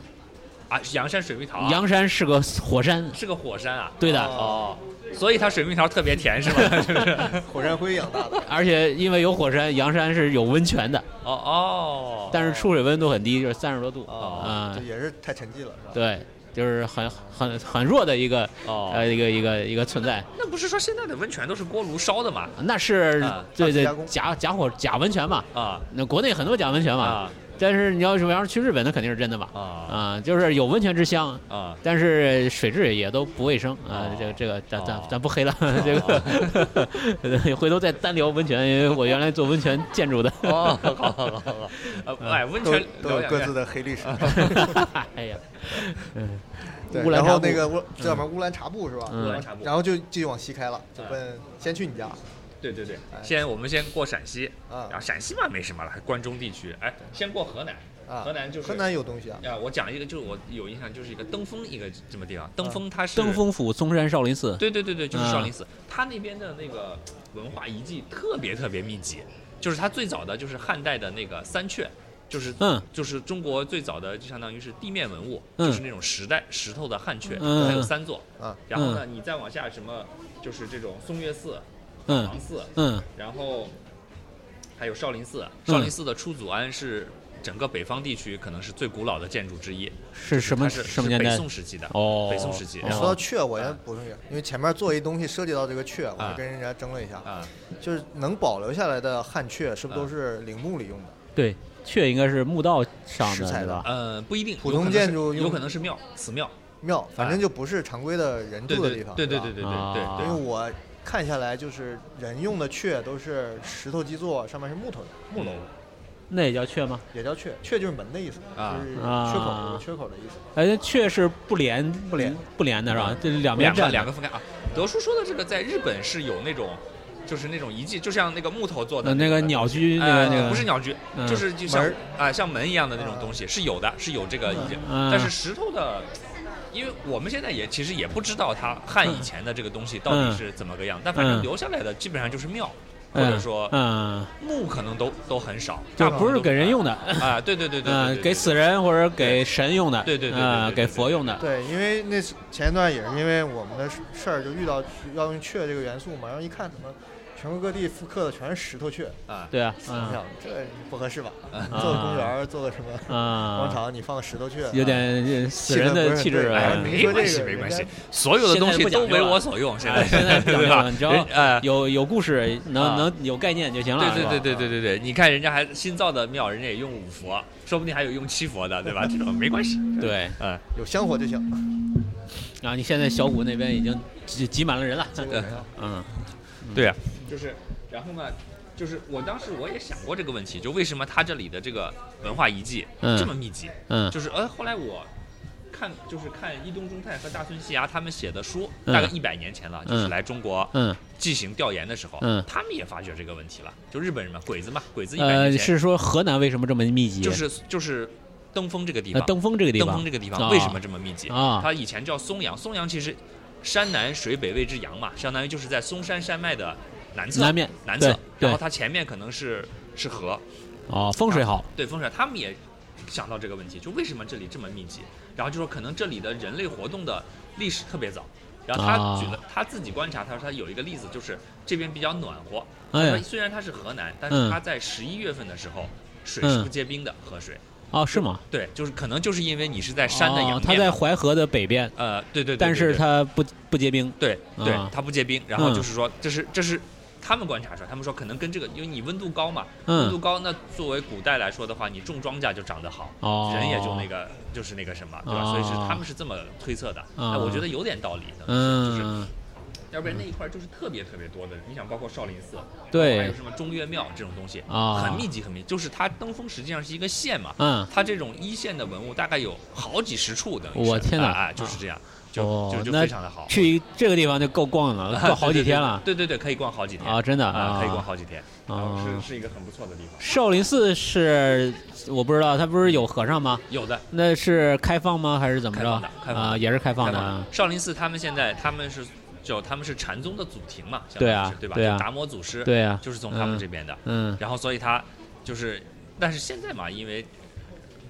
Speaker 6: 啊！阳山水蜜桃啊，
Speaker 4: 阳山是个火山，
Speaker 6: 是个火山啊，
Speaker 4: 对的，
Speaker 6: 哦，所以它水蜜桃特别甜是吗？就是
Speaker 4: *laughs*
Speaker 5: 火山灰养大的。
Speaker 4: 而且因为有火山，阳山是有温泉的，
Speaker 6: 哦哦，
Speaker 4: 但是出水温度很低，就是三十多度。
Speaker 5: 哦，这也是太沉寂了，是吧？
Speaker 4: 啊对，就是很很很弱的一个
Speaker 6: 哦
Speaker 4: 呃一个一个一个存在。
Speaker 6: 那不是说现在的温泉都是锅炉烧的吗？
Speaker 4: 那是
Speaker 6: 啊
Speaker 4: 对对
Speaker 5: 二次加工
Speaker 4: 假假火假温泉嘛，
Speaker 6: 啊
Speaker 4: 那国内很多假温泉嘛
Speaker 6: 啊。
Speaker 4: 但是你要是要是去日本，那肯定是真的嘛。
Speaker 6: 啊
Speaker 4: 啊，就是有温泉之乡，
Speaker 6: 啊！
Speaker 4: 但是水质也都不卫生啊
Speaker 6: 哦。
Speaker 4: 这个这个咱咱
Speaker 6: 哦
Speaker 4: 咱不黑了，这
Speaker 6: *laughs*
Speaker 4: 个 *laughs* 回头再单聊温泉，因为我原来做温泉建筑的。 *laughs*
Speaker 6: 哦，好好好好好，呃，哎，温
Speaker 5: 都
Speaker 6: 泉
Speaker 5: 都
Speaker 6: 聊
Speaker 5: 有
Speaker 6: 两
Speaker 5: 各
Speaker 6: 遍
Speaker 5: 自的黑历史。
Speaker 4: 哎呀，
Speaker 5: 对，
Speaker 4: 乌兰
Speaker 5: 然
Speaker 4: 察
Speaker 5: 后
Speaker 4: 布
Speaker 5: 那个乌这叫什么乌兰察布是吧？
Speaker 4: 嗯乌兰
Speaker 6: 察布
Speaker 5: 然后就继续往西开了，就
Speaker 6: 嗯
Speaker 5: 奔先去你家
Speaker 6: 对对对
Speaker 5: 哎，
Speaker 6: 先我们先过陕西，
Speaker 5: 啊
Speaker 6: 然后陕西嘛没什么了，还关中地区，哎，先过河南，
Speaker 5: 啊。
Speaker 6: 河南就是
Speaker 5: 河南有东西啊。
Speaker 6: 啊，我讲一个，就是我有印象，就是一个登封一个什么地方，登封它是
Speaker 4: 登封府嵩山少林寺。
Speaker 6: 对对对对，就是
Speaker 4: 啊
Speaker 6: 少林寺，它那边的那个文化遗迹特别特别密集，就是它最早的就是汉代的那个三阙，就是
Speaker 4: 嗯
Speaker 6: 就是中国最早的就相当于是地面文物，
Speaker 4: 嗯
Speaker 6: 就是那种时代石头的汉阙，
Speaker 4: 嗯
Speaker 6: 它有三座
Speaker 5: 啊，
Speaker 6: 然后呢，你再往下什么就是这种嵩岳寺、
Speaker 4: 嗯
Speaker 6: 王寺，
Speaker 4: 嗯
Speaker 6: 然后还有少林寺，少林寺的出祖庵是整个北方地区可能是最古老的建筑之一。
Speaker 4: 是什么
Speaker 6: 它是
Speaker 4: 什么
Speaker 6: 是
Speaker 4: 年
Speaker 6: 北
Speaker 4: 代？
Speaker 6: 宋时期的
Speaker 4: 哦
Speaker 6: 北宋时期。
Speaker 4: 哦
Speaker 6: 然
Speaker 5: 说到
Speaker 6: 后
Speaker 5: 雀，我先补充一下，因为前面做一东西涉及到这个雀，我还跟人家争了一下，
Speaker 6: 啊，
Speaker 5: 就是能保留下来的汉雀，是不是都是陵墓里用的？
Speaker 6: 啊
Speaker 4: 对，雀应该是墓道上
Speaker 5: 石
Speaker 4: 的，
Speaker 5: 材
Speaker 4: 对
Speaker 5: 的
Speaker 4: 吧？
Speaker 6: 呃，不一定，
Speaker 5: 普
Speaker 6: 有
Speaker 5: 通
Speaker 6: 可能是
Speaker 5: 建筑
Speaker 6: 有
Speaker 5: 用
Speaker 6: 可能是庙、祠庙，
Speaker 5: 庙，反正就不是常规的人
Speaker 6: 对
Speaker 5: 住的
Speaker 6: 对
Speaker 5: 地方，
Speaker 6: 对对
Speaker 5: 是吧
Speaker 6: 对对对
Speaker 4: 啊
Speaker 6: 对
Speaker 5: 因为我看下来，就是人用的雀都是石头基座，上面是木头的木楼，
Speaker 4: 啊那也叫雀吗？
Speaker 5: 也叫雀，雀就是门的意思，
Speaker 6: 啊
Speaker 5: 就是
Speaker 4: 啊
Speaker 5: 缺口有个缺口的意思。
Speaker 4: 哎，那雀是不连嗯
Speaker 5: 不连
Speaker 4: 不连的是吧？这两边
Speaker 6: 嗯两个
Speaker 4: 站
Speaker 6: 两
Speaker 4: 个
Speaker 6: 个分开啊。德叔说的这个在日本是有那种，就是那种遗迹，就像那个木头做的
Speaker 4: 呃那个
Speaker 6: 种的
Speaker 4: 鸟居那
Speaker 6: 呃
Speaker 4: 个那个
Speaker 6: 不是鸟居，
Speaker 4: 嗯
Speaker 6: 就是就像
Speaker 5: 门儿
Speaker 6: 啊像门一样的那种东西是有的，是有这个遗迹，
Speaker 4: 嗯
Speaker 6: 但是石头的。因为我们现在也其实也不知道它汉以前的这个东西到底
Speaker 4: 嗯
Speaker 6: 是怎么个样，但反正
Speaker 4: 嗯
Speaker 6: 留下来的基本上就是庙，或
Speaker 4: 嗯
Speaker 6: 者说
Speaker 4: 嗯，
Speaker 6: 墓可能都都很少，
Speaker 4: 就
Speaker 6: 大部
Speaker 4: 不
Speaker 6: 分
Speaker 4: 是
Speaker 6: 都
Speaker 4: 给人用的，
Speaker 6: 啊， *laughs* 对对对对对对
Speaker 4: 嗯，
Speaker 6: 对，
Speaker 4: 给死人或者给神用的，
Speaker 6: 对对对对
Speaker 4: 呃
Speaker 6: 对对
Speaker 4: 给
Speaker 6: 对
Speaker 4: 佛用的，
Speaker 5: 对，因为那是前一段也是因为我们的事事儿就遇到要用雀这个元素嘛，然后一看怎么全国各地复刻的全是石头雀，
Speaker 6: 啊，
Speaker 4: 对啊，
Speaker 5: 我
Speaker 4: 嗯
Speaker 5: 想 *laughs* 这不合适吧？做个公园儿，做个什么广
Speaker 4: 啊，
Speaker 5: 场，你放个石头啊雀，
Speaker 4: 有点呃死
Speaker 5: 气
Speaker 4: 人
Speaker 5: 氛不
Speaker 4: 的
Speaker 5: 是
Speaker 4: 气
Speaker 5: 很
Speaker 4: 质
Speaker 5: 对，
Speaker 6: 哎，
Speaker 5: 哎
Speaker 4: 哎
Speaker 5: 你
Speaker 6: 没
Speaker 5: 说
Speaker 6: 关
Speaker 5: 这
Speaker 6: 系
Speaker 5: 个
Speaker 6: 没关
Speaker 5: 人
Speaker 6: 系
Speaker 5: 家，
Speaker 6: 所有的东
Speaker 4: 现
Speaker 6: 西
Speaker 4: 在
Speaker 6: 都
Speaker 4: 不讲究
Speaker 6: 为
Speaker 4: 了
Speaker 6: 我所用，现在
Speaker 4: 现在不讲
Speaker 6: 哎 *laughs* 对
Speaker 4: 究
Speaker 6: 吧
Speaker 4: 了，你只要
Speaker 6: 人哎
Speaker 4: 有有故事，
Speaker 6: 啊
Speaker 4: 能能有概念就行了，
Speaker 6: 对
Speaker 4: 是吧
Speaker 6: 对对对对对对，你看人家还新造的庙，人家也用五佛，说不定还有用七佛的，对吧？这种没关系。
Speaker 4: 对
Speaker 6: 嗯，
Speaker 5: 有香火
Speaker 4: *laughs*
Speaker 5: 就行。
Speaker 4: 然后啊你现在小谷那边已经挤挤满了人了，
Speaker 6: 对
Speaker 4: *laughs* 嗯，
Speaker 6: 对啊呀、就是，然后呢，就是我当时我也想过这个问题，就为什么他这里的这个文化遗迹
Speaker 4: 嗯
Speaker 6: 这么密集？
Speaker 4: 嗯
Speaker 6: 就是呃，后来我看就是看伊东忠太和大孙西崖啊他们写的书，
Speaker 4: 嗯
Speaker 6: 大概一百年前了，就是
Speaker 4: 嗯
Speaker 6: 来中国
Speaker 4: 嗯，
Speaker 6: 进行调研的时候，
Speaker 4: 嗯
Speaker 6: 他们也发觉这个问题了，就日本人嘛，鬼子嘛，鬼子一百
Speaker 4: 呃，
Speaker 6: 年前、
Speaker 4: 是说河南为什么这么密集？
Speaker 6: 就是就是登峰这个地
Speaker 4: 呃
Speaker 6: 方，
Speaker 4: 登峰这个地
Speaker 6: 登
Speaker 4: 方，
Speaker 6: 封这个地方
Speaker 4: 啊
Speaker 6: 为什么这么密集
Speaker 4: 啊
Speaker 6: 它以前叫嵩阳，嵩阳其实山南水北谓之阳嘛，相当于就是在嵩山山脉的南侧，
Speaker 4: 南面
Speaker 6: 南侧
Speaker 4: 对，
Speaker 6: 然后
Speaker 4: 对
Speaker 6: 它前面可能是是河，
Speaker 4: 哦，风水好，
Speaker 6: 对，风水他们也想到这个问题，就为什么这里这么密集，然后就说可能这里的人类活动的历史特别早。然后他
Speaker 4: 啊
Speaker 6: 举了、他自己观察，他说他有一个例子，就是这边比较暖和。
Speaker 4: 哎
Speaker 6: 他说虽然它是河南，但是
Speaker 4: 嗯
Speaker 6: 它在十一月份的时候，水是
Speaker 4: 嗯
Speaker 6: 不结冰的，河水。
Speaker 4: 哦，是吗？
Speaker 6: 对，就是可能就是因为你是在山的阳
Speaker 4: 哦
Speaker 6: 面，，
Speaker 4: 它在淮河的北边，
Speaker 6: 呃，对对对对
Speaker 4: 但是
Speaker 6: 对
Speaker 4: 它不不结冰，
Speaker 6: 对对
Speaker 4: 啊，
Speaker 6: 它不结冰，然后
Speaker 4: 嗯
Speaker 6: 就是说，这是这是他们观察出来，他们说可能跟这个，因为你温度高嘛，温度
Speaker 4: 嗯，
Speaker 6: 高，那作为古代来说的话，你种庄稼就长得好，
Speaker 4: 哦，
Speaker 6: 人也就那，个就是那个什么，对吧？
Speaker 4: 哦
Speaker 6: 所以是他们是这么推测的，那我觉得有点道理，等于是就是
Speaker 4: 嗯，
Speaker 6: 要不然那一块儿就是特别特别多的，你想包括少林寺，还有
Speaker 4: 对，
Speaker 6: 什么中岳庙这种东西，
Speaker 4: 啊
Speaker 6: 很密集很密集，就是它登峰实际上是一个县嘛，
Speaker 4: 嗯，
Speaker 6: 它这种一线的文物大概有好几十处，等于
Speaker 4: 我
Speaker 6: 是
Speaker 4: 天哪
Speaker 6: 啊啊就是这样，就、
Speaker 4: 哦
Speaker 6: 就就
Speaker 4: 那
Speaker 6: 非常的好，
Speaker 4: 去这个地方就够逛了，
Speaker 6: *laughs* 啊
Speaker 4: 逛好几天了
Speaker 6: 对对对，对对可以逛好几天
Speaker 4: 啊，真的
Speaker 6: 啊，可以逛好几天，
Speaker 4: 啊
Speaker 6: 是是一个很不错的地方，
Speaker 4: 少林寺是我不知道，它不是有和尚吗？
Speaker 6: 有的
Speaker 4: 那是开放吗？还是怎么
Speaker 6: 开
Speaker 4: 着
Speaker 6: 放的开？放的
Speaker 4: 啊，也是开
Speaker 6: 开
Speaker 4: 放的
Speaker 6: 放
Speaker 4: 啊
Speaker 6: 的。少林寺他们现在他们是就他们是禅宗的祖庭嘛，相当于
Speaker 4: 对啊
Speaker 6: 是对吧？
Speaker 4: 对啊
Speaker 6: 就达摩祖师，
Speaker 4: 对啊
Speaker 6: 就是从他们
Speaker 4: 嗯
Speaker 6: 这边的，
Speaker 4: 嗯， *laughs*
Speaker 6: 然后所以他就是，但是现在嘛，因为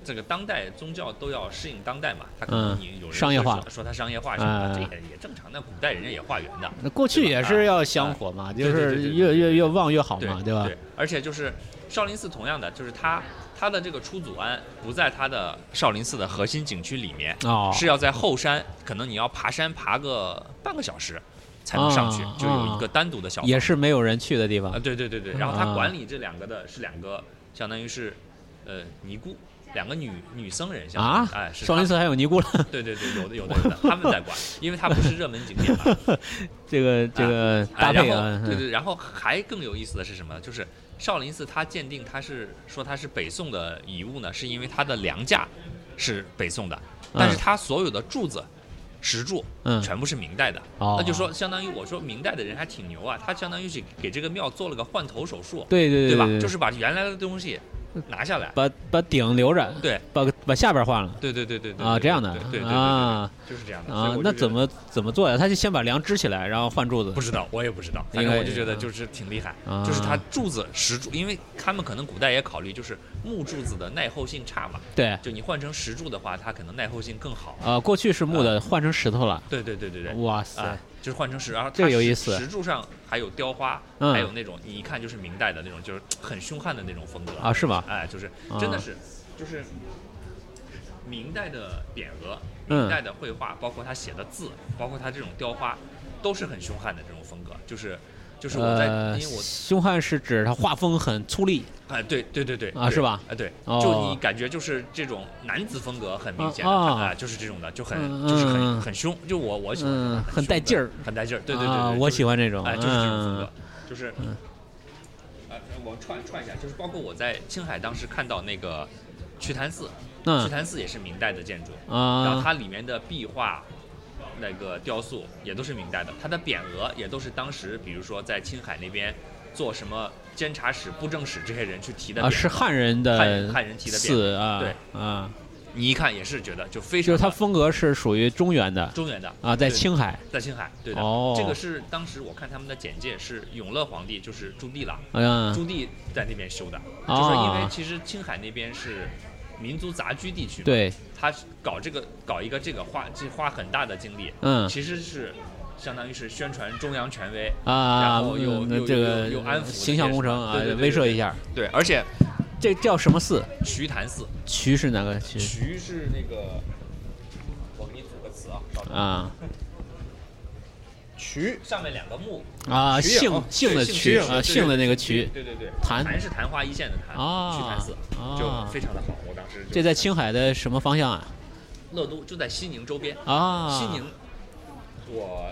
Speaker 6: 这个当代宗教都要适应当代嘛，他可能
Speaker 4: 嗯
Speaker 6: 你有人
Speaker 4: 商业化
Speaker 6: 会说说他商业化什么的，
Speaker 4: 嗯
Speaker 6: 这也也正常。那古代人家也化缘的，
Speaker 4: 那过去也是要香火嘛，就
Speaker 6: 啊对对对
Speaker 4: 是
Speaker 6: 对
Speaker 4: 越越越旺越好
Speaker 6: 对
Speaker 4: 哦嘛，对吧？
Speaker 6: 对，而且就是少林寺同样的，就是它它的这个出祖庵不在它的少林寺的核心景区里面，
Speaker 4: 哦，
Speaker 6: 是要在后山，可能你要爬山爬个半个小时才能上去
Speaker 4: 啊，
Speaker 6: 就有一个单独的小房
Speaker 4: 也是没有人去的地
Speaker 6: 啊，
Speaker 4: 方。
Speaker 6: 对对对对，然后他
Speaker 4: 啊
Speaker 6: 管理这两个的是两个，相当于是，呃，尼姑，两个女女僧人，相当于
Speaker 4: 啊
Speaker 6: 是，哎，是
Speaker 4: 少林
Speaker 6: 他
Speaker 4: 寺还有尼姑了，
Speaker 6: 们，对对对，有的有的有的，他们在管，因为它不是热门景点
Speaker 4: *laughs*
Speaker 6: 嘛，
Speaker 4: 这个这个搭
Speaker 6: 哎
Speaker 4: 配
Speaker 6: 然
Speaker 4: 啊
Speaker 6: 后，对
Speaker 4: 嗯
Speaker 6: 对，然后还更有意思的是什么？就是少林寺它鉴定它是说它是北宋的遗物呢，是因为它的梁架是北宋的，但是它所有的柱子。石柱，
Speaker 4: 嗯
Speaker 6: 全部是明代的，
Speaker 4: 哦
Speaker 6: 那就说相当于我说明代的人还挺牛啊，他相当于是给这个庙做了个换头手术，
Speaker 4: 对对
Speaker 6: 对吧？
Speaker 4: 对，
Speaker 6: 就是把原来的东西拿下来，
Speaker 4: 把把顶留着，
Speaker 6: 对
Speaker 4: 把把下边换了
Speaker 6: 对对对对对
Speaker 4: 啊，这样的
Speaker 6: 对对对对对
Speaker 4: 啊
Speaker 6: 就是这样的所以
Speaker 4: 啊
Speaker 6: 我，就
Speaker 4: 那
Speaker 6: 觉得
Speaker 4: 怎么怎么做呀？他就先把梁支起来，然后换柱子
Speaker 6: 不。知道？我也不知道，反
Speaker 4: 应
Speaker 6: 正
Speaker 4: 该
Speaker 6: 我就觉得
Speaker 4: 也
Speaker 6: 就是挺厉害，
Speaker 4: 啊
Speaker 6: 就是它柱子石柱，因为他们可能古代也考虑就是木柱子的耐候性差嘛，
Speaker 4: 对，啊
Speaker 6: 就你换成石柱的话，它可能耐候性更好。
Speaker 4: 呃，过去是木的，换成石头了。
Speaker 6: 啊对对对对对，
Speaker 4: 哇塞
Speaker 6: 啊！就是换成石，然后它
Speaker 4: 这个有
Speaker 6: 石
Speaker 4: 意思
Speaker 6: 石柱上还有雕花，
Speaker 4: 嗯
Speaker 6: 还有那种你一看就是明代的那种，就是很凶悍的那种风格
Speaker 4: 啊是吗
Speaker 6: 哎，就是
Speaker 4: 啊
Speaker 6: 真的是，就是明代的匾额、
Speaker 4: 嗯
Speaker 6: 明代的绘画，包括他写的字，包括他这种雕花，都是很凶悍的这种风格，就是。就是我在，
Speaker 4: 呃，
Speaker 6: 因为我
Speaker 4: 凶悍是指他画风很粗粝
Speaker 6: 哎，对对对对，
Speaker 4: 啊
Speaker 6: 对
Speaker 4: 是吧
Speaker 6: 哎，对，
Speaker 4: 哦
Speaker 6: 就你感觉就是这种男子风格很明显的，
Speaker 4: 啊啊
Speaker 6: 啊，就是这种的，就很
Speaker 4: 嗯
Speaker 6: 就是
Speaker 4: 嗯嗯
Speaker 6: 很很凶，就我我喜欢这种
Speaker 4: 嗯
Speaker 6: 的，
Speaker 4: 很
Speaker 6: 凶
Speaker 4: 带
Speaker 6: 的
Speaker 4: 劲儿，
Speaker 6: 很带劲儿，对对对
Speaker 4: 啊
Speaker 6: 对，
Speaker 4: 我
Speaker 6: 就是
Speaker 4: 喜欢这种
Speaker 6: 哎，就是这种风
Speaker 4: 嗯
Speaker 6: 格，就是。呃，我串串一下，就是包括我在青海当时看到那个瞿昙寺，瞿
Speaker 4: 嗯
Speaker 6: 昙寺也是明代的建筑，然后
Speaker 4: 啊
Speaker 6: 它里面的壁画、那个雕塑也都是明代的，它的匾额也都是当时，比如说在青海那边做什么监察使、布政使这些人去提的匾额
Speaker 4: 啊，是汉人
Speaker 6: 汉
Speaker 4: 的
Speaker 6: 人汉人提的匾
Speaker 4: 寺啊，
Speaker 6: 对
Speaker 4: 啊，
Speaker 6: 你一看也是觉得就非常
Speaker 4: 就是它
Speaker 6: 的
Speaker 4: 风格是属于中原的
Speaker 6: 中原的
Speaker 4: 啊，在
Speaker 6: 对
Speaker 4: 青海
Speaker 6: 在青海，对的，
Speaker 4: 哦
Speaker 6: 这个是当时我看他们的简介是永乐皇帝，就是朱棣了，
Speaker 4: 嗯
Speaker 6: 朱棣在那边修的，
Speaker 4: 哦
Speaker 6: 就是因为其实青海那边是民族杂居地区，，
Speaker 4: 对，
Speaker 6: 他搞这个搞一个这个花，这花很大的精力，
Speaker 4: 嗯
Speaker 6: 其实是相当于是宣传中央权威，
Speaker 4: 啊
Speaker 6: 然，后又
Speaker 4: 嗯
Speaker 6: 又
Speaker 4: 这个
Speaker 6: 又又安抚
Speaker 4: 形象工程啊
Speaker 6: 对对，对
Speaker 4: 威慑一下。
Speaker 6: 对，而且
Speaker 4: 这叫什么寺？
Speaker 6: 瞿昙寺，
Speaker 4: 瞿是哪个瞿？
Speaker 6: 瞿是那个，我给你组个词啊，稍等
Speaker 4: 啊
Speaker 5: 渠
Speaker 6: 上面两个木，
Speaker 4: 啊，
Speaker 5: 瞿影
Speaker 4: 姓姓的
Speaker 6: 姓瞿
Speaker 4: 瞿啊，
Speaker 6: 对
Speaker 4: 姓的那个
Speaker 6: 对
Speaker 4: 瞿，
Speaker 6: 对对对，
Speaker 4: 昙
Speaker 6: 是昙花一现的昙，
Speaker 4: 啊
Speaker 6: 瞿昙寺
Speaker 4: 啊
Speaker 6: 就非常的好，我当时就
Speaker 4: 这在青海的什么方向啊？
Speaker 6: 乐都就在西宁周边，
Speaker 4: 啊，
Speaker 6: 西宁，我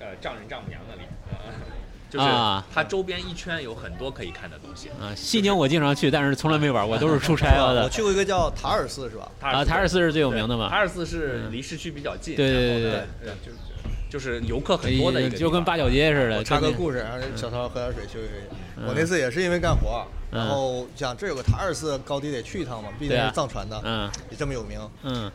Speaker 6: 呃丈人丈母娘那里，呃 *laughs* 就是
Speaker 4: 啊
Speaker 6: 它周边一圈有很多可以看的东西，
Speaker 4: 啊，西宁我经常去，但是从来没玩过，都是出
Speaker 6: *laughs*
Speaker 4: 差了
Speaker 5: 我
Speaker 4: 的。
Speaker 5: 去过一个叫塔尔寺，是吧？
Speaker 4: 啊，塔尔寺是最有名的嘛
Speaker 6: 塔，尔寺是离市区比较近，
Speaker 4: 对对
Speaker 6: 然后
Speaker 4: 对
Speaker 6: 呢呃就是就是游客很多的一个地方，
Speaker 4: 就跟八角街似的。
Speaker 5: 我插个
Speaker 4: 就
Speaker 5: 故事，让小涛喝点水休息休息。我那次也是因为干活，
Speaker 4: 嗯
Speaker 5: 然后想这有个塔尔寺高低得去一趟嘛，毕竟
Speaker 4: 对啊
Speaker 5: 是藏传的
Speaker 4: 那，嗯
Speaker 5: 也这么有名。
Speaker 4: 嗯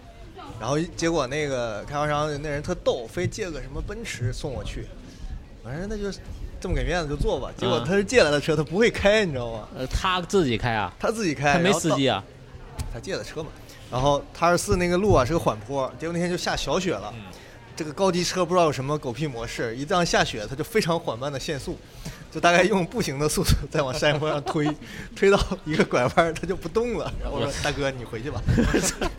Speaker 5: 然后结果那个开发商那人特逗，非借个什么奔驰送我去，反正那就这么给面子就坐吧。结
Speaker 4: 嗯
Speaker 5: 果他是借来的车，他不会开，你知道吗？
Speaker 4: 呃，他自己开啊，
Speaker 5: 他自己开，
Speaker 4: 他没
Speaker 5: 哎然后
Speaker 4: 司
Speaker 5: 到
Speaker 4: 机啊。
Speaker 5: 他借的车嘛。然后塔尔寺那个路啊是个缓坡，结果那天就下小雪了。这个高级车不知道有什么狗屁模式，一旦下雪，它就非常缓慢的限速， *laughs* 就大概用步行的速度再往山坡上推， *laughs* 推到一个拐弯，它就不动了。然后我说：“大哥，你回去吧。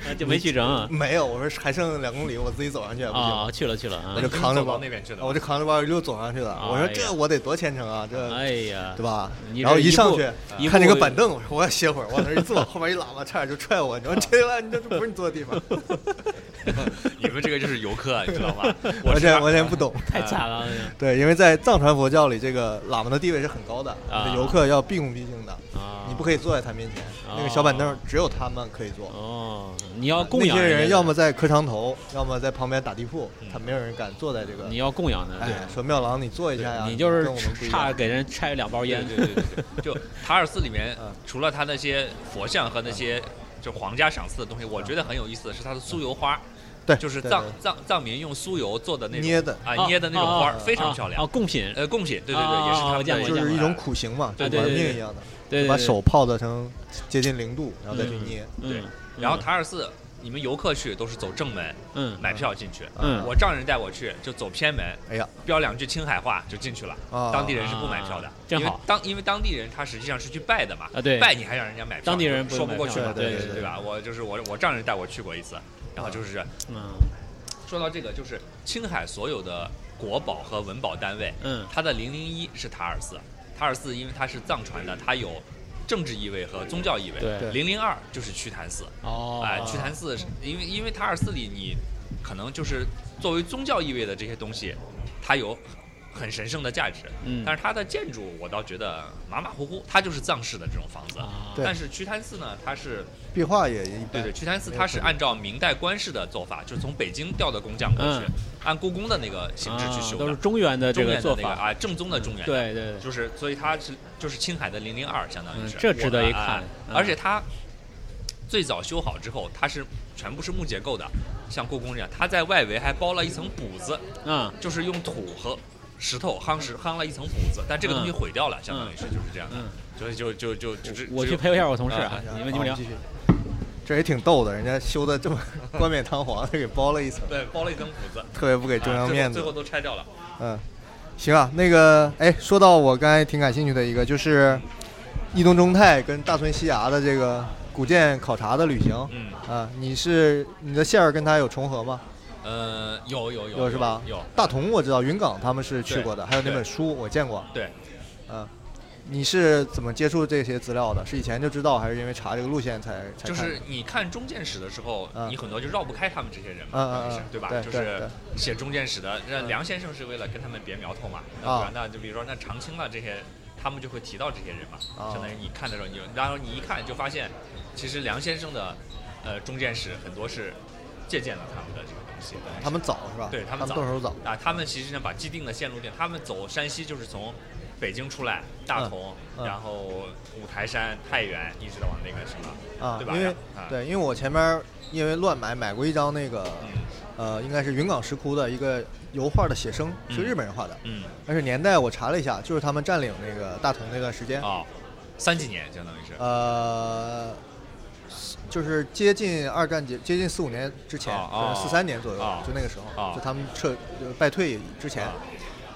Speaker 4: 那就没去成”啊
Speaker 5: 没有，我说还剩两公里，我自己走上去也不行。
Speaker 4: 啊，去了去了啊
Speaker 5: 我就扛着
Speaker 6: 走
Speaker 5: 包
Speaker 6: 到那边去了
Speaker 5: 我就扛着包一路走上去了。我说
Speaker 4: 哎呀
Speaker 5: 这我得多虔诚啊，这
Speaker 4: 哎呀，
Speaker 5: 对吧？
Speaker 4: 你这
Speaker 5: 然后
Speaker 4: 一
Speaker 5: 上
Speaker 4: 步啊
Speaker 5: 去
Speaker 4: 一
Speaker 5: 看那
Speaker 4: 步
Speaker 5: 个板凳，我说我要歇会儿，往那儿一坐， *laughs* 后面一喇叭差点就踹我，你说这玩意儿这不是你坐的地方，
Speaker 6: *laughs*
Speaker 5: *laughs*
Speaker 6: 你们这个就是游客，你知道吗？
Speaker 5: 我
Speaker 6: 是
Speaker 5: 这我这
Speaker 4: *laughs*
Speaker 5: 不懂。
Speaker 4: 太惨了。那个
Speaker 5: 对，因为在藏传佛教里，这个喇嘛的地位是很高的，
Speaker 4: 啊
Speaker 5: 你的游客要毕恭毕敬的，
Speaker 4: 啊，
Speaker 5: 你不可以坐在他面前，那个小板凳只有他们可以坐。
Speaker 4: 哦，你要供
Speaker 5: 那
Speaker 4: 养
Speaker 5: 些
Speaker 4: 家
Speaker 5: 人
Speaker 4: 的嗯
Speaker 5: 要么在磕长头，要么在旁边打地铺，他没有人敢坐在这个
Speaker 4: 你。要供养的，
Speaker 5: 哎，说妙郎，你坐一下哎呀，
Speaker 4: 你就是
Speaker 5: 跟我们不一样
Speaker 4: 差给人拆两包
Speaker 6: 对
Speaker 4: 烟。
Speaker 6: 对对对对，就塔尔寺里面
Speaker 5: 嗯，
Speaker 6: 除了它那些佛像和那些就皇家赏赐的东西，我觉得很有意思的是它的酥油花，
Speaker 5: 对，
Speaker 6: 就是
Speaker 5: 对
Speaker 6: 藏
Speaker 5: 对
Speaker 6: 藏藏民用酥油做的那种
Speaker 5: 捏的
Speaker 6: 啊捏的那种花儿，非常漂
Speaker 4: 哦，
Speaker 6: 亮。
Speaker 4: 贡品
Speaker 6: 呃，贡品，对对
Speaker 4: 哦
Speaker 6: 对，也是他
Speaker 4: 我
Speaker 6: 们
Speaker 4: 见
Speaker 6: 的
Speaker 4: 过
Speaker 5: 就
Speaker 4: 见
Speaker 5: 是
Speaker 4: 过
Speaker 5: 一种苦行嘛，就
Speaker 4: 啊对
Speaker 5: 玩
Speaker 4: 对
Speaker 5: 命
Speaker 4: 对
Speaker 5: 一样的，
Speaker 4: 对对
Speaker 5: 把
Speaker 4: 对
Speaker 5: 手泡的成接近零度，然后再去
Speaker 4: 嗯
Speaker 5: 捏。
Speaker 6: 对
Speaker 4: 嗯。
Speaker 6: 然后塔尔寺，你们游客去都是走正门，
Speaker 4: 嗯
Speaker 6: 买票进去。
Speaker 4: 嗯
Speaker 6: 我丈人带我去，就走偏门，
Speaker 5: 啊哎呀，
Speaker 6: 标两句青海话就进去了。
Speaker 5: 啊
Speaker 6: 当地人是不买票的
Speaker 4: 啊，真
Speaker 6: 因为
Speaker 4: 好
Speaker 6: 当因为当地人他实际上是去拜的嘛，
Speaker 4: 啊对
Speaker 6: 拜你还让人家买票，
Speaker 4: 当地人不
Speaker 6: 说不过去嘛，
Speaker 5: 买票对对
Speaker 6: 对
Speaker 5: 对
Speaker 6: 对吧？我就是我我丈人带我去过一次，然后就是
Speaker 4: 嗯
Speaker 6: 说到这个，就是青海所有的国宝和文保单位，
Speaker 4: 嗯
Speaker 6: 它的零零一是塔尔寺，塔尔寺因为它是藏传的，它有政治意味和宗教意味。
Speaker 4: 对
Speaker 6: 零零二就是瞿昙寺，
Speaker 4: 哦
Speaker 6: 哎，瞿昙寺是因为因为塔尔寺里你可能就是作为宗教意味的这些东西，它有很神圣的价值，
Speaker 4: 嗯
Speaker 6: 但是它的建筑我倒觉得马马虎虎，它就是藏式的这种房子，
Speaker 4: 啊哎
Speaker 5: 对
Speaker 6: 但是瞿昙寺呢，它是
Speaker 5: 壁画也一
Speaker 6: 对
Speaker 5: 般
Speaker 6: 对，。瞿昙寺它是按照明代官式的做法，就是从北京调的工匠过去，
Speaker 4: 嗯
Speaker 6: 按故宫的那个形制去
Speaker 4: 啊
Speaker 6: 修的，
Speaker 4: 都是中原的这
Speaker 6: 中原
Speaker 4: 个
Speaker 6: 的
Speaker 4: 做
Speaker 6: 那个
Speaker 4: 法，
Speaker 6: 啊，正宗的中原。。
Speaker 4: 对对对，
Speaker 6: 就是，所以它是就是青海的零零二，相当于是、
Speaker 4: 嗯这值得一看
Speaker 6: 啊
Speaker 4: 嗯
Speaker 6: 而且它最早修好之后，它是全部是木结构的，像故宫这样，它在外围还包了一层补子，
Speaker 4: 嗯
Speaker 6: 就是用土和石头夯实夯了一层补子，但这个东西毁掉了，相当于是就是这样的。
Speaker 4: 嗯，
Speaker 6: 所以就就就就是
Speaker 4: 我去陪一下我同事啊
Speaker 6: 啊，
Speaker 4: 你们你们聊
Speaker 5: 好继。续这也挺逗的，人家修
Speaker 6: *laughs*
Speaker 5: 的这么冠冕堂皇的，给包了一层，
Speaker 6: 对包了一层补子，
Speaker 5: 特别不给中央
Speaker 6: 啊
Speaker 5: 面
Speaker 6: 最
Speaker 5: 子
Speaker 6: 后最后。都拆掉了。
Speaker 5: 嗯，行啊，那个，哎，说到我刚才挺感兴趣的一个，就是伊东忠太跟大村西崖的这个古建考察的旅行。
Speaker 6: 嗯
Speaker 5: 啊，你是你的线儿跟他有重合吗？
Speaker 6: 呃，有有有
Speaker 5: 有是吧？
Speaker 6: 有
Speaker 5: 大同我知道，云冈他们是去
Speaker 6: 对
Speaker 5: 过的，还有那
Speaker 6: 对
Speaker 5: 本书我见过。
Speaker 6: 对，
Speaker 5: 嗯，你是怎么接触这些资料的？是以前就知道，还是因为查这个路线才才看？
Speaker 6: 就是你看中建史的时候，
Speaker 5: 嗯
Speaker 6: 你很多就绕不开他们这些人嘛，
Speaker 5: 嗯嗯嗯
Speaker 6: 是对吧？
Speaker 5: 对
Speaker 6: 就是
Speaker 5: 对嗯
Speaker 6: 写中建史的，那梁先生是为了跟他们别苗头嘛，那
Speaker 5: 啊
Speaker 6: 不然那就比如说那长青了这些，他们就会提到这些人嘛，
Speaker 5: 啊
Speaker 6: 相当于你看的时候，你就然后你一看就发现，其实梁先生的呃中建史很多是借鉴了他们的这个东西，
Speaker 5: 他们早是吧？
Speaker 6: 对他
Speaker 5: 他
Speaker 6: 们早
Speaker 5: 动手早。
Speaker 6: 啊，他们其实呢把既定的线路定，他们走山西就是从北京出来，大
Speaker 5: 嗯
Speaker 6: 同，
Speaker 5: 嗯
Speaker 6: 然后五台山、太原，一直到往那个什么，
Speaker 5: 啊
Speaker 6: 对，吧？
Speaker 5: 因为
Speaker 6: 啊、
Speaker 5: 对，因为我前面因为乱买买过一张那个
Speaker 6: 嗯
Speaker 5: 呃，应该是云冈石窟的一个油画的写生，
Speaker 6: 嗯
Speaker 5: 是日本人画的，
Speaker 6: 嗯，
Speaker 5: 但是年代我查了一下，就是他们占领那个大同那段时间，
Speaker 6: 哦，三几年相当于是，
Speaker 5: 啊呃，就是接近二战结接近四五年之前
Speaker 6: 哦哦，
Speaker 5: 四三年左右
Speaker 6: 哦，
Speaker 5: 就那个时候
Speaker 6: 哦，
Speaker 5: 就他们撤呃败退之前
Speaker 6: 啊。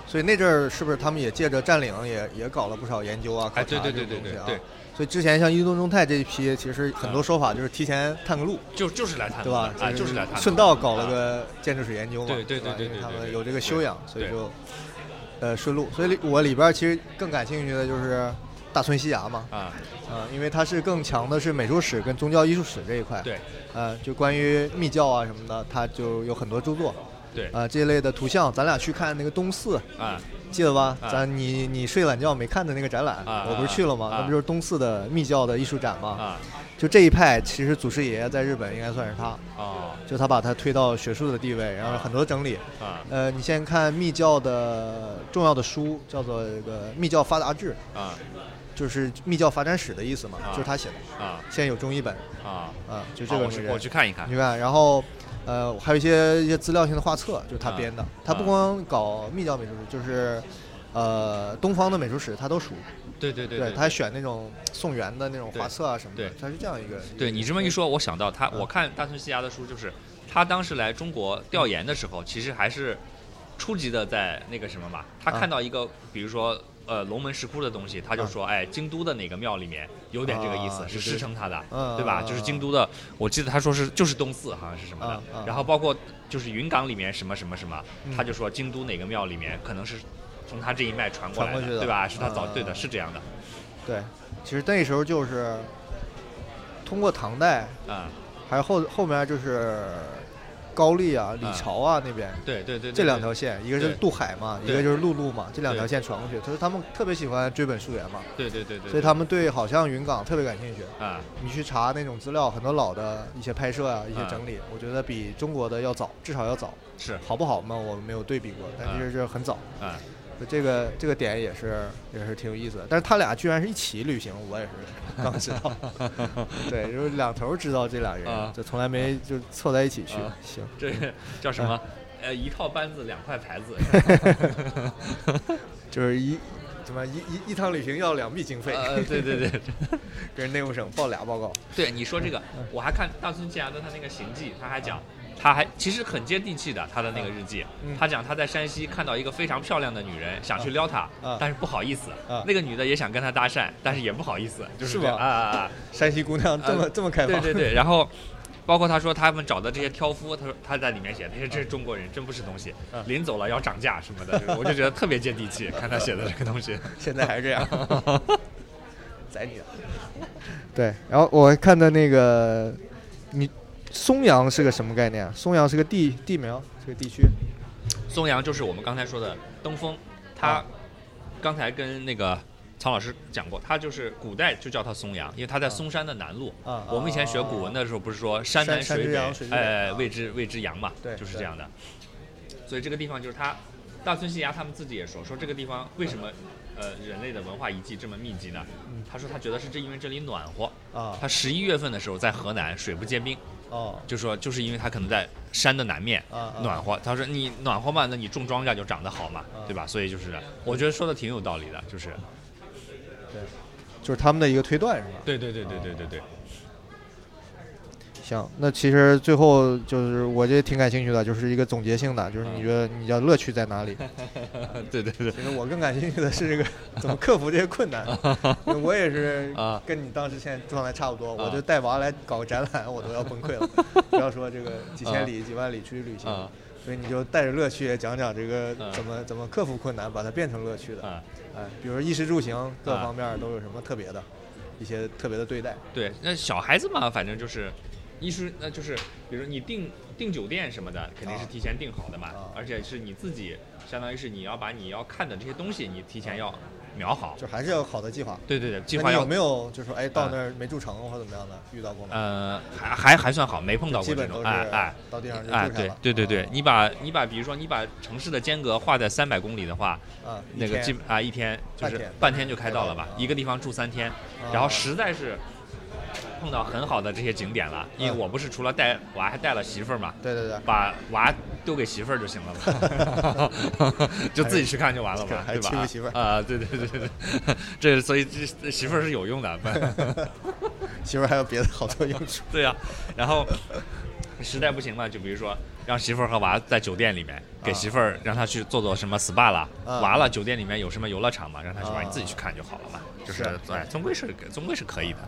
Speaker 5: 所以那阵儿是不是他们也借着占领也也搞了不少研究啊、考
Speaker 6: 哎
Speaker 5: 察这
Speaker 6: 对
Speaker 5: 种东
Speaker 6: 对
Speaker 5: 西啊？
Speaker 6: 对对对对
Speaker 5: 所以之前像伊东忠太这一批，其实很多说法就是提前探个路，
Speaker 6: 就就是来探
Speaker 5: 对
Speaker 6: 路
Speaker 5: 吧？
Speaker 6: 的啊，就是来探路的
Speaker 5: 顺道搞了
Speaker 6: 啊
Speaker 5: 个建筑史研究嘛，
Speaker 6: 对对
Speaker 5: 吧
Speaker 6: 对对
Speaker 5: 因为
Speaker 6: 对
Speaker 5: 他
Speaker 6: 对
Speaker 5: 们
Speaker 6: 对
Speaker 5: 有这个
Speaker 6: 对
Speaker 5: 修养，所以
Speaker 6: 对
Speaker 5: 就呃顺路。所以里我里边儿其实更感兴趣的就是大村西崖嘛，
Speaker 6: 啊，
Speaker 5: 呃，因为它是更强的是美术史跟宗教艺术史这一块。
Speaker 6: 对，
Speaker 5: 呃，就关于密教啊什么的，它就有很多著作。
Speaker 6: 对
Speaker 5: 呃，这一类的图像，咱俩去看那个东寺，
Speaker 6: 啊
Speaker 5: 记得吧？
Speaker 6: 啊
Speaker 5: 咱你你睡懒觉没看的那个展览，
Speaker 6: 啊
Speaker 5: 我不是去了吗？
Speaker 6: 啊
Speaker 5: 那不就是东寺的密教的艺术展吗？
Speaker 6: 啊
Speaker 5: 就这一派，其实祖师爷在日本应该算是他，
Speaker 6: 哦
Speaker 5: 就他把他推到学术的地位，然后有很多整理。
Speaker 6: 啊
Speaker 5: 呃，你先看密教的重要的书，叫做这个《密教发达志
Speaker 6: 啊》，
Speaker 5: 就是密教发展史的意思嘛，
Speaker 6: 啊
Speaker 5: 就是他写的。
Speaker 6: 啊
Speaker 5: 现在有中译本
Speaker 6: 啊，
Speaker 5: 啊，就这
Speaker 6: 好
Speaker 5: 个
Speaker 6: 我
Speaker 5: 是
Speaker 6: 去我去看一看
Speaker 5: 你看，然后呃，还有一些一些资料性的画册，就是他
Speaker 6: 啊
Speaker 5: 编的。他不
Speaker 6: 啊
Speaker 5: 光搞密教美术史，就是呃东方的美术史他都熟。
Speaker 6: 对对对
Speaker 5: 他还选那种宋元的那种
Speaker 6: 对
Speaker 5: 画册啊什么的
Speaker 6: 对，
Speaker 5: 他是这样一个。
Speaker 6: 对你这么一说，我想到他，
Speaker 5: 嗯
Speaker 6: 我看大村西崖的书，就是他当时来中国调研的时候，其实还是初级的在那个什么嘛，他
Speaker 5: 啊
Speaker 6: 看到一个，比如说。呃，龙门石窟的东西，他就
Speaker 5: 啊
Speaker 6: 说，哎，京都的哪个庙里面有点这个意思，
Speaker 5: 啊
Speaker 6: 是
Speaker 5: 对
Speaker 6: 师
Speaker 5: 对
Speaker 6: 承他的，
Speaker 5: 嗯
Speaker 6: 对吧？就是京都的，我记得他说是就是东寺，好像是什么的。
Speaker 5: 啊啊
Speaker 6: 然后包括就是云冈里面什么什么什么，
Speaker 5: 嗯
Speaker 6: 他就说京都哪个庙里面可能是从他这一脉传过
Speaker 5: 传
Speaker 6: 来
Speaker 5: 过去的
Speaker 6: 对吧？是他早、
Speaker 5: 啊
Speaker 6: 对的，是这样的
Speaker 5: 对，其实那时候就是通过唐代，
Speaker 6: 啊、
Speaker 5: 还有后后面就是高丽啊、李
Speaker 6: 啊
Speaker 5: 朝啊那边。
Speaker 6: 对对对对，
Speaker 5: 这两
Speaker 6: 对
Speaker 5: 条线，一个是
Speaker 6: 对
Speaker 5: 渡海嘛，一
Speaker 6: 对
Speaker 5: 个就是陆路嘛，这两条
Speaker 6: 对
Speaker 5: 线传过去。他说他们特别喜欢追本溯源嘛，
Speaker 6: 对对对对，
Speaker 5: 所以他们对好像云冈特别感兴趣。
Speaker 6: 对啊
Speaker 5: 你去查那种资料，很多老的一些拍摄啊，一些
Speaker 6: 啊
Speaker 5: 整理，我觉得比中国的要早，至少要早。
Speaker 6: 是
Speaker 5: 好不好嘛？我没有对比过，但
Speaker 6: 啊
Speaker 5: 其实就是很早。
Speaker 6: 啊。
Speaker 5: 所以这个这个点也是也是挺有意思的。但是他俩居然是一起旅行，我也是刚知道。 *laughs* 对，就是两头知道这俩人，
Speaker 6: 啊
Speaker 5: 就从来没就凑在一起去。
Speaker 6: 啊
Speaker 5: 行，
Speaker 6: 这个叫什么？
Speaker 5: 哎
Speaker 6: 呃，一套班子两块
Speaker 5: *laughs*
Speaker 6: 牌子，
Speaker 5: 就是一怎么一一一趟旅行要两笔经费，
Speaker 6: 呃，对对
Speaker 5: *laughs*
Speaker 6: 对，
Speaker 5: 跟内务省报俩报告。
Speaker 6: 对你说这个，
Speaker 5: 嗯
Speaker 6: 我还看大村千芽的他那个行记，他还讲，他还其实很接地气的，他的那个日记
Speaker 5: 嗯，
Speaker 6: 他讲他在山西看到一个非常漂亮的女人，想去撩她
Speaker 5: 啊，
Speaker 6: 但是不好意思
Speaker 5: 啊，
Speaker 6: 那个女的也想跟他搭讪，但是也不好意思，就是这样
Speaker 5: 吗
Speaker 6: 啊啊啊，
Speaker 5: 山西姑 *laughs* 娘这么、
Speaker 6: 呃
Speaker 5: 这么开放，
Speaker 6: 对对对，然后包括他说他们找的这些挑夫，他说他在里面写，他说这是
Speaker 5: 嗯
Speaker 6: 中国人，真不是东西，临走了要涨价什么的，就是我就觉得特别接地
Speaker 5: 嗯
Speaker 6: 气，看他写的这个东西。
Speaker 5: *laughs* 现在还是这
Speaker 6: *laughs*
Speaker 5: 样。宰你的。对，然后我还看的那个，你松阳是个什么概念啊？松阳是个地地名，是个地区。
Speaker 6: 松阳就是我们刚才说的登封，
Speaker 5: 啊
Speaker 6: 他刚才跟那个曹老师讲过，他就是古代就叫它松阳，因为它在嵩山的南路。
Speaker 5: 啊
Speaker 6: 我们以前学古文的时候不是说山南
Speaker 5: 山山
Speaker 6: 水
Speaker 5: 之
Speaker 6: 北
Speaker 5: 阳水，之北
Speaker 6: 哎，
Speaker 5: 啊
Speaker 6: 谓之谓之阳嘛，
Speaker 5: 对
Speaker 6: 就是
Speaker 5: 对
Speaker 6: 这样的。所以这个地方就是他，大村西崖他们自己也说，说这个地方为什么呃人类的文化遗迹这么密集呢？他说他觉得是这因为这里暖和。
Speaker 5: 嗯啊
Speaker 6: 他十一月份的时候在河南水不结冰，
Speaker 5: 哦
Speaker 6: 就说就是因为它可能在山的南面
Speaker 5: 啊啊
Speaker 6: 暖和，他说你暖和嘛，那你种庄稼就长得好嘛，对吧？所以就是我觉得说的挺有道理的，就是
Speaker 5: 就是他们的一个推断是吧？
Speaker 6: 啊对对对对对对对，
Speaker 5: 行，那其实最后就是我这挺感兴趣的，就是一个总结性的，就是
Speaker 6: 嗯
Speaker 5: 你觉得你的乐趣在哪里？
Speaker 7: 对对对
Speaker 5: 其实我更感兴趣的
Speaker 6: *laughs*
Speaker 5: 是这个怎么克服这些困难。因为我也是
Speaker 7: 啊
Speaker 5: 跟你当时现在状态差不多，我
Speaker 7: 啊
Speaker 5: 就带娃来搞个展览，我都要崩
Speaker 6: *laughs*
Speaker 5: 溃了。不要说这个几千里、几万里去旅行
Speaker 7: 啊，
Speaker 5: 所以你就带着乐趣也讲讲这个
Speaker 7: 啊
Speaker 5: 怎么怎么克服困难，把它变成乐趣的。
Speaker 7: 啊，
Speaker 5: 哎，比如说衣食住行各
Speaker 7: 啊
Speaker 5: 方面都有什么特别的，一些特别的对待。
Speaker 6: 对，那小孩子嘛，反正就是，一是那就是，比如你订订酒店什么的，肯定是
Speaker 5: 啊
Speaker 6: 提前订好的嘛，
Speaker 5: 啊
Speaker 6: 而且是你自己，相当于是你要把你要看的这些东西，你提前要瞄好。
Speaker 5: 就还是要有好的计划。
Speaker 6: 对对对，计
Speaker 5: 啊那
Speaker 6: 划
Speaker 5: 你
Speaker 6: 要
Speaker 5: 有没有就是说，哎，到
Speaker 6: 啊
Speaker 5: 那儿没住成或者怎么样的，遇到过吗？
Speaker 6: 呃，还还还算好，没碰到过
Speaker 5: 基
Speaker 6: 这
Speaker 5: 本都
Speaker 6: 种，
Speaker 5: 是
Speaker 6: 哎哎。
Speaker 5: 到地上就住
Speaker 6: 哎，
Speaker 5: 下
Speaker 6: 对
Speaker 5: 了。
Speaker 6: 对对对
Speaker 5: 啊，
Speaker 6: 你把你把比如说你把城市的间隔画在三百公里的话，
Speaker 5: 啊，一
Speaker 6: 那个
Speaker 5: 天
Speaker 6: 基本啊一天就
Speaker 5: 半
Speaker 6: 是
Speaker 5: 天
Speaker 6: 半天就开到了吧
Speaker 5: 啊，
Speaker 6: 一个地方住三天，然后实在是碰到很好的这些景点了，因为
Speaker 5: 嗯
Speaker 6: 我不是除了带娃还带了媳妇儿嘛，
Speaker 5: 对对对，
Speaker 6: 把娃丢给媳妇儿就行了
Speaker 5: *laughs*
Speaker 6: 嘛，就自己去看就完了嘛，
Speaker 5: 还
Speaker 6: 对吧？
Speaker 5: 欺负媳妇儿
Speaker 6: 啊，对对对对对，这所以这这媳妇儿是有用
Speaker 5: *laughs*
Speaker 6: 的，不
Speaker 5: 媳妇儿还有别的好多 *laughs* 用处。
Speaker 6: *laughs* 对呀、然后实在不行了，就比如说让媳妇儿和娃在酒店里面，给
Speaker 5: 啊
Speaker 6: 媳妇儿让她去做做什么 SPA 啦，
Speaker 5: 啊
Speaker 6: 娃了酒店里面有什么游乐场嘛，让她去玩，
Speaker 5: 啊
Speaker 6: 你自己去看就好了嘛。就是
Speaker 5: 是啊
Speaker 6: 对，终归是终归是可以的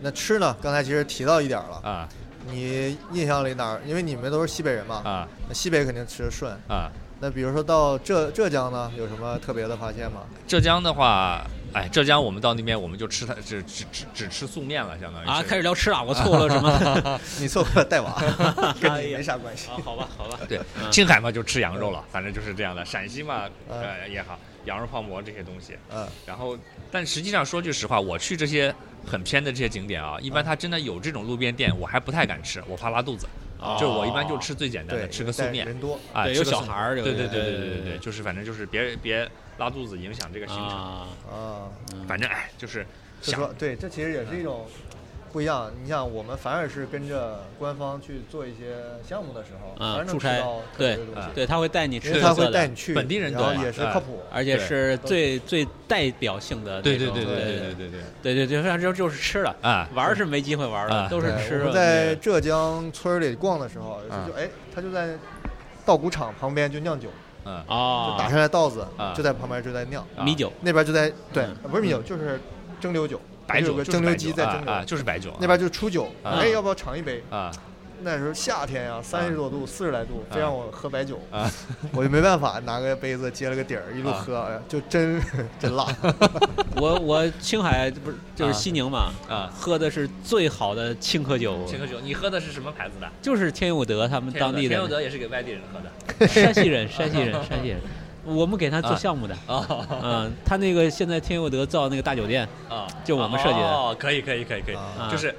Speaker 5: 那吃呢？刚才其实提到一点儿了，
Speaker 6: 啊
Speaker 5: 你印象里哪儿？因为你们都是西北人嘛，
Speaker 6: 啊
Speaker 5: 那西北肯定吃得顺。
Speaker 6: 啊！
Speaker 5: 那比如说到浙浙江呢，有什么特别的发现吗？
Speaker 6: 浙江的话，哎，浙江我们到那边我们就吃它只只只只吃素面了，相当于
Speaker 4: 啊，
Speaker 6: 是
Speaker 4: 开始聊吃了，我错了什 *laughs*
Speaker 6: 啊
Speaker 4: 么？
Speaker 5: 你错过了带娃，跟你没啥关系。
Speaker 4: 啊，好吧，好吧，
Speaker 6: 对，
Speaker 4: 嗯
Speaker 6: 青海嘛就吃羊肉了，反正就是这样的。陕西嘛，
Speaker 5: 嗯
Speaker 6: 呃也好，羊肉泡馍这些东西。
Speaker 5: 嗯
Speaker 6: 然后，但实际上说句实话，我去这些很偏的这些景点啊，一般它真的有这种路边店，我还不太敢吃，我怕拉肚子。
Speaker 4: 哦
Speaker 6: 就是我一般就吃最简单的，
Speaker 5: 对，
Speaker 6: 吃个素
Speaker 5: 但
Speaker 6: 面
Speaker 5: 人多，
Speaker 6: 啊，
Speaker 4: 对
Speaker 6: 吃
Speaker 4: 有
Speaker 6: 个
Speaker 4: 小
Speaker 6: 素
Speaker 4: 孩儿有
Speaker 6: 对对
Speaker 4: 的
Speaker 6: 对对对
Speaker 4: 对
Speaker 6: 对
Speaker 4: 对
Speaker 6: 对，
Speaker 4: 对
Speaker 6: 就是反正就是别别拉肚子，影响这个行程。
Speaker 4: 啊，
Speaker 5: 啊，
Speaker 6: 反正哎，就是
Speaker 5: 就
Speaker 6: 想
Speaker 5: 说对，这其实也是一种不一样。你像我们反而是跟着官方去做一些项目的时候，反而
Speaker 4: 嗯，
Speaker 5: 能
Speaker 4: 出
Speaker 5: 吃
Speaker 4: 差
Speaker 5: 到特别
Speaker 4: 对啊
Speaker 5: 的东西，
Speaker 4: 对，他会带你
Speaker 5: 因
Speaker 4: 吃
Speaker 5: 为
Speaker 4: 特
Speaker 5: 他
Speaker 4: 色
Speaker 5: 会
Speaker 4: 的
Speaker 5: 带你去
Speaker 6: 本地人
Speaker 5: 然后
Speaker 6: 懂
Speaker 5: 也是
Speaker 6: 哎
Speaker 5: 靠谱。
Speaker 4: 而且
Speaker 6: 对
Speaker 4: 是最最代表性的那
Speaker 6: 对对
Speaker 4: 种
Speaker 6: 对对
Speaker 4: 对
Speaker 6: 对对对对
Speaker 4: 对对对，反正就是吃了
Speaker 6: 啊
Speaker 4: 玩儿是没机会玩儿
Speaker 6: 啊
Speaker 4: 了，都是
Speaker 5: 对
Speaker 4: 吃
Speaker 5: 我
Speaker 4: 了。
Speaker 5: 们在浙江村儿里逛的时候，有时候就哎，他就在稻谷场旁边就酿酒，
Speaker 6: 嗯
Speaker 5: 就打
Speaker 4: 啊，
Speaker 5: 上来稻子
Speaker 6: 啊，
Speaker 5: 就在旁边就在酿，
Speaker 4: 米酒
Speaker 5: 那边就在对
Speaker 4: 嗯，
Speaker 5: 不是米酒就是蒸馏酒，
Speaker 6: 白
Speaker 5: 就
Speaker 6: 酒
Speaker 5: 有个
Speaker 6: 就是
Speaker 5: 蒸
Speaker 6: 白
Speaker 5: 馏
Speaker 6: 酒
Speaker 5: 机在
Speaker 6: 啊
Speaker 5: 蒸
Speaker 6: 啊，
Speaker 5: 馏，
Speaker 6: 就是白酒啊
Speaker 5: 那边就出酒，
Speaker 6: 啊
Speaker 5: 哎，要不要尝一杯？
Speaker 6: 啊
Speaker 5: 那时候夏天呀，三十多度、四十来度，非让我喝白酒，
Speaker 6: 啊
Speaker 5: 我就没办法，拿个杯子接了个底儿，一路
Speaker 6: 啊
Speaker 5: 喝，哎呀，就真
Speaker 6: *laughs*
Speaker 5: 真辣。
Speaker 4: 我我青海不是就是西宁嘛，
Speaker 6: 啊！
Speaker 4: 喝的是最好的青稞酒，
Speaker 6: 青稞酒，你喝的是什么牌子的？
Speaker 4: 就是天佑德他们
Speaker 6: 天佑
Speaker 4: 当
Speaker 6: 德
Speaker 4: 地
Speaker 6: 天佑
Speaker 4: 的
Speaker 6: 德也是给外地人喝的。
Speaker 4: 山西
Speaker 6: *laughs*
Speaker 4: 人，山西人，山西人。我们给他做项目的，
Speaker 6: 啊
Speaker 4: 嗯，他那个现在天佑德造那个大酒店，
Speaker 6: 啊，
Speaker 4: 就我们设计的
Speaker 6: 哦，可以可以可以可以，
Speaker 5: 啊
Speaker 6: 就是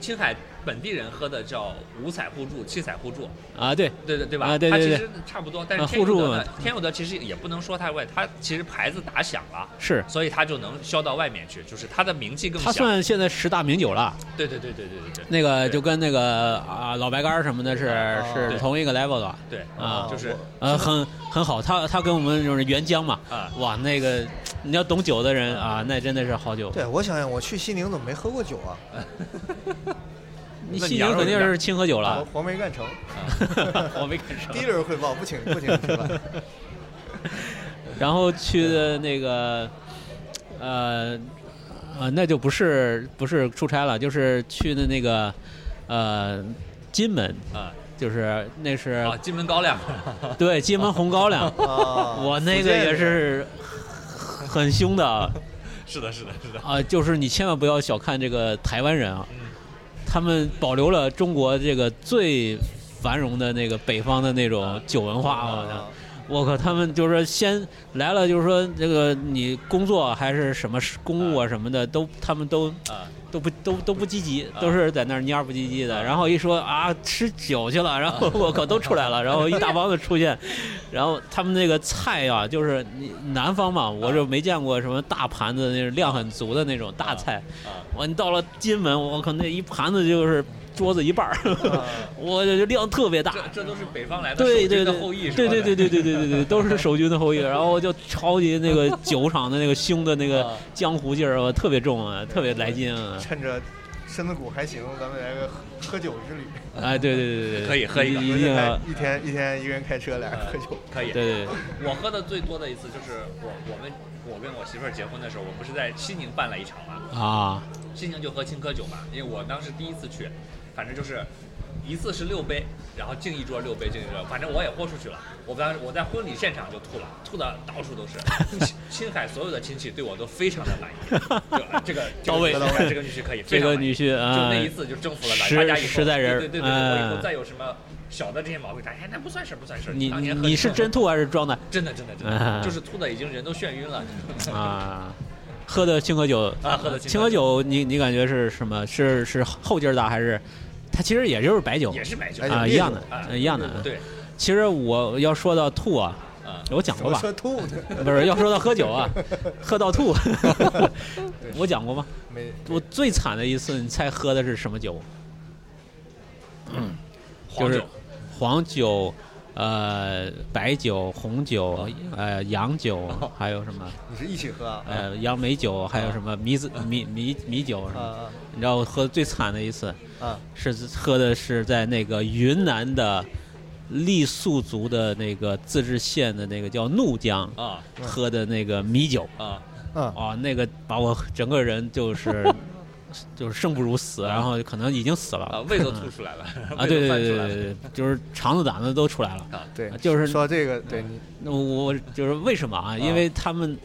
Speaker 6: 青海本地人喝的叫五彩互助、七彩互助，
Speaker 4: 啊，对，
Speaker 6: 对对对吧？
Speaker 4: 啊对对对
Speaker 6: 它其实差不多，但是
Speaker 4: 啊
Speaker 6: 天佑德呢
Speaker 4: 互助嘛
Speaker 6: 天佑德其实也不能说太外，它其实牌子打响了。
Speaker 4: 是
Speaker 6: 所以它就能销到外面去，就是它的名气更
Speaker 4: 他
Speaker 6: 响。
Speaker 4: 算现在十大名酒了。
Speaker 6: 对对对对对对对
Speaker 4: 那个
Speaker 6: 对
Speaker 4: 就跟那个啊老白干儿什么的是
Speaker 5: 对
Speaker 4: 是同一个 level 的，
Speaker 6: 对
Speaker 4: 啊
Speaker 6: 就是
Speaker 4: 呃，很很好，他他跟我们就是原浆嘛，
Speaker 6: 啊
Speaker 4: 哇，那个你要懂酒的人啊，那真的是好酒。
Speaker 5: 对，我想想，我去西宁怎么没喝过酒啊？
Speaker 4: 你
Speaker 6: 那
Speaker 4: 西
Speaker 6: 羊
Speaker 4: 宁
Speaker 6: 肉
Speaker 4: 肯定
Speaker 6: 怎么
Speaker 4: 是清河酒
Speaker 5: 我
Speaker 4: 了，
Speaker 5: 黄梅干城，
Speaker 6: 啊
Speaker 4: *laughs* 我没敢说
Speaker 5: 第一轮汇报不请不请吃饭。
Speaker 4: 然后去的那个，呃，呃，那就不是不是出差了，就是去的那个，呃，金门，
Speaker 6: 啊
Speaker 4: 就是那是、
Speaker 6: 啊，金门高粱
Speaker 4: 对金门红高粱，
Speaker 5: 啊，
Speaker 4: 我那
Speaker 5: 福
Speaker 4: 个
Speaker 5: 建
Speaker 4: 也
Speaker 5: 人
Speaker 4: 是很凶的。
Speaker 6: 是的，是的，是的，
Speaker 4: 啊，就是你千万不要小看这个台湾人啊，他们保留了中国这个最繁荣的那个北方的那种酒文化啊。
Speaker 6: 嗯
Speaker 5: 啊
Speaker 4: 我靠，他们就是先来了，就是说这个你工作还是什么公务啊什么的，都他们都
Speaker 6: 啊
Speaker 4: 都不都都不积极，都是在那儿蔫儿不唧唧的。然后一说啊吃酒去了，然后
Speaker 6: 啊
Speaker 4: 我靠都出来了，然后一大帮子出现，然后他们那个菜啊，就是你南方嘛，我就没见过什么大盘子那种量很足的那种大菜。
Speaker 6: 啊
Speaker 4: 我你到了金门，我靠那一盘子就是桌子一半儿， *laughs*
Speaker 5: 啊
Speaker 4: 我就量特别大。
Speaker 6: 这啊这都是北方来的
Speaker 4: 对
Speaker 6: 守
Speaker 4: 对
Speaker 6: 军
Speaker 4: 对
Speaker 6: 的，后裔，是吧
Speaker 4: 对对对对对对对对，都是守军的后裔。然后我就超级那个 *laughs* 酒厂的那个凶的那个江湖劲儿，我特别重啊，特别来劲啊。
Speaker 5: 趁着身子骨还行，咱们来个喝酒之旅，
Speaker 4: 哎，对对对对对，
Speaker 6: 可以喝一个
Speaker 4: 一定要，
Speaker 5: 一天一天一个人开车，俩人喝
Speaker 4: *laughs*
Speaker 5: 酒。
Speaker 6: 呃可以。
Speaker 4: 对对对，
Speaker 6: 我喝的最多的一次就是我我们我跟我媳妇儿结婚的时候，我不是在西宁办了一场嘛，
Speaker 4: 啊，
Speaker 6: 西宁就喝青稞酒嘛，因为我当时第一次去，反正就是一次是六杯，然后敬一桌六杯敬一桌，反正我也豁出去了。我当时我在婚礼现场就吐了，吐的到处都是。青青海所有的 *laughs* 亲戚对我都非常的满意，就呃这
Speaker 4: *laughs*
Speaker 6: 个
Speaker 4: 到位
Speaker 6: 这个这个女婿可以，
Speaker 4: 这
Speaker 6: 非常
Speaker 4: 个
Speaker 6: 满意
Speaker 4: 女婿啊，
Speaker 6: 就那一次就征服了大
Speaker 4: 实
Speaker 6: 大家以后，
Speaker 4: 实在人儿
Speaker 6: 对对对对，对我以
Speaker 4: 嗯
Speaker 6: 后再有什么小的这些毛病，大家哎那不算事儿不算事儿。
Speaker 4: 你
Speaker 6: 当
Speaker 4: 你
Speaker 6: 年喝
Speaker 4: 你
Speaker 6: 青
Speaker 4: 是
Speaker 6: 稞
Speaker 4: 真吐还是装的
Speaker 6: 真的真的真
Speaker 4: 啊
Speaker 6: 的，就是吐的已经人都眩晕了。
Speaker 4: 啊？喝的青稞酒
Speaker 6: 啊喝的青稞酒
Speaker 4: 青稞酒，你你感觉是什么？是是后劲儿大还是？它其实也就是白酒
Speaker 6: 也是白酒
Speaker 5: 哎
Speaker 4: 啊，
Speaker 5: 烈
Speaker 4: 一样
Speaker 5: 酒
Speaker 4: 的
Speaker 6: 啊，
Speaker 4: 呃一样的。
Speaker 6: 对，
Speaker 4: 其实我要说到吐啊，
Speaker 6: 啊
Speaker 4: 我讲
Speaker 5: 怎
Speaker 4: 过
Speaker 5: 么
Speaker 4: 吧？
Speaker 5: 说吐呢？
Speaker 4: 不是要说到喝酒啊，喝
Speaker 6: *laughs*
Speaker 4: 到吐，我讲过吗？
Speaker 5: 没，
Speaker 4: 我最惨的一次，你猜喝的是什么酒？
Speaker 6: 黄
Speaker 4: 就是
Speaker 6: 酒
Speaker 4: 嗯黄酒，呃，白酒、红酒，呃，洋酒，还有什么？
Speaker 5: 你是一起喝啊？
Speaker 4: 呃，杨梅酒，还有什么米子米米米酒什么？
Speaker 5: 啊啊
Speaker 4: 你知道我喝最惨的一次
Speaker 5: 啊！
Speaker 4: 是喝的是在那个云南的傈僳族的那个自治县的那个叫怒江
Speaker 6: 啊
Speaker 4: 喝的那个米酒
Speaker 6: 啊
Speaker 5: 嗯
Speaker 4: 哦，那个把我整个人就是
Speaker 6: *laughs*
Speaker 4: 就是生不如死，然后可能已经死了
Speaker 6: 啊， *laughs* 胃都吐出来了
Speaker 4: 啊，对对对对对，对，就是肠子胆子都出来了。
Speaker 5: 对，
Speaker 4: 就是
Speaker 5: 说这个，对你
Speaker 4: 那我就是为什么啊？因为他们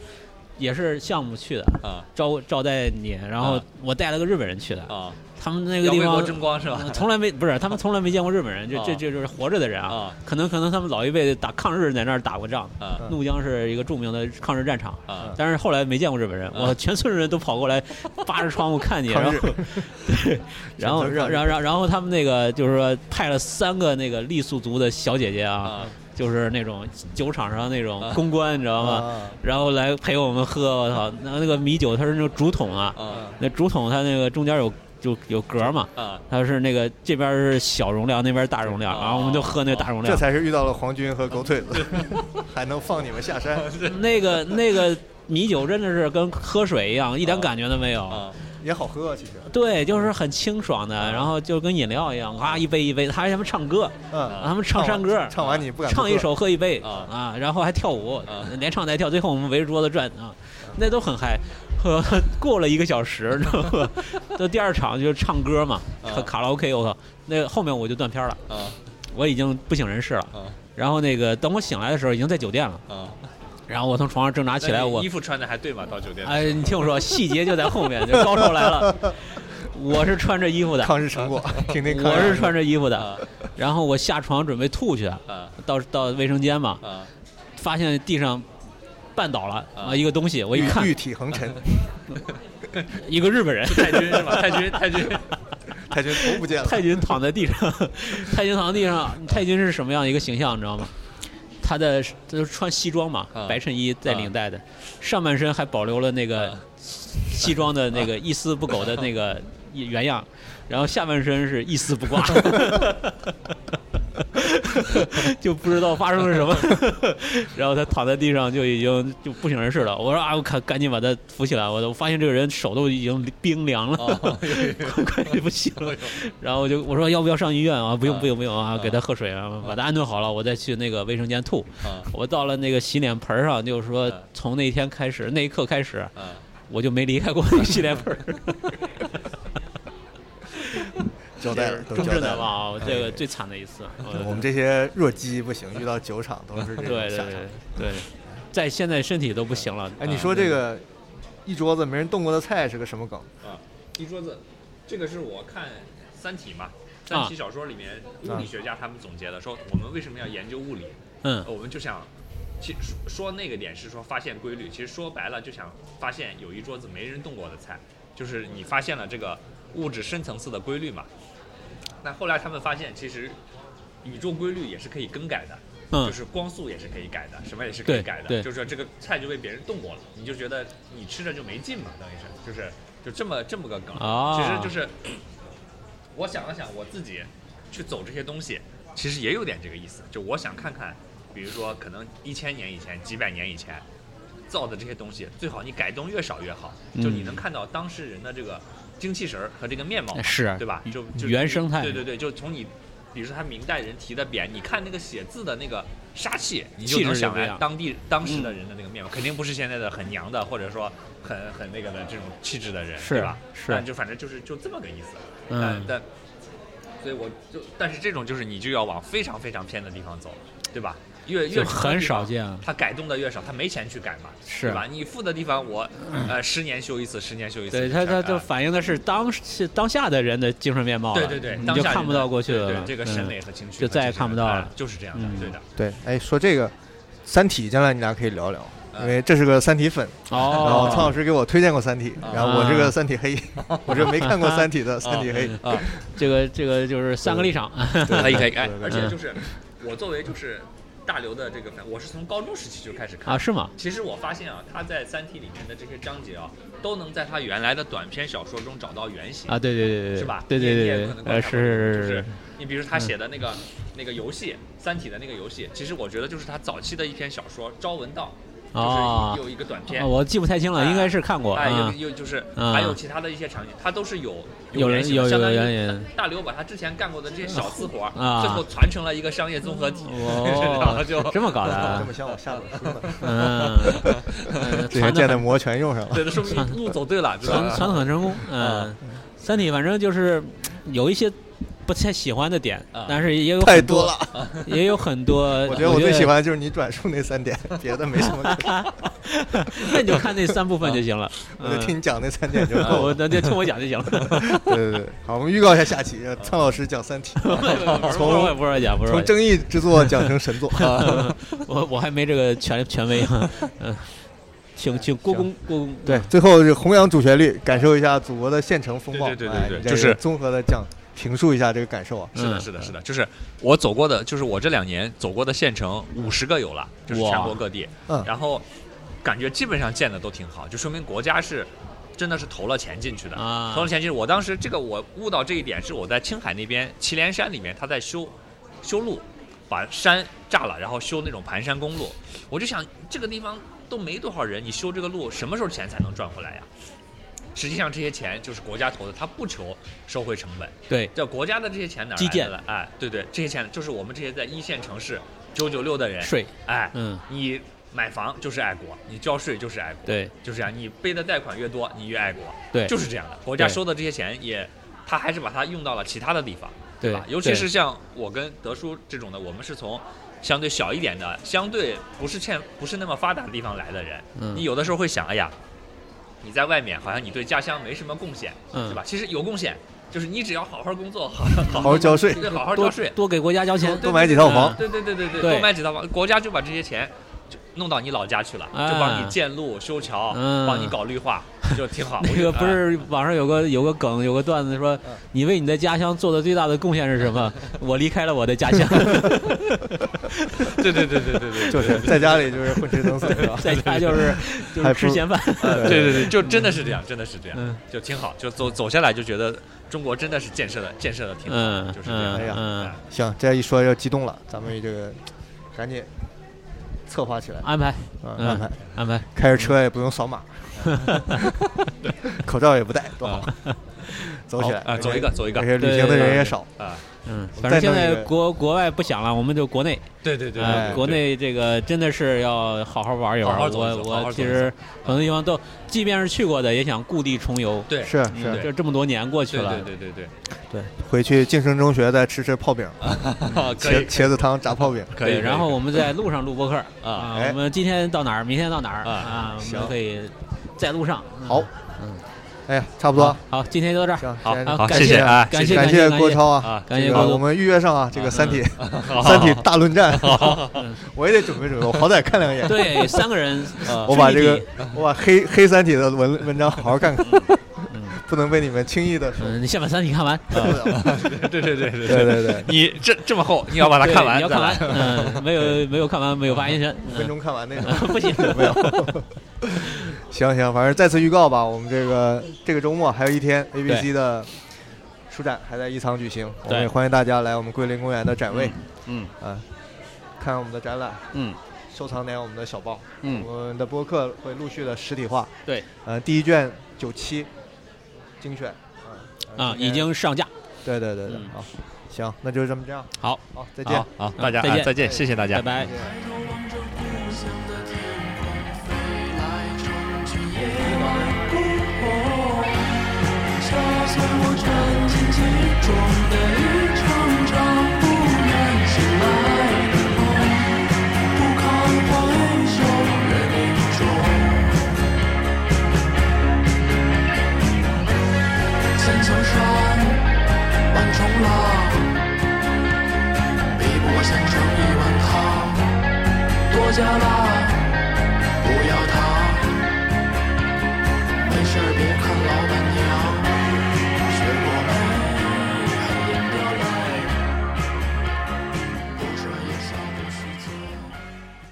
Speaker 4: 也是项目去的，
Speaker 6: 啊
Speaker 4: 招招待你，然后
Speaker 6: 啊
Speaker 4: 我带了个日本人去的，
Speaker 6: 啊，
Speaker 4: 他们那个
Speaker 6: 要
Speaker 4: 地
Speaker 6: 为国
Speaker 4: 方
Speaker 6: 争光是吧
Speaker 4: 呃？从来没不是他们从来没见过日本人，就
Speaker 6: 啊
Speaker 4: 这这就是活着的人啊
Speaker 6: 啊，
Speaker 4: 可能可能他们老一辈打抗日在那儿打过仗，
Speaker 6: 啊
Speaker 5: 嗯
Speaker 4: 怒江是一个著名的抗日战场。
Speaker 6: 啊
Speaker 4: 但是后来没见过日本人，我全村人都跑过来， *laughs* 扒着窗户看你，然
Speaker 5: 嗯
Speaker 4: 后
Speaker 5: 抗日，
Speaker 4: 对，然后， *laughs*
Speaker 5: 全
Speaker 4: 然
Speaker 5: 村抗
Speaker 4: 后
Speaker 5: 日
Speaker 4: 然后，然后他们那个就是说派了三个那个傈僳族的小姐姐啊，
Speaker 5: 嗯
Speaker 6: 啊
Speaker 4: 就是那种酒场上那种公关，你知道吗？
Speaker 5: 啊
Speaker 4: 然后来陪我们喝，我操，那那个米酒它是那种竹筒
Speaker 5: 嗯
Speaker 4: 啊，
Speaker 6: 啊
Speaker 4: 那竹筒它那个中间有就有格嘛，
Speaker 6: 啊
Speaker 4: 它是那个这边是小容量，那边大容量，
Speaker 5: 嗯
Speaker 6: 对
Speaker 4: 然后我们就喝那大容
Speaker 5: 这
Speaker 4: 量。
Speaker 5: *laughs* 才是遇到了皇军和狗腿子， *laughs* 还能放你们下山，
Speaker 4: 那个那个米酒真的是跟喝水一样，一点感觉都没有。
Speaker 6: 啊
Speaker 5: 也好喝啊，其实。
Speaker 4: 对，就是很清爽
Speaker 5: 啊
Speaker 4: 的，然后就跟饮料一样，啊，一杯一杯，还有他们唱歌，
Speaker 5: 嗯，
Speaker 4: 他们唱山歌，
Speaker 5: 唱完你不敢
Speaker 4: 唱一
Speaker 5: 喝
Speaker 4: 首喝一杯
Speaker 6: 啊
Speaker 4: 啊，然后还跳舞
Speaker 6: 啊，
Speaker 4: 连唱带跳，最后我们围着桌子转啊，那都很嗨。 *laughs* 呵，过了一个小时，
Speaker 5: *laughs*
Speaker 4: 你知道吗？到第二场就是唱歌嘛，
Speaker 6: 啊
Speaker 4: 和卡拉 OK，我靠，那后面我就断片了，
Speaker 6: 啊
Speaker 4: 我已经不省人事了。
Speaker 6: 啊
Speaker 4: 然后那个等我醒来的时候，已经在酒店了。
Speaker 6: 啊！
Speaker 4: 然后我从床上挣扎起来，
Speaker 6: 那你
Speaker 4: 我
Speaker 6: 衣服穿的还对吗？到酒店的时候
Speaker 4: 哎，你听我说，细节就在后面，就高潮来
Speaker 5: *laughs*
Speaker 4: 了。我是穿着衣服的，
Speaker 5: 抗日
Speaker 4: *laughs*
Speaker 5: 成果，听听抗
Speaker 4: 我
Speaker 5: 日
Speaker 4: 是
Speaker 5: 成果
Speaker 4: 穿着衣服
Speaker 6: 啊
Speaker 4: 的，然后我下床准备吐去，
Speaker 6: 啊
Speaker 4: 到到卫生间嘛，
Speaker 6: 啊
Speaker 4: 发现地上绊倒了
Speaker 6: 啊
Speaker 4: 啊一个东西，我一
Speaker 5: 玉
Speaker 4: 看
Speaker 5: 玉体横陈，
Speaker 4: 一个日本人，
Speaker 6: 太君是吧？太君太君
Speaker 4: *laughs*
Speaker 5: 太君头不见了，
Speaker 4: 太君躺在地上，太君躺在地上，太君是什么样一个形象，你知道吗？他的就是穿西装嘛
Speaker 6: 啊，
Speaker 4: 白衬衣带领带的，上半身还保留了那个
Speaker 6: 啊
Speaker 4: 西装的那个一丝不苟的那个原样，然后下半身是一丝不挂， *laughs* 就不知道发生了什么，然后他躺在地上就已经就不省人事了。我说啊，我赶赶紧把他扶起来，我我发现这个人手都已经冰凉了，
Speaker 6: 啊
Speaker 4: 快 *laughs* 快就不行
Speaker 6: 哎
Speaker 4: 了。然后我就我说要不要上医院啊？不用不用不用啊，给他喝水啊，把他安顿好了，我再去那个卫生间
Speaker 6: *laughs*
Speaker 4: 吐。
Speaker 6: *laughs* 啊
Speaker 4: 我到了那个洗脸盆儿上，就是说
Speaker 6: 嗯
Speaker 4: 从那一天开始，那一刻开始，
Speaker 6: 啊！
Speaker 4: 我就没离开过那个洗脸盆儿。
Speaker 6: *laughs*
Speaker 5: 交代了，都
Speaker 4: 终
Speaker 5: 交
Speaker 4: 身
Speaker 5: 代
Speaker 4: 难忘
Speaker 5: 了。
Speaker 4: 啊！
Speaker 6: 哎
Speaker 4: 我这个最惨的一次。
Speaker 5: 我们这些弱鸡不行，遇到酒场都是
Speaker 4: *laughs*
Speaker 5: 这
Speaker 4: 对
Speaker 5: 种
Speaker 4: 对
Speaker 5: 下
Speaker 4: 对啊
Speaker 5: 场。
Speaker 4: 对，在现在身体都不行了。
Speaker 5: 哎，你说这个一桌子没人动过的菜是个什么梗？
Speaker 6: 啊，一桌子，这个是我看《三体》嘛，《三体》小说里面物理学家他们总结的，说我们为什么要研究物理？
Speaker 4: 嗯
Speaker 6: 呃我们就想，其实说那个点是说发现规律，其实说白了就想发现有一桌子没人动过的菜，就是你发现了这个物质深层次的规律嘛。那后来他们发现，其实宇宙规律也是可以更改的。
Speaker 4: 嗯
Speaker 6: 就是光速也是可以改的，什么也是可以
Speaker 4: 对
Speaker 6: 改的，
Speaker 4: 对
Speaker 6: 就是说这个菜就被别人动过了，你就觉得你吃着就没劲嘛，等于是就是就这么这么个梗，
Speaker 4: 啊
Speaker 6: 其实就是 *coughs* 我想了想，我自己去走这些东西，其实也有点这个意思，就我想看看，比如说可能一千年以前、几百年以前，造的这些东西，最好你改动越少越好，
Speaker 4: 嗯
Speaker 6: 就你能看到当事人的这个精气神儿和这个
Speaker 4: *laughs*
Speaker 6: 面貌嘛，
Speaker 4: 是
Speaker 6: 哦
Speaker 4: 啊嗯
Speaker 6: 对吧？就就
Speaker 4: 原生态
Speaker 6: 对对对，就从你，比如说他明代人提的匾，你看那个写字的那个杀气，你就
Speaker 4: 气质
Speaker 6: 能
Speaker 4: 就
Speaker 6: 想
Speaker 4: 不一
Speaker 6: 来
Speaker 4: 样
Speaker 6: 当地当时的人的那个面貌，肯定不是现在的很娘的，或者说很很那个的这种气质的人，
Speaker 4: 是
Speaker 6: 对吧？
Speaker 4: 是
Speaker 6: 但就反正就是就这么个意思，
Speaker 4: 嗯
Speaker 6: 但但。所以我就，但是这种就是你就要往非常非常偏的地方走，对吧？越越
Speaker 4: 就很少见啊。
Speaker 6: 他改动的越少，他没钱去改嘛，
Speaker 4: 是
Speaker 6: 对吧？你富的地方我，呃，十年修一次，十年修一次，
Speaker 4: 对他，他
Speaker 6: 就
Speaker 4: 就反映的是当时当下的人的精神面貌了，
Speaker 6: 对对对，
Speaker 4: 你
Speaker 6: 当
Speaker 4: 就
Speaker 6: 下
Speaker 4: 看不
Speaker 6: 人的
Speaker 4: 到过去
Speaker 6: 对
Speaker 4: 的
Speaker 6: 对
Speaker 4: 了，
Speaker 6: 这个
Speaker 4: 嗯
Speaker 6: 审美和情绪
Speaker 4: 就
Speaker 6: 和
Speaker 4: 再也
Speaker 6: 精神
Speaker 4: 看不到
Speaker 6: 哎
Speaker 4: 了
Speaker 6: 就是这样的，
Speaker 4: 嗯
Speaker 6: 对的，
Speaker 5: 对，哎，说这个《三体》，将来你俩可以聊聊，
Speaker 6: 嗯
Speaker 5: 因为这是个《三体》粉，然后曹
Speaker 4: 哦，啊
Speaker 5: 老师给我推荐过《三体》，然后我是个《三体》
Speaker 4: *laughs*
Speaker 5: 黑，我是没看过《三体》的《三体》黑。
Speaker 4: 哦这个这个就是三个立场，
Speaker 5: 对
Speaker 6: 可以可以，哎
Speaker 5: 对对，
Speaker 6: 而
Speaker 4: 嗯
Speaker 6: 且就是我作为就是大刘的这个粉，我是从高中时期就开始看
Speaker 4: *laughs* 啊，是吗？
Speaker 6: 其实我发现啊，他在《三体》里面的这些章节啊，都能在他原来的短篇小说中找到原型
Speaker 4: 啊，对对对对对，
Speaker 6: 是吧？
Speaker 4: 对对
Speaker 6: 你也
Speaker 4: 对
Speaker 6: 你也可
Speaker 4: 对
Speaker 6: 能，观
Speaker 4: 呃，
Speaker 6: 察
Speaker 4: 是
Speaker 6: 到就是
Speaker 4: 是是，嗯
Speaker 6: 你比如他写的那个、那个游戏《三体》的那个游戏，其实我觉得就是他早期的一篇小说《朝闻道》，
Speaker 4: 哦
Speaker 6: 就是有一个短篇。
Speaker 4: 啊我记不太清了，
Speaker 6: 哎
Speaker 4: 应该是看过
Speaker 6: 哎，
Speaker 4: 啊
Speaker 6: 又，又就是
Speaker 4: 嗯
Speaker 6: 还有其他的一些场景，它都是有
Speaker 4: 有
Speaker 6: 原
Speaker 4: 人
Speaker 6: 型的，
Speaker 4: 有
Speaker 6: 相
Speaker 4: 有
Speaker 6: 当
Speaker 4: 原
Speaker 6: 于
Speaker 4: 因，
Speaker 6: 大刘把他之前干过的这些小私活儿，
Speaker 4: 啊
Speaker 6: 最后传成了一个商业综合体， *laughs* 然后
Speaker 4: 哦
Speaker 6: 就，
Speaker 4: 这么搞的
Speaker 6: *laughs*
Speaker 5: 这
Speaker 4: 啊，
Speaker 5: 么像我下本书呢，
Speaker 4: 嗯，嗯
Speaker 5: *laughs* 这些
Speaker 4: 传
Speaker 5: 剑
Speaker 4: 的
Speaker 5: 的魔全用上了。
Speaker 6: 对，那说明路走对了，对
Speaker 4: 传
Speaker 6: 吧？
Speaker 4: 传的很成功，
Speaker 6: 啊
Speaker 4: 嗯，三体反正就是有一些不太喜欢的点
Speaker 6: 啊，
Speaker 4: 但是也有
Speaker 5: *laughs* 太
Speaker 4: 很
Speaker 5: 多了，，
Speaker 4: *laughs* 也有很多，
Speaker 5: 我
Speaker 4: 我
Speaker 5: 觉得我最喜欢的就是你转述那三点，别的没什么可说。
Speaker 4: *laughs* 那你就看那三部分就行了。
Speaker 5: *laughs* 我就
Speaker 4: *laughs* 嗯
Speaker 5: 听你讲那三点就
Speaker 4: 啊
Speaker 5: 够
Speaker 4: 我
Speaker 5: 了。
Speaker 4: 那就听我讲就行了。
Speaker 5: 对 *laughs* 对对，好，我们预告一下下期，苍老师讲《三体》，
Speaker 4: *laughs* 不是我也不是我讲，不是我讲，
Speaker 5: 从争议之作讲成神
Speaker 6: *laughs*
Speaker 5: 作。
Speaker 4: *laughs* 我我还没这个权权威啊。嗯，请请郭公郭公
Speaker 5: 对，最后是弘扬主旋律，感受一下祖国的县城风貌。
Speaker 6: 对对对对
Speaker 5: 哎
Speaker 6: 对
Speaker 5: 你这
Speaker 6: 就是
Speaker 5: 综合的讲评述一下这个
Speaker 6: *laughs*
Speaker 5: 感受啊。
Speaker 6: 是的，是的，是的，就是我走过的，就是我这两年走过的县城五十个有了，就是全国各地
Speaker 5: 嗯，
Speaker 6: 然后感觉基本上建的都挺好，就说明国家是真的是投了钱进去的，
Speaker 4: 啊
Speaker 6: 投了钱进去。我当时这个我悟到这一点是我在青海那边祁连山里面，他在修修路，把山炸了，然后修那种盘山公路，我就想这个地方都没多少人，你修这个路什么时候钱才能赚回来呀？实际上这些钱就是国家投的，他不求收回成本。
Speaker 4: 对
Speaker 6: 叫国家的这些钱哪儿
Speaker 4: 基
Speaker 6: 来的
Speaker 4: 建
Speaker 6: 了？哎，对对，这些钱就是我们这些在一线城市九九六的人，
Speaker 4: 税，
Speaker 6: 哎，
Speaker 4: 嗯，
Speaker 6: 你买房就是爱国，你交税就是爱国，，
Speaker 4: 对
Speaker 6: 就是这样。你背的贷款越多，你越爱国，
Speaker 4: 对
Speaker 6: 就是这样的。国家
Speaker 4: 对
Speaker 6: 收的这些钱也，他还是把它用到了其他的地方，
Speaker 4: 对
Speaker 6: 吧？，尤其是像我跟德叔这种的，我们是从相对小一点的、相对不是欠不是那么发达的地方来的人，
Speaker 4: 嗯
Speaker 6: 你有的时候会想，哎呀，你在外面好像你对家乡没什么贡献，
Speaker 4: 嗯
Speaker 6: 是吧？其实有贡献，就是你只要好好工作，好好
Speaker 5: 好好交税
Speaker 6: 对，好好交
Speaker 4: 多
Speaker 6: 税，
Speaker 4: 多给国家交钱
Speaker 6: 哦对，
Speaker 5: 多买几套房
Speaker 6: 对对对对对，
Speaker 4: 对
Speaker 6: 多买几套房，国家就把这些钱就弄到你老家去了，
Speaker 4: 啊
Speaker 6: 就帮你建路、修桥，
Speaker 4: 嗯
Speaker 6: 帮你搞绿化，就挺好。啊我哎
Speaker 4: *laughs* 那
Speaker 6: 觉
Speaker 4: 个
Speaker 6: 得
Speaker 4: 不是网上有个有个梗有个段子说，
Speaker 6: 嗯
Speaker 4: 你为你的家乡做的最大的贡献是什么？我离开了我的
Speaker 6: *laughs*
Speaker 4: 家乡，
Speaker 6: 哎对对对对对对，
Speaker 5: 就是在家里就是混吃等死，是吧？
Speaker 4: 在
Speaker 6: *laughs*
Speaker 4: 家
Speaker 5: *laughs*
Speaker 4: 就是就是吃闲饭。
Speaker 6: 对
Speaker 5: 哎
Speaker 6: 对对，就真的是这样，真的是这样
Speaker 4: 嗯，
Speaker 6: 就挺好。就走走下来就觉得中国真的是建设的建设的挺好，
Speaker 4: 嗯
Speaker 6: 就是这样
Speaker 5: 哎呀
Speaker 4: 嗯。嗯，
Speaker 5: 行，这一说要激动了，咱们这个赶紧策划起来，
Speaker 4: 安排
Speaker 5: 嗯，
Speaker 4: 嗯
Speaker 5: 安排
Speaker 4: 安
Speaker 6: *laughs*
Speaker 4: 排， *laughs*
Speaker 5: 开着车也不用扫码，口罩也不戴，多好，走起来
Speaker 6: 啊，走一个，走一个
Speaker 5: 而且旅行的人也少，
Speaker 6: 啊，
Speaker 4: 嗯，
Speaker 5: 再
Speaker 4: 反正现
Speaker 5: 弄一
Speaker 4: 在
Speaker 5: 个
Speaker 4: 国国外不想了，我们就国内。
Speaker 6: 对对对
Speaker 5: 哎
Speaker 4: 呃，国内这个真的是要好好玩一玩。
Speaker 6: 好好走一走好
Speaker 4: 我
Speaker 6: 好走
Speaker 4: 我
Speaker 6: 一
Speaker 4: 其实很多地方都，即便是去过的，也想故地重游。
Speaker 6: 对
Speaker 5: 是
Speaker 6: 嗯
Speaker 5: 是
Speaker 4: 这这么多年过去
Speaker 6: 对
Speaker 4: 了，
Speaker 6: 对对对对
Speaker 5: 对，回去晋升中学再吃吃泡饼，
Speaker 4: 嗯
Speaker 6: 对，啊 *laughs* 可
Speaker 5: 茄
Speaker 6: 以
Speaker 5: 茄子汤炸泡饼，
Speaker 6: 可以可以。
Speaker 4: 然后我们在路上录播客
Speaker 6: 啊
Speaker 4: 啊，
Speaker 5: 哎
Speaker 4: 我们今天到哪儿，明天到哪儿
Speaker 6: 啊
Speaker 4: 啊，我
Speaker 5: 行
Speaker 4: 们可以在路上。嗯
Speaker 5: 好，哎呀，差不多，
Speaker 4: 好，今天就到这儿。
Speaker 5: 行，
Speaker 6: 好
Speaker 5: 先
Speaker 4: 好，
Speaker 6: 好
Speaker 4: 感
Speaker 6: 谢谢啊
Speaker 4: 感
Speaker 5: 感
Speaker 4: 感谢
Speaker 5: 郭超，
Speaker 6: 啊
Speaker 5: 啊，
Speaker 4: 感谢
Speaker 5: 这
Speaker 4: 郭
Speaker 5: 个我
Speaker 4: 总。
Speaker 5: 们预约上啊，这个《三体》
Speaker 6: 好
Speaker 5: 《 *laughs* 三体》大论战， *laughs* 我也得准备准备，我好歹看两眼。
Speaker 4: 对，三
Speaker 6: *laughs*
Speaker 4: 个人，
Speaker 6: 啊
Speaker 4: 呃
Speaker 5: 我把这个我把黑黑《三体》的文文章好好看看，
Speaker 6: 嗯
Speaker 5: 不能被你们轻易的说。
Speaker 4: 嗯，你先把《三体》看完。
Speaker 6: *laughs* 嗯对对对对
Speaker 5: 对对对，
Speaker 6: 你这这么厚，啊你要把它
Speaker 4: 对
Speaker 6: 看完，
Speaker 4: 你要看完，嗯，没有没有看完，没有发言权，
Speaker 5: 五分钟看完那种。
Speaker 4: *laughs* 不
Speaker 5: *laughs*
Speaker 4: 行，
Speaker 5: 没有。行行，反正再次预告吧，我们这个这个周末还有一天 ABC 的书展还在一仓举行，我们
Speaker 4: 对
Speaker 5: 也欢迎大家来我们桂林公园的展位，
Speaker 4: 嗯
Speaker 5: 啊，看看我们的展览，
Speaker 4: 嗯，
Speaker 5: 收藏点我们的小报。
Speaker 8: 嗯
Speaker 5: 我们的播客会陆续的实体化。
Speaker 8: 对，
Speaker 5: 呃，第一卷九期精选。呃
Speaker 4: 啊，
Speaker 5: 今天
Speaker 4: 已经上架。
Speaker 5: 对对对对，
Speaker 8: 嗯
Speaker 5: 好，行，那就这么这样，
Speaker 4: 好，
Speaker 5: 好，再见
Speaker 6: 好。好，大家
Speaker 4: 再
Speaker 6: 啊
Speaker 4: 见
Speaker 6: 再见，谢谢大家，
Speaker 4: 拜拜。
Speaker 5: 见
Speaker 3: 抬头望着故乡的天空，飞来成群夜晚孤鸿，夹碎我沉浸其中的一场场不愿醒来的梦，不堪回首的凝重。千层山，万重浪，比不过三生一碗汤。多加辣，不要糖。没事儿别看老板娘。